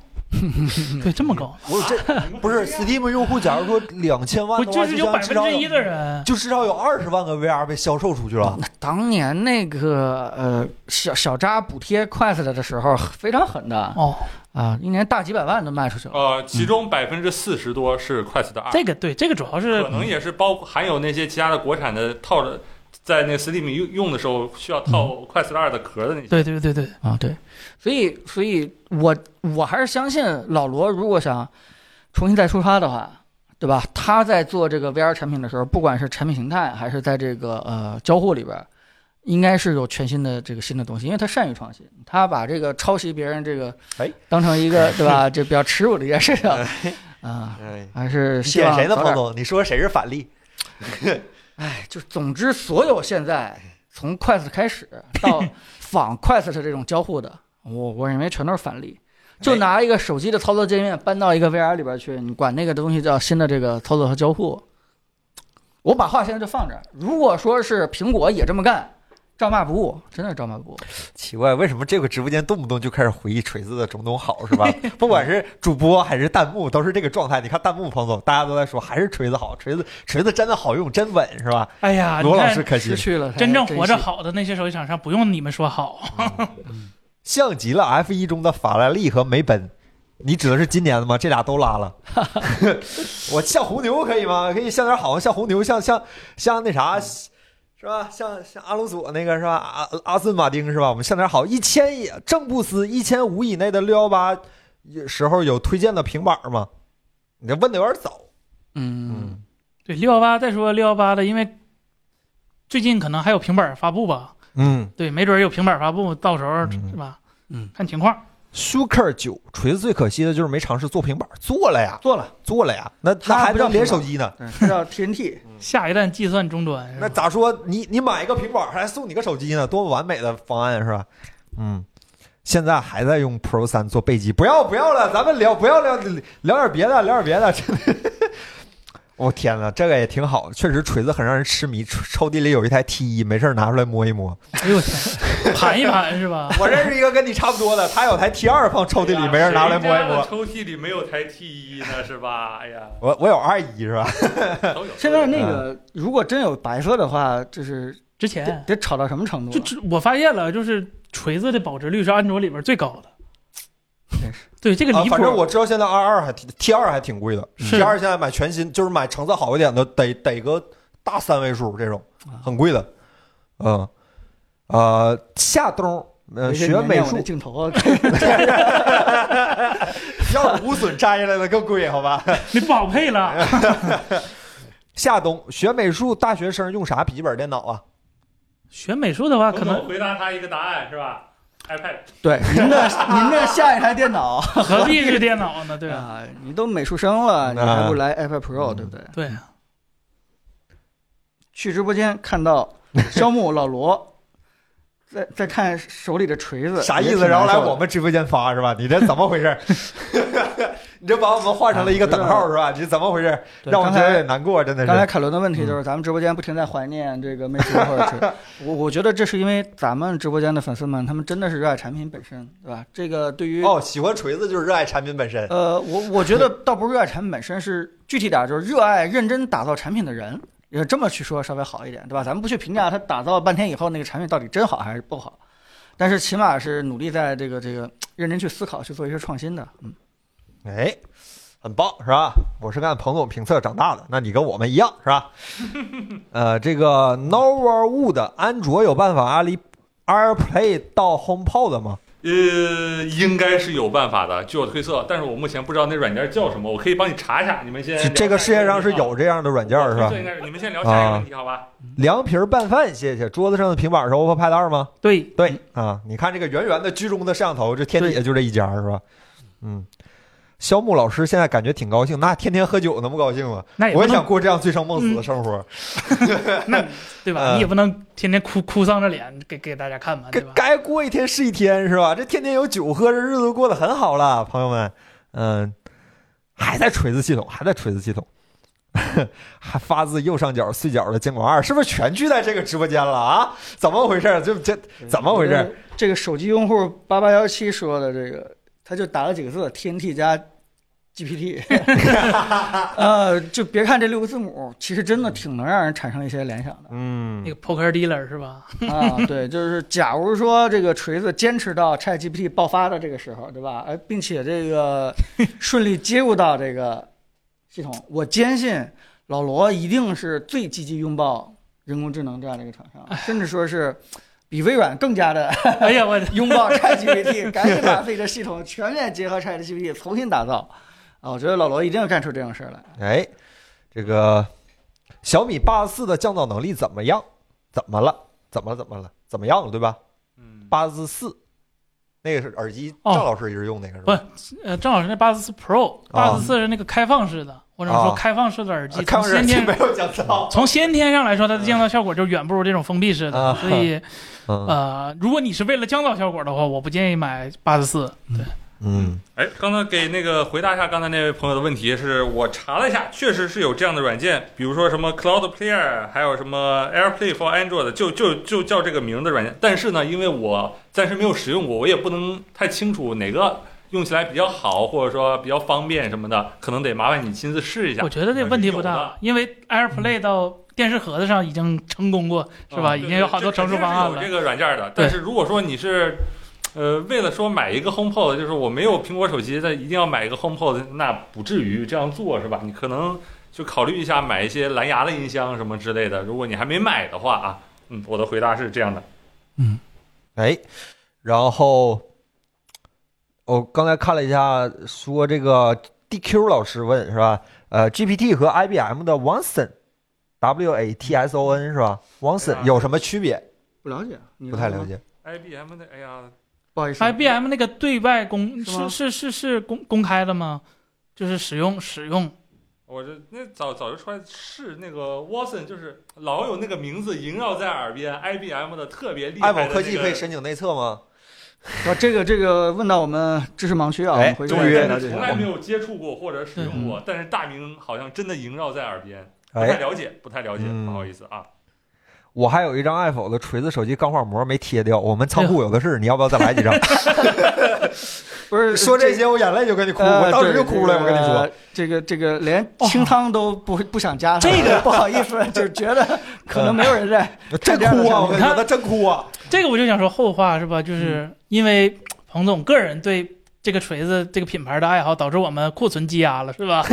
对，这么高，我这 不 是 Steam 用户，假如说两千万我的就话，是有像百至分少之一的人，就至少有二十万个 VR 被销售出去了。当年那个呃小小扎补贴 Quest 的时候非常狠的哦，啊，一年大几百万都卖出去了。呃，其中百分之四十多是 Quest 的二，这个对，这个主要是可能也是包括含有那些其他的国产的套着在那个 Steam 用用的时候需要套 Quest 二的壳的那些。对对对对，啊，对，所以所以我我还是相信老罗，如果想重新再出发的话，对吧？他在做这个 VR 产品的时候，不管是产品形态还是在这个呃交互里边，应该是有全新的这个新的东西，因为他善于创新，他把这个抄袭别人这个哎当成 一个对吧？这比较耻辱的一件事情啊、哎，还是你希望点谁呢，早彭点总？你说谁是反例？哎，就总之，所有现在从 Quest 开 始到仿 Quest 这种交互的，我我认为全都是反例。就哎拿一个手机的操作界面搬到一个 VR 里边去，你管那个东西叫新的这个操作和交互。我把话现在就放这儿。如果说是苹果也这么干，照骂不误，真的是照骂不误。奇怪，为什么这个直播间动不动就开始回忆锤子的种种好，是吧？不管是主播还是弹幕，都是这个状态。你看弹幕，彭总，大家都在说还是锤子好，锤子锤子真的好用，真稳，是吧？哎呀，你罗老看师可惜了，失去了才真正活着珍惜好的那些手机厂商，不用你们说好，像极了 F 一中的法拉利和梅奔。你指的是今年的吗？这俩都拉了。我像红牛可以吗？可以像点好，像红牛，像像像那啥，是吧？像像阿隆索那个是吧？阿阿斯顿马丁是吧？我们像点好，一千以正不思一千五以内的六幺八时候有推荐的平板吗？你这问的有点早。嗯，对六幺八，再说六幺八的，因为最近可能还有平板发布吧，嗯，对，没准儿有平板发布，到时候嗯是吧？嗯，看情况。舒克九锤子最可惜的就是没尝试做平板，做了呀，做了，做了呀，那那它还不不叫叫连平手板机呢？对这 叫 TNT。下一代计算终端，是那吧咋说？你你买一个平板儿还送你个手机呢，多么完美的方案是吧？嗯，现在还在用 Pro 三做背机，不要不要了，咱们聊不要聊聊点别的，聊点别的。真的， 我、天哪，这个也挺好，确实锤子很让人痴迷。抽抽屉里有一台 T 一，没事儿拿出来摸一摸。哎呦我天，盘一盘是吧？我认识一个跟你差不多的，他有台 T 二放抽屉里，没人拿出来摸一哎谁家的摸。抽屉里没有台 T 一呢，是吧？哎 呀，我我有二一是吧？都有。现在那啊个如果真有白色的话，就是得之前得炒到什么程度啊？就只我发现了，就是锤子的保值率是安卓里边最高的。真是 对这个啊离谱，反正我知道现在 R 二还 T 二还挺贵的是嗯，T 二现在买全新就是买成色好一点的，得得个大三位数这种，很贵的。嗯，呃，夏冬呃学美术的 镜头 啊，要是无损摘下来的更贵，好 吧？你不好配了。夏冬学美术大学生用啥笔记本电脑啊？学美术的话，总可统能回答他一个答案是吧？iPad。 对，您的您的下一台电脑何必是电脑呢？对吧？啊，你都美术生了，你还不来 iPad Pro，啊嗯对不对？啊对，去直播间 看到肖木老罗，再再看手里的锤子，啥意也挺思？然后难来受的我们直播间发是吧？你这怎么回事？ 你这把我们换成了一个等号是吧？你这怎么回事？对让我刚觉得有才点难过，真的刚才是。凯伦的问题嗯就是，咱们直播间不停在怀念这个魅族或者锤， 我我觉得这是因为咱们直播间的粉丝们，他们真的是热爱产品本身，对吧？这个对于哦，喜欢锤子就是热爱产品本身。 呃，我我觉得倒不是热爱产品本身，是具体点儿，就是热爱认真打造产品的人，也这么去说稍微好一点，对吧？咱们不去评价他打造半天以后那个产品到底真好还是不好，但是起码是努力在这个这个认真去思考去做一些创新的，嗯，哎，很棒是吧？我是按彭总评测长大的，那你跟我们一样是 吧？呃，这个 Nova Wood 安卓有办法阿里 AirPlay 到 HomePod 吗？呃，应该是有办法的，据我推测，但是我目前不知道那软件叫什么，我可以帮你查一下。你们先聊下一个这个世界上是有这样的软件问是题啊。吧这？应该是你们先聊下一个问题，好吧？凉皮儿拌饭，谢谢。桌子上的平板是 OPPO Pad 2吗？对，对啊，你看这个圆圆的居中的摄像头，这天底下就这一家是吧？嗯，肖木老师现在感觉挺高兴，那天天喝酒能不高兴吗？那也我不也想能嗯过这样醉生梦死的生活， 那对吧？呃你也不能天天哭哭丧着脸给给大家看吧，该啊对吧？该过一天是一天，是吧？这天天有酒喝，这日子过得很好了，朋友们。嗯，还在锤子系统，还在锤子系统， 还发自右上角碎角的监管二，是不是全聚在这个直播间了啊？怎么回事？这这怎么回事？？这个手机用户八八幺七说的这个，他就打了几个字 TNT 加 GPT，呃，就别看这六个字母，其实真的挺能让人产生一些联想的嗯那，个 poker dealer 是吧？ 啊。对，就是假如说这个锤子坚持到 Chat GPT 爆发的这个时候，对吧？哎，并且这个顺利接入到这个系统，我坚信老罗一定是最积极拥抱人工智能这样的一个厂商，甚至说是比微软更加的。哎呀，我 拥抱 ChatGPT，赶紧把自己的系统全面结合 ChatGPT 重新打造。啊，我觉得老罗一定要干出这种事儿来。哎，这个小米八四的降噪能力怎么样？怎么了？怎么了？怎么了？怎么样了？对吧？嗯，八四四，那个是耳机，哦赵老师一直用那个是不吧？呃，正好是那八四四 Pro，八啊四四是那个开放式的，或者说啊开放式的耳啊机，看从不耳先机天没有降噪。 从先天上来说，它的降噪效果就远不如这种封闭式的，啊所以啊嗯呃，如果你是为了降噪效果的话，我不建议买八四四。嗯哎，刚才给那个回答一下刚才那位朋友的问题是，我查了一下，确实是有这样的软件，比如说什么 Cloud Player，还有什么 AirPlay for Android，就就就叫这个名儿的软件。但是呢，因为我暂时没有使用过，我也不能太清楚哪个用起来比较好，或者说比较方便什么的，可能得麻烦你亲自试一下我。觉得这问题不有大的，因为 AirPlay 到电视盒子上已经成功过，是吧？啊已对经有好多这成肯熟定方案是有了这。个软件的，但是如果说你是，呃，为了说买一个 HomePod，就是我没有苹果手机，但一定要买一个 HomePod，那不至于这样做是吧？你可能就考虑一下买一些蓝牙的音箱什么之类的。如果你还没买的话啊，嗯，我的回答是这样的。哎，然后我刚才看了一下，说这个 DQ 老师问是吧？呃，GPT 和 IBM 的 Watson。W A T S O N 是吧？Watson 有什么区别？不了解，你不太了，解。 IBM 的，哎呀，不好意思 IBM 那个对外公是吗是是是是公公开的吗？就是使用使用，我这那早早就出来试那个 Watson，就是老有那个名字萦绕在耳边，IBM 的特别厉害爱的、宝科技可以申请内测吗？啊，这个这个问到我们知识盲区啊，我哎们回去终于再了但解是一从来下没。有接触过或者使用过，但是大名好像真的萦绕在耳边，不太哎，了解，不太了解，嗯不好意思啊。我还有一张 iPhone 的锤子手机钢化膜没贴掉，我们仓库有的是，你要不要再来几张？不是说这些，我眼泪就跟你哭，呃，我当时就对哭了。我跟你，说哦这，个这个这个连清汤都不不想加上，这个不好意思， 就是觉 得可能没有人在。真哭啊！我跟你说，他真哭啊！这个我就想说后话是吧？就是嗯因为彭总个人对这个锤子这个品牌的爱好，导致我们库存积压了是 吧？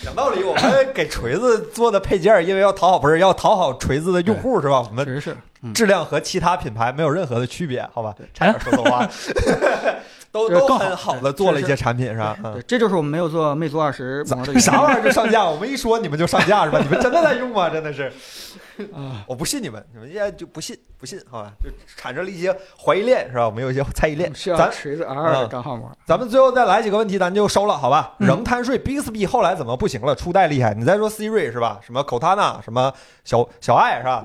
讲道理，我们给锤子做的配件，因为要讨好不是要讨好锤子的用户是吧？我确们实是，质量和其他品牌没有任何的区别，好吧？差点说错话，哎 都这都更好很好的做了一些产品是吧？嗯对，这就是我们没有做魅族二十膜的原因啥玩意儿就上架？我们一说你们就上架是吧？你们真的在用吗？真的是， 啊？我不信你们，你们现在就不信，不信好吧？就产生了一些怀疑链是吧？我们有一些猜疑链，需要咱锤子 R 嗯的钢化膜。咱们最后再来几个问题，咱就收了，好吧？嗯仍贪税，Bixby 后来怎么不行了？初代厉害，你再说 Siri 是吧？什么 Cortana，什么小小爱是吧？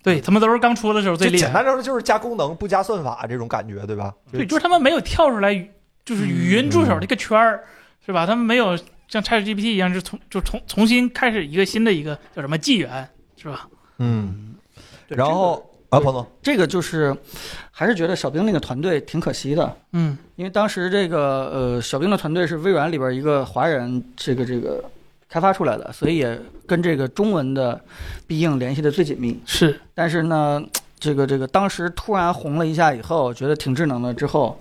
对他们都是刚出的时候就最厉简害，单来说就是加功能不加算法这种感觉，对吧？对，就是他们没有跳出来，就是语音助嗯手这个圈儿是吧？他们没有像 ChatGPT 一样，就从就重重新开始一个新的一个叫什么纪元是吧？嗯。对然后啊，彭总，这个就是，还是觉得小兵那个团队挺可惜的，嗯，因为当时这个呃，小兵的团队是微软里边一个华人这个这个开发出来的，所以也跟这个中文的必应联系的最紧密。是但是呢，这个这个当时突然红了一下以后，觉得挺智能的，之后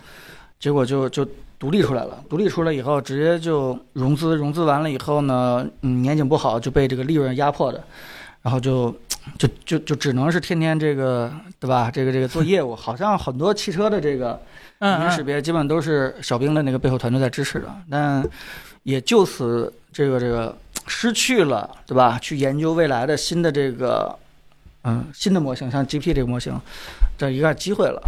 结果就就独立出来了。独立出来以后，直接就融资，融资完了以后呢，嗯，年景不好就被这个利润压迫的，然后就就就就只能是天天这个对吧？这个这个做业务，好像很多汽车的这个语嗯音识嗯，别基本都是小兵的那个背后团队在支持的，但也就此这个这个失去了对吧？去研究未来的新的这个。嗯，新的模型像 GP 这个模型，这一个机会了。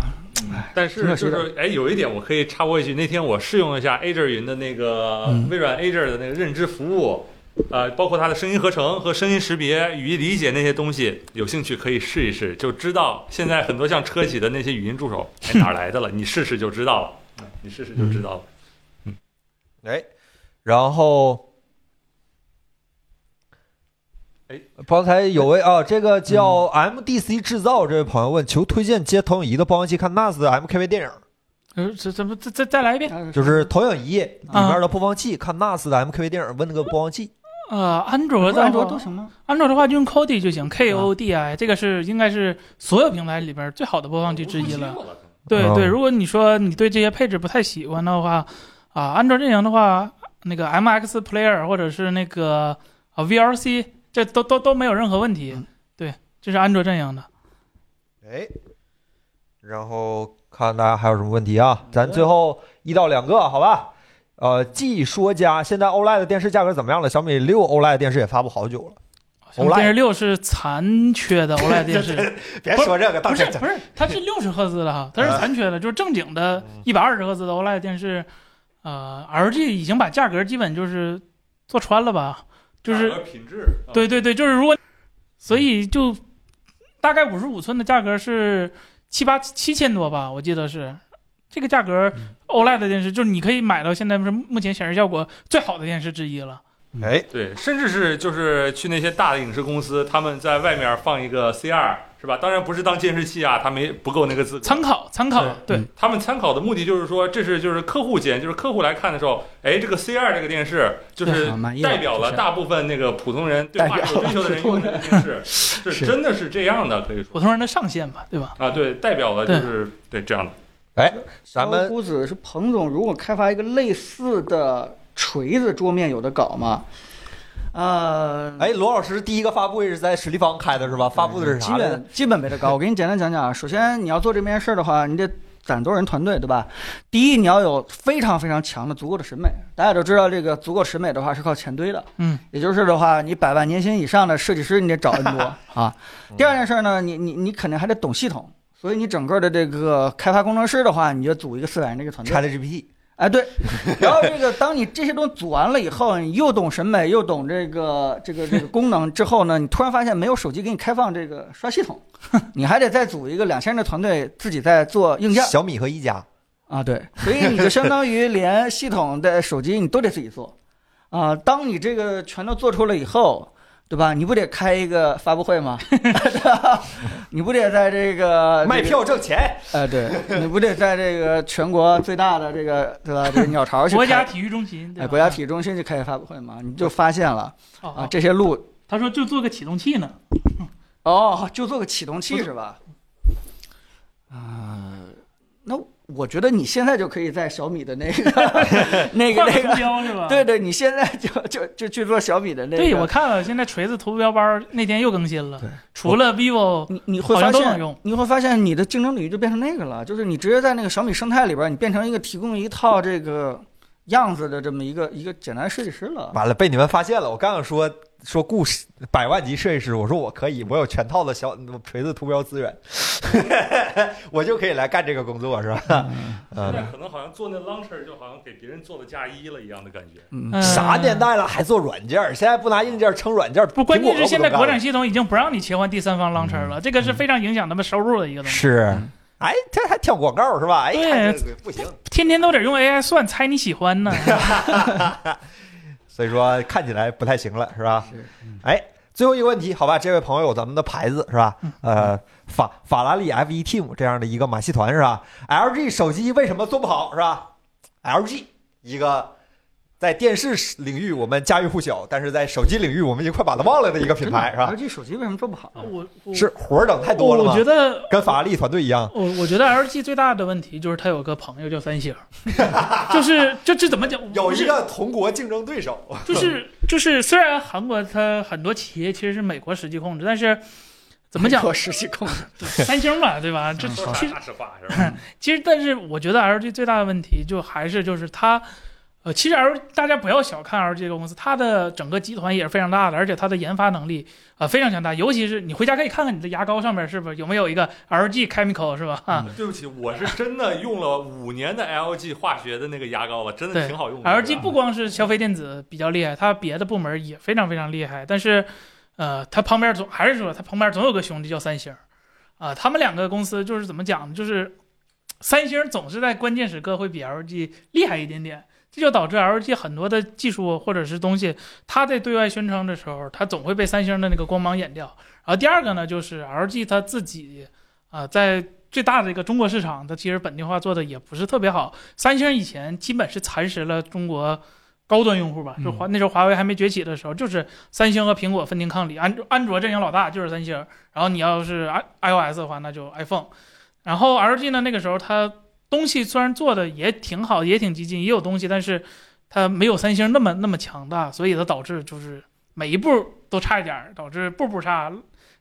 但挺是可惜就的是哎，有一点我可以插播一句，那天我试用了一下 Azure 云的那个嗯微软 Azure 的那个认知服务，呃，包括它的声音合成和声音识别、语义理解那些东西，有兴趣可以试一试，就知道现在很多像车企的那些语音助手，哎，哪儿来的了？你试试就知道了，嗯你试试就知道了。哎，然后，哎，刚才有位啊，这个叫 MDC 制造这位朋友问，求推荐接投影仪的播放器看 NAS 的 MKV 电影，呃，这怎么再再再来一遍？啊就是投影仪里啊面的播放器看 NAS 的 MKV 电影，问那个播放器。呃，安卓安的卓话安卓都行吗？安卓的话就用 Kodi 就行，K O D I，、这个是应该是所有平台里边最好的播放器之一了。了。对哦对，如果你说你对这些配置不太喜欢的话，啊、安卓阵营的话，那个 MX Player 或者是那个啊 VLC，这都都都没有任何问题。嗯对，这是安卓阵营的。哎，然后看大家还有什么问题啊？咱最后一到两个，好吧？呃，技说家，现在 OLED 的电视价格怎么样了？小米六 OLED 电视也发布好久了，小米 OLED 电视六是残缺的 OLED 电视，别说这个，不当是时不是，它是六十赫兹的哈，它啊是残缺的，就是正经的一百二十赫兹的 OLED 电视，呃，LG 已经把价格基本就是做穿了吧，就是价格品质，啊，对对对，就是如果，所以就大概五十五寸的价格是七八七千多吧，我记得是这个价格。嗯 OLED 的电视就是你可以买到现在是目前显示效果最好的电视之一了。哎，对，甚至是就是去那些大的影视公司，他们在外面放一个 CR 是吧？当然不是当监视器啊，他没不够那个资格。参考参考，对，嗯他们参考的目的就是说，这是就是客户间，就是客户来看的时候，哎，这个 C 2这个电视就是对好满意了代表了是大部分那个普通人对代画表质有追求的人用的电视，是是真的是这样的，可以普说通人的上限吧，对吧？啊，对，代表了就是对这样的，咱高们估子是彭总，如果开发一个类似的锤子桌面，有的搞吗？呃，哎，罗老师第一个发布会是在史立方开的是吧？发布的是基啥来着？本基本没得搞。我给你简单讲讲啊，首先你要做这件事儿的话，你得攒多少人团队，对吧？第一，你要有非常非常强的足够的审美。大家都知道，这个足够审美的话是靠钱堆的，嗯，也就是的话，你百万年薪以上的设计师你得找 N 多啊。第二件事儿呢，你你你肯定还得懂系统，所以你整个的这个开发工程师的话，你就组一个四百人这个团队。 ChatGPT，哎，对，然后这个，当你这些东西组完了以后，你又懂审美，又懂这个这个这个功能之后呢，你突然发现没有手机给你开放这个刷系统，你还得再组一个两千人的团队自己在做硬件小米和一加，啊，对，所以你就相当于连系统的手机你都得自己做啊。当你这个全都做出了以后，对吧？你不得开一个发布会吗？ 你不得在这个卖这个票挣 钱，哎，对，你不得在这个全国最大的这个对吧？这个鸟巢去国家开体育中心，对吧？哎，国家体育中心就开始发布会嘛，你就发现了哦啊，哦这些路他说就做个启动器呢，哦，就做个启动器是吧？啊、那我觉得你现在就可以在小米的那 个那个换那 个图个，标是吧？对对，你现在就就就去做小米的那个。对，我看了，现在锤子图标包那天又更新了对，除了 vivo，你你会好发像都能现用，你会发现你的竞争领域就变成那个了，就是你直接在那个小米生态里边，你变成一个提供一套这个样子的这么一个一个简单设计师了。啊完了被你们发现了。我刚想说说故事百万级设计师，我说我可以，我有全套的小锤子图标资源， 我就可以来干这个工作，是吧？现嗯，在可能好像做那 launcher 就好像给别人做了嫁衣了一样的感觉。嗯，呃啥年？代了还做软件儿？现在不拿硬件儿撑软件儿，不，关键苹是果现在都不国干了产系统已经不让你切换第三方 launcher 了，这个是非常影响他们收入的一个东西。是。哎，这还跳广告是吧？哎，对看这个不行。天天都得用 AI 算，猜你喜欢呢。所以说看起来不太行了，是吧？是嗯哎，最后一个问题，好吧，这位朋友，咱们的牌子是吧？嗯呃，法法拉利 F1 Team 这样的一个马戏团是吧？LG 手机为什么做不好是吧？LG 一个在电视领域我们家喻户晓，但是在手机领域我们已经快把它忘了的一个品牌是吧？ ？LG 手机为什么做不好？我我是活儿整太多了嗯我吗觉？得跟法拉利团队一样，我我觉得 LG 最大的问题就是他有个朋友叫三星，就是这这怎么讲？有不一是个同国竞争对手，就是就是，虽然韩国它很多企业其实是美国实际控制，但是怎 么讲？我实际控制。三星吧，对吧？这说啥其实大实话是吧？其实，但是我觉得 LG 最大的问题就还是就是它，呃，其实 L 大家不要小看 LG 这个公司，它的整个集团也是非常大的，而且它的研发能力啊、呃非常强大。尤其是你回家可以看看你的牙膏上面是不是有没有一个 LG Chemical 是吧？啊、对不起，我是真的用了五年的 LG 化学的那个牙膏了，真的对挺好用的。 LG 不光是消费电子比较厉害，它别的部门也非常非常厉害。但是，呃，它旁边总还是说它旁边总有个兄弟叫三星儿，啊、他们两个公司就是怎么讲呢？就是三星总是在关键时刻会比 LG 厉害一点点，这就导致 LG 很多的技术或者是东西，它在对外宣称的时候，它总会被三星的那个光芒掩掉。然后第二个呢，就是 LG 它自己啊、在最大的一个中国市场，它其实本地化做的也不是特别好。三星以前基本是蚕食了中国高端用户吧，就华那时候华为还没崛起的时候，就是三星和苹果分庭抗礼，安卓安卓阵营老大就是三星，然后你要是 i iOS 的话，那就 iPhone。然后 LG 呢，那个时候它东西虽然做的也挺好，也挺激进，也有东西，但是它没有三星那么那么强大，所以它导致就是每一步都差一点儿，导致步步差，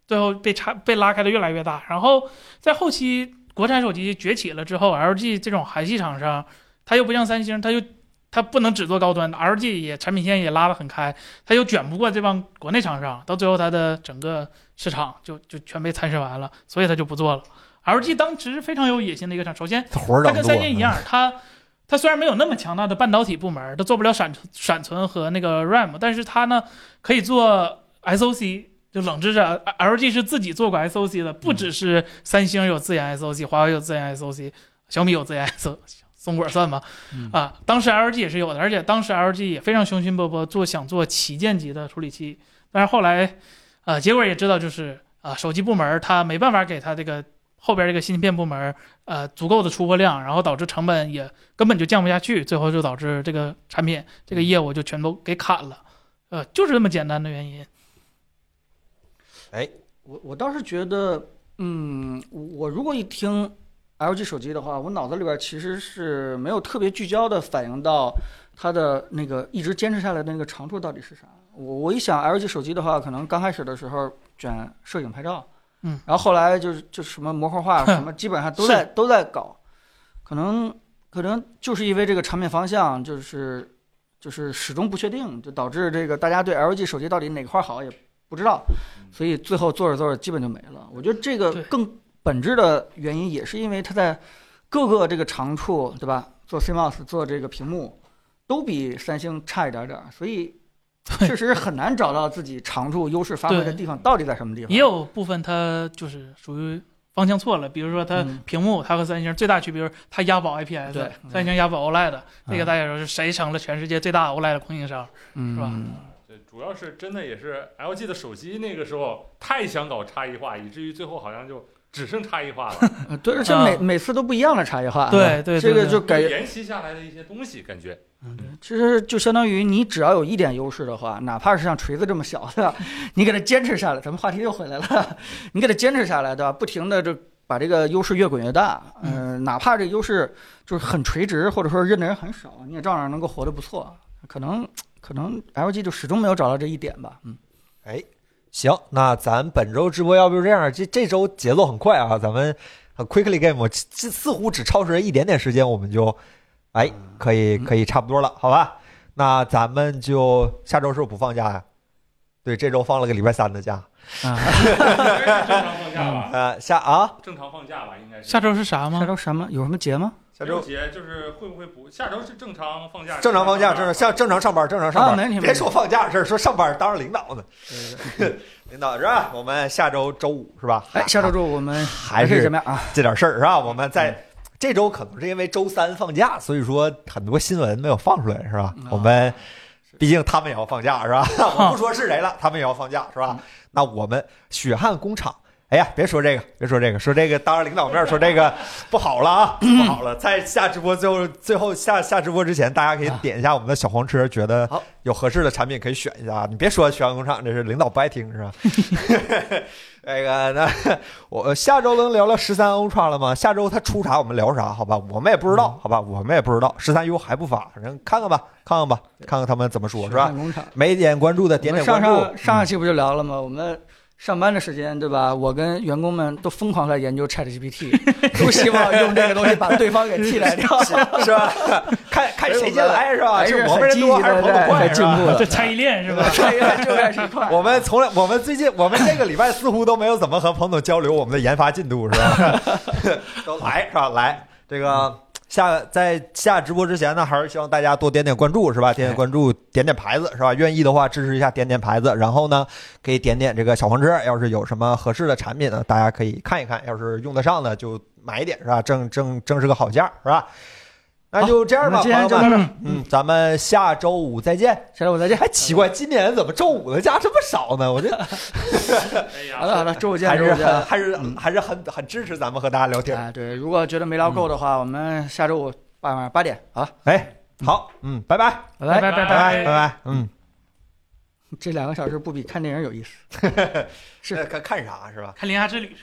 最后被差被拉开的越来越大。然后在后期国产手机崛起了之后，LG 这种韩系厂商，它又不像三星，它又它不能只做高端，LG 也产品线也拉得很开，它又卷不过这帮国内厂商，到最后它的整个市场就就全被蚕食完了，所以它就不做了。LG 当时非常有野心的一个厂，首先它活儿嗯它长跟多三星一样，它它虽然没有那么强大的半导体部门，它做不了闪闪存和那个 RAM，但是它呢可以做 SOC，就冷知识啊，LG 是自己做过 SOC 的，不嗯只是三星有自研 SOC，华为有自研 SOC，小米有自研 SOC。松果算吧，嗯啊，当时 LG 也是有的，而且当时 LG 也非常雄心勃勃做想做旗舰级的处理器，但是后来，呃，结果也知道就是啊、手机部门它没办法给它这个后边这个芯片部门呃足够的出货量，然后导致成本也根本就降不下去，最后就导致这个产品这嗯个业务就全都给砍了，呃，就是这么简单的原因。我我倒是觉得，嗯，我我如果一听 LG 手机的话，我脑子里边其实是没有特别聚焦的反映到它的那个一直坚持下来的那个长处到底是啥。我我一想 LG 手机的话，可能刚开始的时候卷摄影拍照，嗯，然后后来就是就是什么模块化什么，基本上都在都在搞，可能可能就是因为这个产品方向就是就是始终不确定，就导致这个大家对 LG 手机到底哪块好也不知道，所以最后做着做着基本就没了。我觉得这个对更本质的原因也是因为它在各个这个长处，对吧？做 CMOS 做这个屏幕都比三星差一点点儿，所以确实很难找到自己长处优势发挥的对地方到底在什么地方。也有部分它就是属于方向错了，比如说它嗯屏幕，它和三星最大区别就是它押宝 IPS，对嗯三星押宝 OLED，那个大家说是谁成了全世界最大 OLED 的供应商？嗯是吧对，主要是真的也是 LG 的手机那个时候太想搞差异化，以至于最后好像就只剩差异 化了，呃对，而且每、啊每次都不一样的差异化。对对对这个对就感觉沿袭下来的一些东西，感觉其实就相当于你只要有一点优势的话，哪怕是像锤子这么小，对吧？你给它坚持下来，咱们话题又回来了， 你给它坚持下来，对吧？不停的就把这个优势越滚越大，嗯、哪怕这优势就是很垂直，或者说认的人很少，你也照样能够活得不错。可能可能 LG 就始终没有找到这一点吧，嗯，行，那咱本周直播要不就这样？这这周节奏很快啊，咱们很 quickly game，这这似乎只超时了一点点时间，我们就哎嗯可以可以差不多了，好吧？那咱们就下周是不是不放假呀、对，这周放了个礼拜三的假，正常放假吧，呃，下啊，正常放假吧，应该是。下周是啥下吗？周什么有什么节吗？下周节就是会不会补？下周是正常放假，正常放假，正常像正常上班，正常上啊班，没问题别说放假的事儿，说上班当着领导呢，呃领导是吧？我们下周周五是吧？哎，下周周我们还是是什么样啊？ 这点事儿是吧？我们在这周可能是因为周三放假，所以说很多新闻没有放出来是吧嗯？我们毕竟他们也要放假是吧？我不说是谁了，他们也要放假是吧？那我们血汗工厂。哎呀，别说这个，别说这个，说这个当着领导面说这 个不好了啊，不好了。在下直播最后最后下下直播之前，大家可以点一下我们的小黄车，觉得好有合适的产品可以选一下啊。你别说血汗工厂，这是领导不爱听是吧？ 那个那我下周能聊聊十三 Ultra 了吗？下周它出啥我们聊啥，好吧？我们也不知嗯道，好吧？我们也不知道，十三 U 还不发，反正看看吧，看看吧，啊看看他们怎么说，是吧办？工厂。没点关注的点我们点上关注嗯上，上上期不就聊了吗？我们上班的时间，对吧？我跟员工们都疯狂在研究 Chat GPT，都希望用这个东西把对方给替代掉。 嗯是吧？看看谁先来是吧？还是哎是哎我们很人积极多还是的朋友在快在是进吧步的这。产业链是吧？ 这个就在这一 块，我们从来，我们最近，我们这个礼拜似乎都没有怎么和彭总交流我们的研发进度，是 吧？都来是吧？来，这个下在下直播之前呢，还是希望大家多点点关注，是吧？点点关注，点点牌子，是吧？愿意的话支持一下，点点牌子。然后呢，可以点点这个小黄车，要是有什么合适的产品呢，大家可以看一看，要是用得上的就买一点，是吧？正正正是个好价，是吧？那就这样吧，好朋那今友天就们到这儿，嗯，咱们下周五再见。下周我再见。还奇怪，今年怎么周五的假这么少呢？我这哎好呀，了好了，周五见，还周是五见 很。还是还是很很支持咱们和大家聊天。哎，对，如果觉得没聊够的话，我们下周五傍晚八点，好吧，哎，好，嗯，拜拜，拜拜。拜拜拜，拜拜，嗯，这两个小时不比看电影有意思。是看看啥是吧？看《铃芽之旅》。